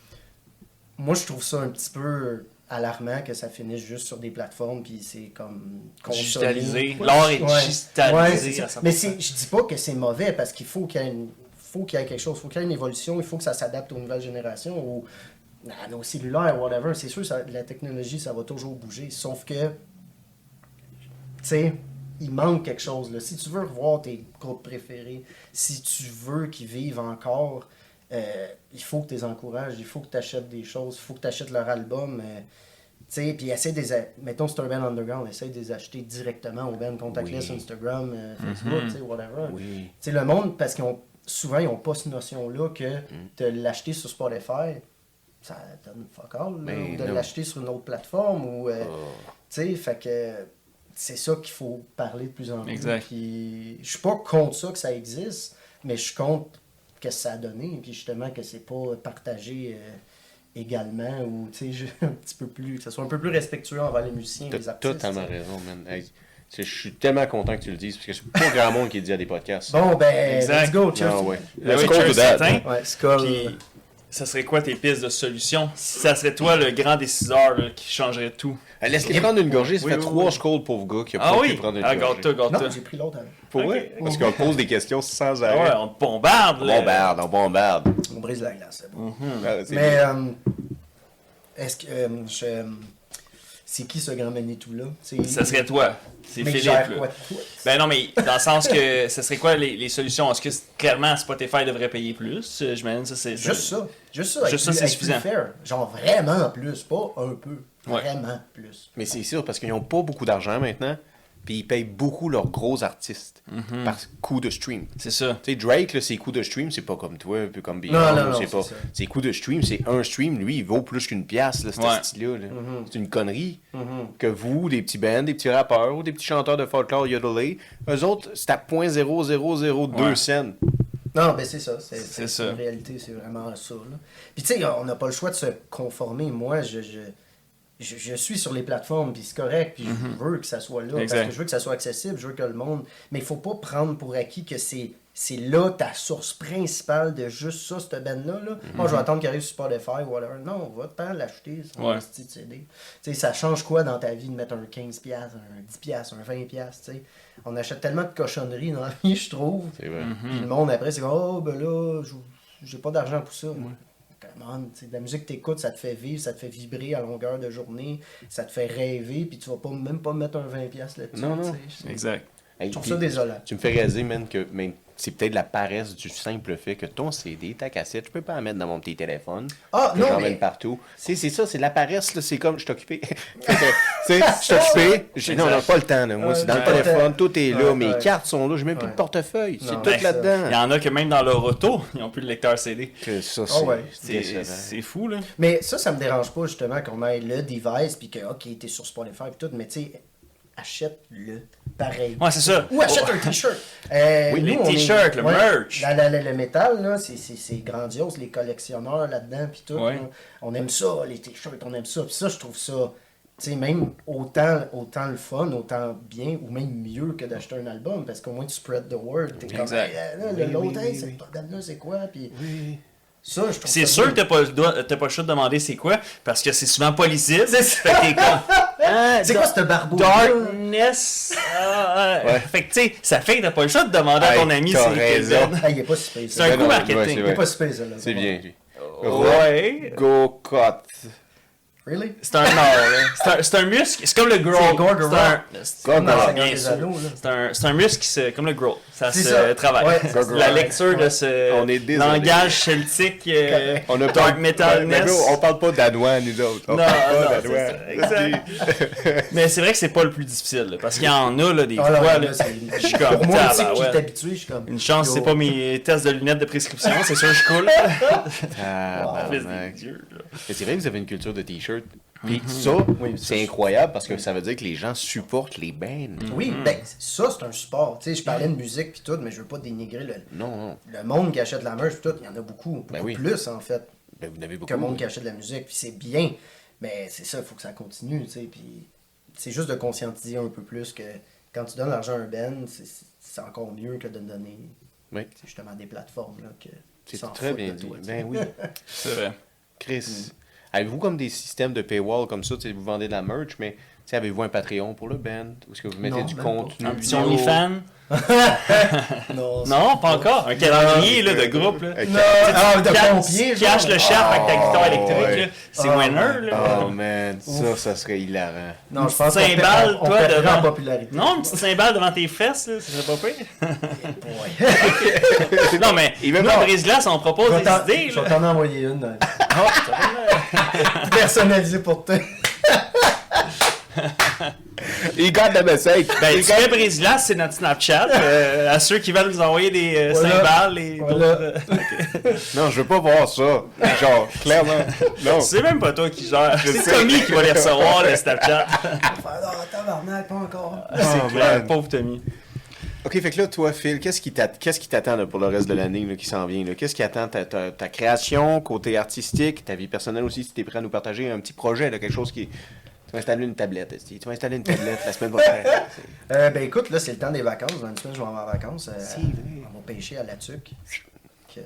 [SPEAKER 2] moi, je trouve ça un petit peu alarmant que ça finisse juste sur des plateformes, puis c'est comme consommé.
[SPEAKER 3] Digitalisé. L'art est digitalisé
[SPEAKER 2] Ouais, c'est
[SPEAKER 3] à
[SPEAKER 2] ça.
[SPEAKER 3] 100%.
[SPEAKER 2] Mais c'est- je dis pas que c'est mauvais parce qu'il faut qu'il y ait une- faut qu'il y ait quelque chose, il faut qu'il y ait une évolution, il faut que ça s'adapte aux nouvelles générations, aux, à nos cellulaires, whatever. C'est sûr, ça- la technologie, ça va toujours bouger. Sauf que, tu sais, il manque quelque chose. Là. Si tu veux revoir tes groupes préférés, si tu veux qu'ils vivent encore, euh, il faut que tu les encourages, il faut que tu achètes des choses, il faut que tu achètes leur album. euh, sais, puis essaie des. Mettons, c'est un band underground, essaie de les acheter directement au band, contactless,
[SPEAKER 1] Oui. Mhm.
[SPEAKER 2] Instagram, euh, Facebook, tu sais, whatever.
[SPEAKER 1] Oui.
[SPEAKER 2] Tu sais, le monde, parce qu'ils ont souvent, ils n'ont pas cette notion-là que
[SPEAKER 1] Mhm.
[SPEAKER 2] de l'acheter sur Spotify, ça donne fuck all, là,
[SPEAKER 1] Ben
[SPEAKER 2] ou de
[SPEAKER 1] non.
[SPEAKER 2] l'acheter sur une autre plateforme, ou. euh,
[SPEAKER 1] Ah.
[SPEAKER 2] Tu sais, fait que c'est ça qu'il faut parler de plus en plus.
[SPEAKER 3] Exact.
[SPEAKER 2] Puis je suis pas contre ça que ça existe, mais je suis contre que ça a donné, puis justement que c'est pas partagé euh, également, ou tu sais, (laughs) je- un petit peu plus, que ce soit un peu plus respectueux envers les musiciens, les
[SPEAKER 1] T'as
[SPEAKER 2] artistes.
[SPEAKER 1] totalement
[SPEAKER 2] tu sais.
[SPEAKER 1] raison, man. Hey, tu sais, je suis tellement content que tu le dises, parce que c'est pas grand monde qui dit à des podcasts.
[SPEAKER 2] Bon, ben,
[SPEAKER 3] Exact.
[SPEAKER 2] let's go, cheers.
[SPEAKER 1] Ah ouais.
[SPEAKER 3] Ben
[SPEAKER 4] Let's
[SPEAKER 3] oui,
[SPEAKER 4] go
[SPEAKER 3] cheers,
[SPEAKER 4] to that.
[SPEAKER 3] certain.
[SPEAKER 2] Ouais, Skull.
[SPEAKER 3] Puis, ça serait quoi tes pistes de solution? Si ça serait toi, le grand décideur là, qui changerait tout.
[SPEAKER 1] Ah, Laisse-les prendre une gorgée, ça
[SPEAKER 3] Oui,
[SPEAKER 1] fait
[SPEAKER 3] oui,
[SPEAKER 1] trois
[SPEAKER 3] oui.
[SPEAKER 1] scolds pauvre gars qui a
[SPEAKER 3] Ah
[SPEAKER 1] pas pu
[SPEAKER 3] oui?
[SPEAKER 1] prendre une
[SPEAKER 3] Ah,
[SPEAKER 1] gorgée.
[SPEAKER 3] garde-toi, garde-toi.
[SPEAKER 2] non, j'ai pris l'autre hein. avant.
[SPEAKER 4] Pour
[SPEAKER 3] Ok.
[SPEAKER 4] vrai? Parce qu'on pose des questions sans
[SPEAKER 3] Ah ouais,
[SPEAKER 4] arrêt.
[SPEAKER 3] on te bombarde.
[SPEAKER 1] On
[SPEAKER 3] là.
[SPEAKER 1] bombarde, on bombarde.
[SPEAKER 2] On brise la glace, c'est bon.
[SPEAKER 4] Ah, c'est-
[SPEAKER 2] Hmm. Mais euh, est-ce que euh, je- euh, c'est qui ce grand Manitou là
[SPEAKER 3] Ça serait toi. C'est Philippe. là. Ben non, mais dans le sens que (laughs) ce serait quoi les, les solutions? Est-ce que c'est- clairement Spotify devrait payer plus? Euh, J'imagine ça c'est.
[SPEAKER 2] Juste ça. Juste ça.
[SPEAKER 3] Juste
[SPEAKER 2] être
[SPEAKER 3] ça,
[SPEAKER 2] plus-
[SPEAKER 3] c'est
[SPEAKER 2] être plus
[SPEAKER 3] suffisant.
[SPEAKER 2] fair. Genre vraiment plus, pas un peu.
[SPEAKER 3] Ouais.
[SPEAKER 2] Vraiment plus.
[SPEAKER 1] Mais c'est sûr, parce qu'ils n'ont pas beaucoup d'argent maintenant, puis ils payent beaucoup leurs gros artistes
[SPEAKER 2] Mhm.
[SPEAKER 1] par coup de stream.
[SPEAKER 3] C'est ça.
[SPEAKER 1] Tu sais, Drake, là, ses coups de stream, c'est pas comme toi, un peu comme
[SPEAKER 2] Non, non,
[SPEAKER 1] Beyond,
[SPEAKER 2] non,
[SPEAKER 1] c'est
[SPEAKER 2] c'est
[SPEAKER 1] pas.
[SPEAKER 2] ça.
[SPEAKER 1] Ses coups de stream, c'est un stream, lui, il vaut plus qu'une pièce, là, ce
[SPEAKER 3] Ouais.
[SPEAKER 1] style-là. là.
[SPEAKER 2] Mm-hmm.
[SPEAKER 1] C'est une connerie. Que vous, des petits bands, des petits rappeurs ou des petits chanteurs de folklore yodelé, eux autres, c'est à 0.0002
[SPEAKER 3] Ouais.
[SPEAKER 1] cents.
[SPEAKER 2] Non, ben c'est ça. C'est
[SPEAKER 3] C'est
[SPEAKER 2] c'est-
[SPEAKER 3] ça.
[SPEAKER 2] c'est une réalité, c'est vraiment ça. là. Puis tu sais, on n'a pas le choix de se conformer. Moi, je, je, je, je suis sur les plateformes, puis c'est correct, puis je veux que ça soit là,
[SPEAKER 3] Exact.
[SPEAKER 2] parce que je veux que ça soit accessible, je veux que le monde... Mais il faut pas prendre pour acquis que c'est... C'est là ta source principale de juste ça, cette bande-là. Là. Moi, je vais attendre qu'il arrive sur Spotify ou whatever. Non, va te l'acheter, son
[SPEAKER 3] Ouais.
[SPEAKER 2] petit CD. Tu sais, ça change quoi dans ta vie de mettre un 15$, un 10$, un 20$? tu sais? On achète tellement de cochonneries dans la vie, je trouve.
[SPEAKER 1] C'est vrai.
[SPEAKER 2] Puis le monde après, c'est comme, oh, ben là, je- j'ai pas d'argent pour ça. Come on, tu sais, de la musique que t'écoutes, ça te fait vivre, ça te fait vibrer à longueur de journée, ça te fait rêver, puis tu vas pas, même pas mettre un 20$ là-dessus.
[SPEAKER 1] Non, non.
[SPEAKER 2] tu sais.
[SPEAKER 3] Exact.
[SPEAKER 1] Hey,
[SPEAKER 2] Je trouve
[SPEAKER 1] puis
[SPEAKER 2] ça désolant.
[SPEAKER 1] Tu me fais réaliser, man, que man, c'est peut-être la paresse du simple fait que ton CD, ta cassette, je peux pas la mettre dans mon petit téléphone.
[SPEAKER 2] Ah,
[SPEAKER 1] que
[SPEAKER 2] non,
[SPEAKER 1] J'emmène
[SPEAKER 2] mais-
[SPEAKER 1] partout. C'est, c'est ça, c'est de la paresse, là. C'est comme, je suis occupé. (laughs) tu
[SPEAKER 2] (laughs)
[SPEAKER 1] sais, je suis occupé. j'ai- Non, non, pas le temps, là. Moi,
[SPEAKER 2] Ouais,
[SPEAKER 1] c'est dans le
[SPEAKER 2] ouais.
[SPEAKER 1] téléphone, tout est là.
[SPEAKER 2] Ouais,
[SPEAKER 1] mes
[SPEAKER 2] ouais.
[SPEAKER 1] cartes sont là, j'ai même plus de
[SPEAKER 2] Ouais.
[SPEAKER 1] portefeuille.
[SPEAKER 2] Non,
[SPEAKER 1] c'est
[SPEAKER 2] ben,
[SPEAKER 1] tout
[SPEAKER 2] ça.
[SPEAKER 3] Il
[SPEAKER 1] là-dedans.
[SPEAKER 3] y en a que même dans leur auto, (laughs) ils n'ont plus de lecteur CD.
[SPEAKER 1] Que ça, c'est
[SPEAKER 2] Ah ouais.
[SPEAKER 3] C'est
[SPEAKER 1] décevant.
[SPEAKER 3] c'est fou, là.
[SPEAKER 2] Mais ça, ça me dérange pas justement qu'on ait le device, puis que, ok, t'es sur Spotify, puis tout, mais tu sais, achète-le pareil.
[SPEAKER 3] Ouais, c'est ça. Oh,
[SPEAKER 2] Ou achète un t-shirt. Euh,
[SPEAKER 3] Oui, les
[SPEAKER 2] on est-
[SPEAKER 3] t-shirts, le merch.
[SPEAKER 2] la- la- la- le métal, là, c'est- c'est c'est grandiose, les collectionneurs là-dedans, puis tout.
[SPEAKER 3] Ouais.
[SPEAKER 2] là. On aime ça, les t-shirts, on aime ça. Puis ça, je trouve ça, tu sais, même autant, autant le fun, autant bien, ou même mieux que d'acheter un album, parce qu'au moins tu spread the word. T'es comme,
[SPEAKER 3] Exact.
[SPEAKER 2] eh, là, le
[SPEAKER 1] Oui,
[SPEAKER 2] l'autre,
[SPEAKER 1] oui,
[SPEAKER 2] hey,
[SPEAKER 1] oui,
[SPEAKER 2] cette
[SPEAKER 1] oui.
[SPEAKER 2] là c'est quoi? Puis
[SPEAKER 1] Oui.
[SPEAKER 2] ça, je trouve
[SPEAKER 3] C'est
[SPEAKER 2] ça
[SPEAKER 3] sûr que
[SPEAKER 2] bien.
[SPEAKER 3] t'as pas, le droit- t'as pas le choix de demander c'est quoi, parce que c'est souvent pas lisible. Fait que t'es comme,
[SPEAKER 2] C'est quoi ce barbeau?
[SPEAKER 3] Darkness. Ah, ouais. Fait que tu sais, ça fait que t'as pas le choix de demander à
[SPEAKER 1] Hey,
[SPEAKER 3] ton ami
[SPEAKER 1] t'as
[SPEAKER 3] c'est
[SPEAKER 1] raison.
[SPEAKER 3] quel-
[SPEAKER 2] Ah, il est pas si pire,
[SPEAKER 3] C'est
[SPEAKER 2] ça.
[SPEAKER 3] un
[SPEAKER 1] Ben
[SPEAKER 3] coup
[SPEAKER 1] non, ouais,
[SPEAKER 3] marketing.
[SPEAKER 1] c'est
[SPEAKER 2] Il est
[SPEAKER 1] vrai.
[SPEAKER 2] pas si pire, ça. là.
[SPEAKER 1] C'est bien, lui.
[SPEAKER 3] Ouais.
[SPEAKER 1] Go cut.
[SPEAKER 2] Really?
[SPEAKER 3] C'est un art, là. C'est un- C'est un, muscle. C'est comme le growl.
[SPEAKER 2] C'est Gorgoroth.
[SPEAKER 3] C'est un-
[SPEAKER 2] Comme dans
[SPEAKER 3] Ah,
[SPEAKER 2] Seigneur
[SPEAKER 3] bien
[SPEAKER 2] des
[SPEAKER 3] sûr.
[SPEAKER 2] Anneaux, là.
[SPEAKER 3] C'est un, c'est un muscle qui se. Comme le growl. Ça se
[SPEAKER 2] C'est ça.
[SPEAKER 3] travaille.
[SPEAKER 2] Ouais.
[SPEAKER 3] La
[SPEAKER 2] Gorgoroth.
[SPEAKER 3] lecture de ce
[SPEAKER 1] On est désolé.
[SPEAKER 3] langage celtique. euh,
[SPEAKER 1] On a
[SPEAKER 3] dark
[SPEAKER 1] pas- Ben, ben,
[SPEAKER 3] metalness.
[SPEAKER 1] gros, on parle pas danois, nous autres. On
[SPEAKER 3] Non,
[SPEAKER 1] parle pas
[SPEAKER 3] non, c'est
[SPEAKER 1] danois.
[SPEAKER 3] ça, exact. Mais c'est vrai que c'est pas le plus difficile, là, parce qu'il y en a là, des
[SPEAKER 2] Ah,
[SPEAKER 3] fois.
[SPEAKER 2] là,
[SPEAKER 3] là,
[SPEAKER 2] là, c'est-
[SPEAKER 3] je suis comme
[SPEAKER 2] Pour moi, aussi, qui
[SPEAKER 3] tabarouette.
[SPEAKER 2] est habitué, je suis comme.
[SPEAKER 3] Une chance,
[SPEAKER 2] yo.
[SPEAKER 3] c'est pas mes tests de lunettes de prescription, c'est sûr, je coule.
[SPEAKER 1] Ah,
[SPEAKER 3] (laughs) Fils des
[SPEAKER 1] Tabarnak.
[SPEAKER 3] dieux, là.
[SPEAKER 1] Mais c'est vrai que vous avez une culture de t-shirt. Puis Mm-hmm. ça,
[SPEAKER 2] Oui, ça,
[SPEAKER 1] c'est Mm.
[SPEAKER 2] c'est-
[SPEAKER 1] incroyable parce que ça veut dire que les gens supportent les bands.
[SPEAKER 2] Oui, ben, ça, c'est un sport. Tu sais, je parlais de musique puis tout, mais je veux pas dénigrer le,
[SPEAKER 1] Non, non.
[SPEAKER 2] le monde qui achète la merch pis tout. Il y en a beaucoup. beaucoup
[SPEAKER 1] Ben oui.
[SPEAKER 2] plus, en fait,
[SPEAKER 1] Ben, vous en avez beaucoup.
[SPEAKER 2] que le monde qui achète de la musique. Puis c'est bien. Mais c'est ça, il faut que ça continue, tu sais. Puis c'est juste de conscientiser un peu plus que quand tu donnes l'argent à un band, c'est- c'est encore mieux que de donner
[SPEAKER 1] Oui.
[SPEAKER 2] tu sais, justement à des plateformes. Là, que
[SPEAKER 1] C'est
[SPEAKER 2] s'en
[SPEAKER 1] très
[SPEAKER 2] foutent
[SPEAKER 1] bien
[SPEAKER 2] de
[SPEAKER 1] dit.
[SPEAKER 2] toi, tu sais. (laughs)
[SPEAKER 1] ben
[SPEAKER 2] Mm.
[SPEAKER 1] oui.
[SPEAKER 3] C'est vrai.
[SPEAKER 1] Chris, avez-vous comme des systèmes de paywall comme ça? tu sais, Vous vendez de la merch, mais tu sais, avez-vous un Patreon pour le band? Ou est-ce que vous mettez
[SPEAKER 2] Non,
[SPEAKER 1] du
[SPEAKER 2] même
[SPEAKER 1] contenu?
[SPEAKER 3] Un petit
[SPEAKER 1] vidéo?
[SPEAKER 3] OnlyFans?
[SPEAKER 2] (laughs) Non,
[SPEAKER 3] Non, pas encore. Un calendrier là, de groupe. Là.
[SPEAKER 1] Ok.
[SPEAKER 2] Ah, de
[SPEAKER 3] Cache-
[SPEAKER 2] pompier, genre.
[SPEAKER 3] Cache le sharp avec ta guitare électrique. là.
[SPEAKER 1] Ah, ouais.
[SPEAKER 3] C'est
[SPEAKER 2] Ah,
[SPEAKER 3] winner.
[SPEAKER 1] Oh
[SPEAKER 3] Là.
[SPEAKER 1] man, ça, ça serait hilarant.
[SPEAKER 2] Non, je pense qu'on
[SPEAKER 3] Cymbale,
[SPEAKER 2] perd- on
[SPEAKER 3] toi,
[SPEAKER 2] perdrait
[SPEAKER 3] devant-
[SPEAKER 2] en popularité.
[SPEAKER 3] Non, une petite cymbale devant tes fesses, là, ça serait pas pire.
[SPEAKER 2] Ouais.
[SPEAKER 3] non, mais
[SPEAKER 1] Il veut
[SPEAKER 3] nous,
[SPEAKER 1] pas.
[SPEAKER 3] à Brise-Glace, on propose
[SPEAKER 2] Je vais t'en- euh,
[SPEAKER 3] des idées.
[SPEAKER 2] je vais (laughs)
[SPEAKER 3] Là.
[SPEAKER 2] t'en envoyer une. dans le- personnalisée pour toi.
[SPEAKER 1] He got the message.
[SPEAKER 3] Ben, tu fais Brésilas, c'est notre
[SPEAKER 2] (laughs)
[SPEAKER 3] Snapchat. euh, à ceux qui veulent nous envoyer des euh,
[SPEAKER 2] Voilà.
[SPEAKER 3] cymbales et
[SPEAKER 2] Voilà. (laughs)
[SPEAKER 3] d'autres, euh,
[SPEAKER 1] Non, je veux pas voir ça. Genre, clairement. (laughs) Non.
[SPEAKER 3] C'est même pas toi qui gère. C'est
[SPEAKER 1] sais.
[SPEAKER 3] Tommy qui va les recevoir, le Snapchat.
[SPEAKER 2] (laughs) Ah, tabarnak, pas encore.
[SPEAKER 3] c'est clair.
[SPEAKER 1] man.
[SPEAKER 3] Pauvre Tommy.
[SPEAKER 1] Ok, fait que là, toi, Phil, qu'est-ce qui t'att- qu'est-ce qui t'attend là, pour le reste de l'année là, qui s'en vient? là? Qu'est-ce qui attend ta, ta- ta création, côté artistique, ta vie personnelle aussi, si t'es prêt à nous partager un petit projet, là, quelque chose qui. Tu vas installer une tablette, esti. tu vas installer une tablette la semaine
[SPEAKER 2] (laughs)
[SPEAKER 1] prochaine.
[SPEAKER 2] Euh, ben écoute, là, c'est le temps des vacances. Dans une semaine, je vais en vacances. euh, on va pêcher à la tuque. Que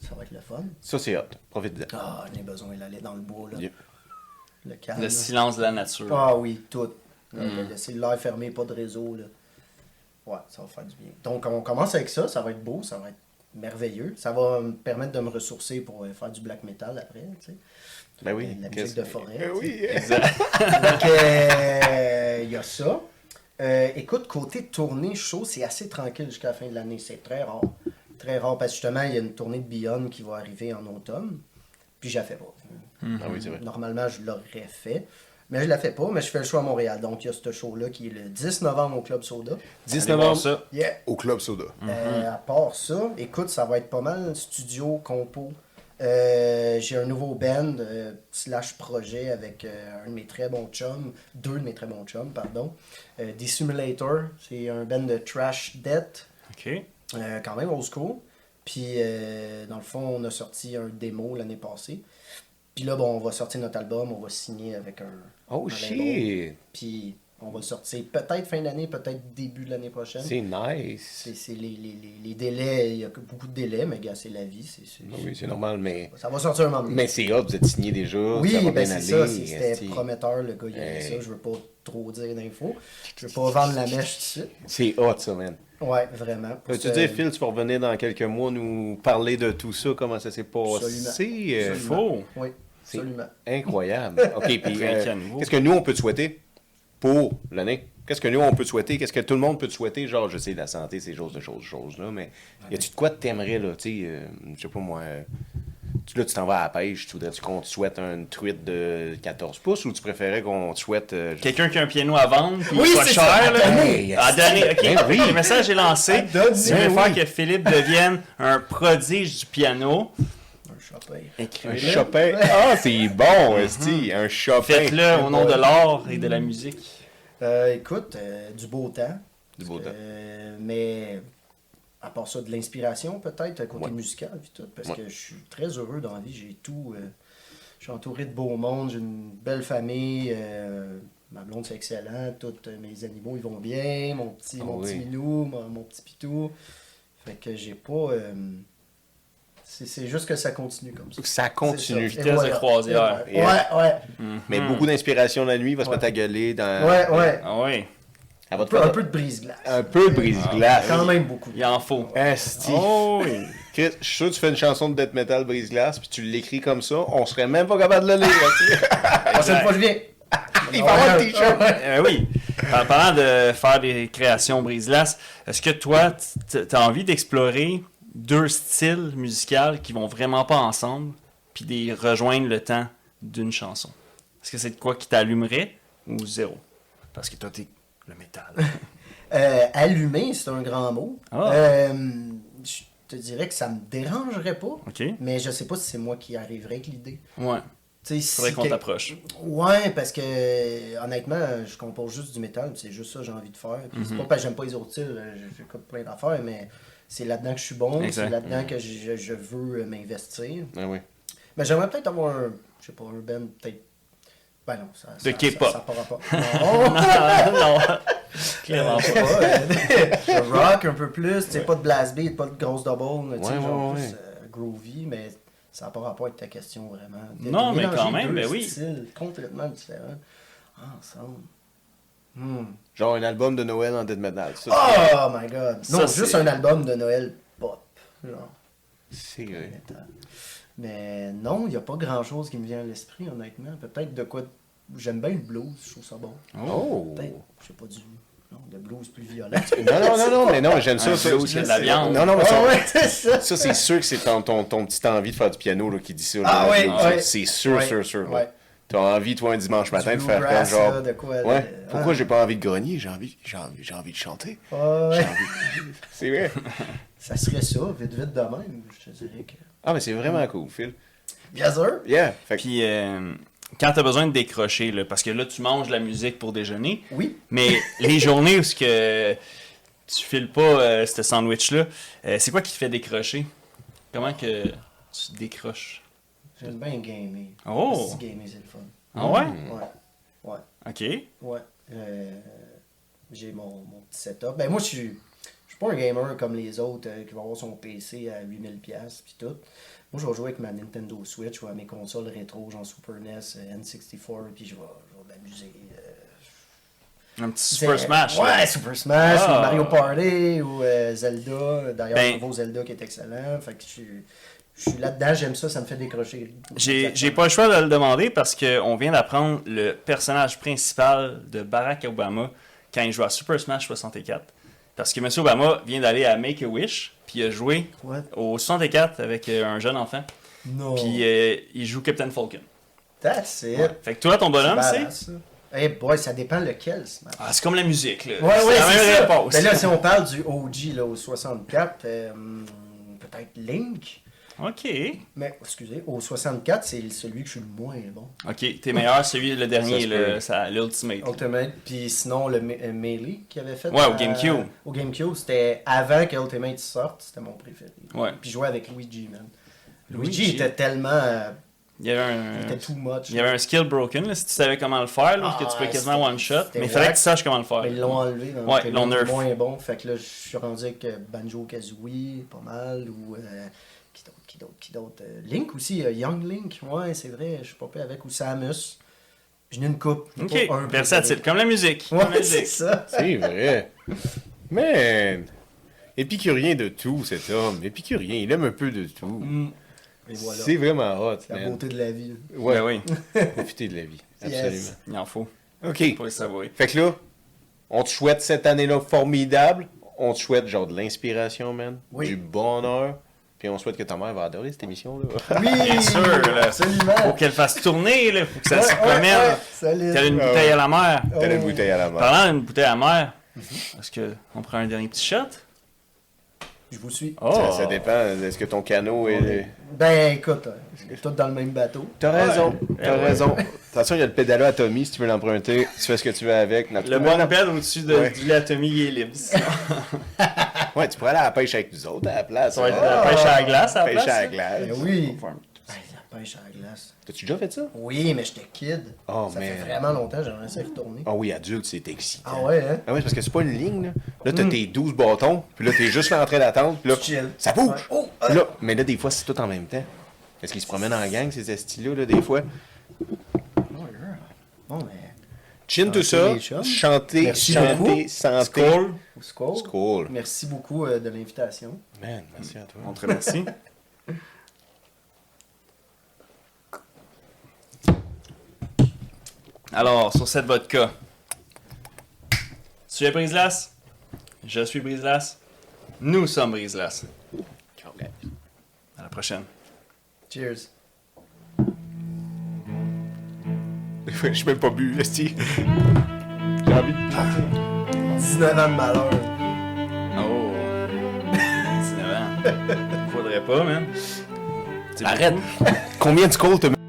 [SPEAKER 2] ça va être le fun.
[SPEAKER 1] ça, c'est hot. Profite-en.
[SPEAKER 2] Ah, j'en ai besoin d'aller dans le bois, là.
[SPEAKER 1] Yeah.
[SPEAKER 2] Le calme.
[SPEAKER 3] Ah, Le
[SPEAKER 2] là.
[SPEAKER 3] silence Hmm. de la nature.
[SPEAKER 2] Ah oui, tout. Euh, Le- Le cellulaire fermé, pas de réseau, là. Ouais, ça va faire du bien. Donc, on commence avec ça. Ça va être beau, ça va être merveilleux. Ça va me permettre de me ressourcer pour euh, faire du black metal après, tu sais.
[SPEAKER 1] Ben oui.
[SPEAKER 2] De la
[SPEAKER 1] qu'est-ce-
[SPEAKER 2] musique de forêt.
[SPEAKER 1] Ben
[SPEAKER 2] tu sais.
[SPEAKER 1] oui.
[SPEAKER 2] Donc, euh, il y a ça. Euh, écoute, côté tournée show, c'est assez tranquille jusqu'à la fin de l'année. C'est très rare. Très rare parce que justement, il y a une tournée de Beyond qui va arriver en automne. Puis je la fais pas.
[SPEAKER 1] Ah oui, c'est vrai.
[SPEAKER 2] Normalement, je l'aurais fait. Mais je la fais pas, mais je fais le show à Montréal. Donc, il y a ce show-là qui est le 10 novembre au Club Soda.
[SPEAKER 1] 10
[SPEAKER 3] Allez voir
[SPEAKER 1] novembre.
[SPEAKER 3] ça.
[SPEAKER 2] Yeah!
[SPEAKER 4] Au Club Soda.
[SPEAKER 1] Mhm.
[SPEAKER 2] Euh, à part ça, écoute, ça va être pas mal studio, compo. Euh, j'ai un nouveau band euh, slash projet avec euh, un de mes très bons chums, deux de mes très bons chums, pardon. Euh, The Simulator, c'est un band de trash death,
[SPEAKER 3] OK.
[SPEAKER 2] euh, quand même old school. Puis euh, dans le fond, on a sorti un démo l'année passée. Puis là, bon, on va sortir notre album, on va signer avec un. un
[SPEAKER 1] Oh
[SPEAKER 2] label.
[SPEAKER 1] shit!
[SPEAKER 2] Puis on va le sortir peut-être fin d'année, peut-être début de l'année prochaine.
[SPEAKER 1] C'est nice.
[SPEAKER 2] C'est c'est les, les- les- les délais, il y a que beaucoup de délais, mais gars, c'est la vie. c'est- c'est-
[SPEAKER 1] Non, Oui, c'est normal, mais.
[SPEAKER 2] Ça va sortir un moment donné.
[SPEAKER 1] Mais c'est hot, vous êtes signé déjà.
[SPEAKER 2] oui,
[SPEAKER 1] ça va
[SPEAKER 2] ben
[SPEAKER 1] bien
[SPEAKER 2] c'est
[SPEAKER 1] aller,
[SPEAKER 2] ça,
[SPEAKER 1] euh,
[SPEAKER 2] c'est- c'était
[SPEAKER 1] esti.
[SPEAKER 2] prometteur, le gars, il aimait
[SPEAKER 1] Hey.
[SPEAKER 2] ça, je veux pas trop dire
[SPEAKER 1] (laughs)
[SPEAKER 2] d'infos, je veux pas vendre la mèche tout de suite.
[SPEAKER 1] C'est hot, ça, man.
[SPEAKER 2] Ouais, vraiment. pour
[SPEAKER 1] Euh, Tu
[SPEAKER 2] ce-
[SPEAKER 1] dis, Phil, tu vas revenir dans quelques mois nous parler de tout ça, comment ça s'est passé.
[SPEAKER 2] Absolument.
[SPEAKER 1] euh,
[SPEAKER 2] Absolument.
[SPEAKER 3] faux.
[SPEAKER 2] Oui,
[SPEAKER 1] C'est
[SPEAKER 2] absolument.
[SPEAKER 1] (laughs) Incroyable. OK, puis
[SPEAKER 3] Très
[SPEAKER 1] euh,
[SPEAKER 3] canevas.
[SPEAKER 1] qu'est-ce que nous, on peut te souhaiter pour l'année? Qu'est-ce que nous, on peut te souhaiter? Qu'est-ce que tout le monde peut te souhaiter? Genre, je sais, la santé, ces choses de choses, choses, là, mais y a-tu de quoi t'aimerais, là, tu sais, euh, je sais pas moi... euh, tu, là, tu t'en vas à la pêche, tu voudrais qu'on te souhaite une truite de 14 pouces ou tu préférais qu'on te souhaite... euh, je-
[SPEAKER 3] Quelqu'un qui a un piano à vendre, puis
[SPEAKER 2] Oui,
[SPEAKER 3] pas
[SPEAKER 2] c'est
[SPEAKER 3] cher,
[SPEAKER 2] ça, Ah, à
[SPEAKER 3] là.
[SPEAKER 2] donner.
[SPEAKER 3] À donner, ok.
[SPEAKER 1] Ben oui.
[SPEAKER 3] Le message est lancé.
[SPEAKER 2] À donner.
[SPEAKER 3] Si vous voulez
[SPEAKER 1] Ben
[SPEAKER 3] faire
[SPEAKER 1] oui.
[SPEAKER 3] que Philippe devienne un prodige du piano,
[SPEAKER 2] Un Chopin.
[SPEAKER 1] un
[SPEAKER 3] écrivez-le.
[SPEAKER 1] Chopin. Ah, c'est bon, esti, un Chopin.
[SPEAKER 3] Faites-le au nom
[SPEAKER 2] Ouais.
[SPEAKER 3] de l'art et de la musique.
[SPEAKER 2] Euh, écoute, euh, du beau temps.
[SPEAKER 1] Du beau temps.
[SPEAKER 2] Euh, mais à part ça, de l'inspiration peut-être, euh, côté
[SPEAKER 1] Ouais.
[SPEAKER 2] musical puis tout, parce
[SPEAKER 1] Ouais.
[SPEAKER 2] que je suis très heureux dans la vie. J'ai tout. euh, je suis entouré de beau monde, j'ai une belle famille. euh, ma blonde c'est excellent, tous euh, mes animaux ils vont bien, mon petit,
[SPEAKER 1] Ah
[SPEAKER 2] mon
[SPEAKER 1] oui.
[SPEAKER 2] petit minou, mon, mon petit pitou. Fait que j'ai pas. euh, c'est c'est juste que ça continue comme ça.
[SPEAKER 1] Ça
[SPEAKER 2] C'est
[SPEAKER 1] continue.
[SPEAKER 2] ça. Et
[SPEAKER 3] Vitesse de croisière.
[SPEAKER 2] Et voilà. Ouais, ouais.
[SPEAKER 1] Mais beaucoup d'inspiration la nuit, va se
[SPEAKER 2] Hmm. Ouais.
[SPEAKER 1] mettre à gueuler dans...
[SPEAKER 2] Ouais, ouais.
[SPEAKER 3] Ah oui,
[SPEAKER 1] Elle va
[SPEAKER 2] Un
[SPEAKER 1] te
[SPEAKER 2] peu,
[SPEAKER 1] faire
[SPEAKER 2] un peu de brise-glace.
[SPEAKER 1] un peu de brise-glace.
[SPEAKER 2] Ah, Quand même beaucoup.
[SPEAKER 3] il en faut.
[SPEAKER 1] Esti.
[SPEAKER 3] Oh (laughs) oui.
[SPEAKER 1] Chris, je suis sûr que tu fais une chanson de death metal brise-glace, puis tu l'écris comme ça, on serait même pas capable de le
[SPEAKER 2] (laughs)
[SPEAKER 1] lire.
[SPEAKER 2] Prochaine fois, je viens.
[SPEAKER 1] Il va avoir un t-shirt.
[SPEAKER 3] Euh, oui. En parlant de faire des créations brise-glace, est-ce que toi, tu as envie d'explorer deux styles musicaux qui vont vraiment pas ensemble, puis de rejoindre le temps d'une chanson? Est-ce que c'est de quoi qui t'allumerait ou zéro? Parce que toi, t'es le métal.
[SPEAKER 2] Euh, allumé, c'est un grand mot.
[SPEAKER 3] Ah.
[SPEAKER 2] Euh, je te dirais que ça me dérangerait pas.
[SPEAKER 3] OK.
[SPEAKER 2] Mais je sais pas si c'est moi qui arriverais avec l'idée.
[SPEAKER 3] Ouais.
[SPEAKER 2] Tu sais,
[SPEAKER 3] Faudrait
[SPEAKER 2] si
[SPEAKER 3] qu'on
[SPEAKER 2] quel-
[SPEAKER 3] t'approche.
[SPEAKER 2] Ouais, parce que honnêtement, je compose juste du métal, c'est juste ça que j'ai envie de faire. Puis
[SPEAKER 3] Mhm.
[SPEAKER 2] C'est pas parce que j'aime pas les autres styles, euh, j'écoute plein d'affaires, mais c'est là-dedans que je suis bon,
[SPEAKER 3] Exact.
[SPEAKER 2] c'est là-dedans que je, je- je veux euh, m'investir.
[SPEAKER 1] Ah oui.
[SPEAKER 2] Mais j'aimerais peut-être avoir un, je sais pas, un band peut-être. Ben non, ça. ça-
[SPEAKER 3] K-pop.
[SPEAKER 2] Ça, ça, part rapport. Non.
[SPEAKER 3] Ah, (laughs) non. Clairement
[SPEAKER 2] Je sais
[SPEAKER 3] pas. hein.
[SPEAKER 2] pas, (laughs) euh, le rock un peu plus, tu sais, pas de blast beat, pas de grosse double, tu sais,
[SPEAKER 1] Ouais,
[SPEAKER 2] genre
[SPEAKER 1] ouais,
[SPEAKER 2] plus euh, groovy, mais ça n'a pas rapport avec ta question vraiment. De
[SPEAKER 3] Non, mais
[SPEAKER 2] mélanger
[SPEAKER 3] quand même,
[SPEAKER 2] deux
[SPEAKER 3] ben oui.
[SPEAKER 2] styles complètement différents ensemble. Hmm.
[SPEAKER 1] Genre un album de Noël en death metal. Ça,
[SPEAKER 2] Oh my god!
[SPEAKER 3] Ça,
[SPEAKER 2] Non,
[SPEAKER 3] c'est-
[SPEAKER 2] juste un album de Noël pop, genre.
[SPEAKER 1] c'est vrai.
[SPEAKER 2] metal. Mais non, il n'y a pas grand chose qui me vient à l'esprit, honnêtement. Peut-être de quoi. J'aime bien le blues, je trouve ça bon.
[SPEAKER 1] Oh!
[SPEAKER 2] Peut-être, je sais pas du. Non, le blues plus violent.
[SPEAKER 1] Non, non, non, non, mais non, j'aime ça.
[SPEAKER 3] Un
[SPEAKER 1] ça.
[SPEAKER 3] blues, c'est de la viande.
[SPEAKER 1] Non, non, mais ça,
[SPEAKER 2] Ah ouais, (laughs) c'est ça!
[SPEAKER 1] ça, c'est sûr que c'est ton, ton, ton petit envie de faire du piano là, qui dit ça. là.
[SPEAKER 2] Ah ouais,
[SPEAKER 1] Ça,
[SPEAKER 2] ouais.
[SPEAKER 1] C'est sûr,
[SPEAKER 2] Ouais,
[SPEAKER 1] sûr, sûr. là.
[SPEAKER 2] ouais.
[SPEAKER 1] T'as envie, toi, un dimanche matin, de faire comme
[SPEAKER 2] bluegrass,
[SPEAKER 1] genre.
[SPEAKER 2] là, de quoi, de-
[SPEAKER 1] ouais. Pourquoi
[SPEAKER 2] ah.
[SPEAKER 1] j'ai pas envie de grogner J'ai envie, j'ai envie, j'ai envie de chanter.
[SPEAKER 2] Ouais, ouais.
[SPEAKER 1] (laughs) C'est vrai.
[SPEAKER 2] Ça serait ça, vite, vite de même, je te dirais que.
[SPEAKER 1] Ah, mais c'est vraiment cool, Phil.
[SPEAKER 2] Bien sûr!
[SPEAKER 1] Yeah. Fait que-
[SPEAKER 3] Puis euh, quand t'as besoin de décrocher, là, parce que là, tu manges de la musique pour déjeuner,
[SPEAKER 2] Oui, (laughs)
[SPEAKER 3] mais les journées où ce que tu files pas euh, ce sandwich-là, euh, c'est quoi qui te fait décrocher? Comment que tu décroches?
[SPEAKER 2] j'aime bien gamer.
[SPEAKER 3] Oh!
[SPEAKER 2] Si gamer, c'est le fun.
[SPEAKER 3] Ah ouais?
[SPEAKER 2] Ouais, ouais,
[SPEAKER 3] OK.
[SPEAKER 2] ouais. Euh, j'ai mon, mon petit setup. Ben, moi, je suis. Je suis pas un gamer comme les autres euh, qui va avoir son PC à 8000$ puis tout. Moi, je vais jouer avec ma Nintendo Switch ou à mes consoles rétro, genre Super NES, euh, N64, puis je vais, je vais m'amuser. euh,
[SPEAKER 3] Un petit Super
[SPEAKER 2] C'est-
[SPEAKER 3] Smash.
[SPEAKER 2] Ouais,
[SPEAKER 3] là.
[SPEAKER 2] Super Smash,
[SPEAKER 3] Ah.
[SPEAKER 2] ou Mario Party, ou euh, Zelda. D'ailleurs,
[SPEAKER 3] Ben-
[SPEAKER 2] le nouveau Zelda qui est excellent. Fait que je suis- je suis là-dedans, j'aime ça, ça me fait décrocher.
[SPEAKER 3] J'ai j'ai pas le choix de le demander parce qu'on vient d'apprendre le personnage principal de Barack Obama quand il joue à Super Smash 64. Parce que M. Obama vient d'aller à Make-A-Wish, puis il a joué
[SPEAKER 2] What?
[SPEAKER 3] au 64 avec euh, un jeune enfant,
[SPEAKER 2] Non.
[SPEAKER 3] puis euh, il joue Captain Falcon.
[SPEAKER 2] That's it.
[SPEAKER 3] Fait que toi, ton bonhomme, c'est...
[SPEAKER 2] Badass, ça. Eh boy, ça dépend lequel, ce match.
[SPEAKER 3] Ah, c'est comme la musique, là.
[SPEAKER 2] Ouais,
[SPEAKER 3] c'est
[SPEAKER 2] ouais,
[SPEAKER 3] la même
[SPEAKER 2] c'est ça.
[SPEAKER 3] réponse.
[SPEAKER 2] Ben là, si on parle du OG, là, au 64, euh, hmm, peut-être Link.
[SPEAKER 3] OK.
[SPEAKER 2] Mais, excusez, au 64, c'est celui que je suis le moins bon.
[SPEAKER 3] OK, t'es meilleur, celui, le dernier,
[SPEAKER 1] se
[SPEAKER 3] le-
[SPEAKER 1] peut.
[SPEAKER 3] ça- l'ultimate.
[SPEAKER 2] Ultimate, puis sinon le Me- euh, Melee qu'il avait fait.
[SPEAKER 3] Ouais, au
[SPEAKER 2] euh,
[SPEAKER 3] GameCube.
[SPEAKER 2] Au GameCube, c'était avant que Ultimate sorte, c'était mon préféré.
[SPEAKER 3] Ouais.
[SPEAKER 2] Puis jouer avec Luigi, man. Luigi,
[SPEAKER 3] Luigi.
[SPEAKER 2] était tellement. euh,
[SPEAKER 3] Il y avait un...
[SPEAKER 2] il était too much.
[SPEAKER 3] Il y avait un skill broken, là, si tu savais comment le faire, là,
[SPEAKER 2] Ah,
[SPEAKER 3] que tu peux
[SPEAKER 2] ouais,
[SPEAKER 3] quasiment
[SPEAKER 2] c'était-
[SPEAKER 3] one-shot,
[SPEAKER 2] c'était
[SPEAKER 3] mais il fallait que
[SPEAKER 2] wack.
[SPEAKER 3] tu saches comment le faire.
[SPEAKER 2] Mais Ils l'ont enlevé dans
[SPEAKER 3] Ouais,
[SPEAKER 2] le
[SPEAKER 3] ils l'ont nerf.
[SPEAKER 2] moins bon. Fait que là, je suis rendu avec euh, Banjo Kazooie, pas mal. Ou. euh, qui d'autre, qui d'autre, qui d'autre. euh, Link aussi, euh, Young Link. Ouais, c'est vrai, je suis pas payé avec. Ou Samus. Je n'ai une coupe.
[SPEAKER 3] Ok,
[SPEAKER 2] Pas un
[SPEAKER 3] versatile, comme la musique.
[SPEAKER 2] préféré.
[SPEAKER 3] comme la
[SPEAKER 2] Ouais, (laughs) c'est
[SPEAKER 3] musique.
[SPEAKER 2] ça.
[SPEAKER 1] C'est vrai. Man. Épicurien de tout, cet homme. Épicurien, il aime un peu de tout.
[SPEAKER 2] Et voilà.
[SPEAKER 1] C'est vraiment hot,
[SPEAKER 2] La
[SPEAKER 1] man.
[SPEAKER 2] beauté de la vie.
[SPEAKER 1] Ouais,
[SPEAKER 3] Ben
[SPEAKER 1] (laughs)
[SPEAKER 3] oui,
[SPEAKER 1] profiter de la vie.
[SPEAKER 2] Yes.
[SPEAKER 1] Absolument.
[SPEAKER 3] il en faut
[SPEAKER 1] OK.
[SPEAKER 3] pour les savourer.
[SPEAKER 1] Fait que là, on te souhaite cette année-là formidable. On te souhaite genre de l'inspiration, man.
[SPEAKER 2] Oui.
[SPEAKER 1] Du bonheur. Puis on souhaite que ta mère va adorer cette émission-là.
[SPEAKER 2] Oui,
[SPEAKER 3] Bien sûr, là.
[SPEAKER 2] absolument.
[SPEAKER 3] Faut qu'elle fasse tourner, là, faut que ça
[SPEAKER 2] Ouais,
[SPEAKER 3] se
[SPEAKER 2] ouais,
[SPEAKER 3] promène.
[SPEAKER 2] ouais, solide.
[SPEAKER 3] T'as une bouteille à la mer.
[SPEAKER 2] Oh.
[SPEAKER 1] (laughs) T'as une bouteille à la main.
[SPEAKER 3] Parlant d'une bouteille à la mer,
[SPEAKER 2] Mhm.
[SPEAKER 3] est-ce qu'on prend un dernier petit shot?
[SPEAKER 2] Je vous suis.
[SPEAKER 3] Oh.
[SPEAKER 1] Ça, ça dépend. Est-ce que ton canot est.
[SPEAKER 2] Ben écoute, hein, on est tous dans le même bateau.
[SPEAKER 1] T'as raison. T'as
[SPEAKER 3] Ouais.
[SPEAKER 1] raison. Attention, il y a le pédalo à Tommy si tu veux l'emprunter. Tu fais ce que tu veux avec. Notre-
[SPEAKER 3] Le bon appel au-dessus de,
[SPEAKER 1] Ouais.
[SPEAKER 3] du latomie, il est libre. Ça
[SPEAKER 1] Ouais, tu pourrais aller à la pêche avec nous autres à la place.
[SPEAKER 3] va être
[SPEAKER 1] hein.
[SPEAKER 3] la pêche à la glace à la
[SPEAKER 1] Pêche
[SPEAKER 3] place, hein?
[SPEAKER 1] à la
[SPEAKER 3] là.
[SPEAKER 1] glace.
[SPEAKER 2] Ben oui.
[SPEAKER 3] Enfin,
[SPEAKER 2] Ben, la pêche à la glace.
[SPEAKER 1] T'as-tu déjà fait ça?
[SPEAKER 2] Oui, mais j'étais kid.
[SPEAKER 1] Oh,
[SPEAKER 2] ça fait
[SPEAKER 1] man.
[SPEAKER 2] vraiment longtemps, j'aimerais ça retourner.
[SPEAKER 1] Ah oui, adulte, c'est excitant.
[SPEAKER 2] Ah ouais, hein?
[SPEAKER 1] Ah oui, parce que c'est pas une ligne, là. Là, t'as tes 12 bâtons, puis là, t'es juste là en train d'attendre, puis là,
[SPEAKER 2] Hmm. Tu chill.
[SPEAKER 1] ça bouge.
[SPEAKER 2] Ouais. Oh, ah.
[SPEAKER 1] Puis là, mais là, des fois, c'est tout en même temps. Est-ce qu'ils se promènent en gang, ces estis-là, là, des fois?
[SPEAKER 2] Oh, yeah. Bon, ben, mais.
[SPEAKER 1] Chin tout
[SPEAKER 2] Chanter
[SPEAKER 1] ça,
[SPEAKER 2] les chums.
[SPEAKER 1] chanter,
[SPEAKER 2] Merci
[SPEAKER 1] chanter,
[SPEAKER 2] beaucoup.
[SPEAKER 1] santé.
[SPEAKER 3] Cool.
[SPEAKER 2] au Score.
[SPEAKER 1] Score.
[SPEAKER 2] Merci beaucoup euh, de l'invitation.
[SPEAKER 1] Man, merci à toi.
[SPEAKER 3] On te remercie. Alors, sur cette vodka, tu es Brise-Glace, je suis Brise-Glace, nous sommes Brise-Glace.
[SPEAKER 1] Ciao, guys.
[SPEAKER 3] À la prochaine.
[SPEAKER 2] Cheers.
[SPEAKER 1] (laughs) Je suis même pas bu, esti. J'ai envie de partir.
[SPEAKER 2] 19 ans de malheur.
[SPEAKER 3] (laughs) Oh! 19 ans. Faudrait pas, man.
[SPEAKER 1] Arrête! Combien de calls t'as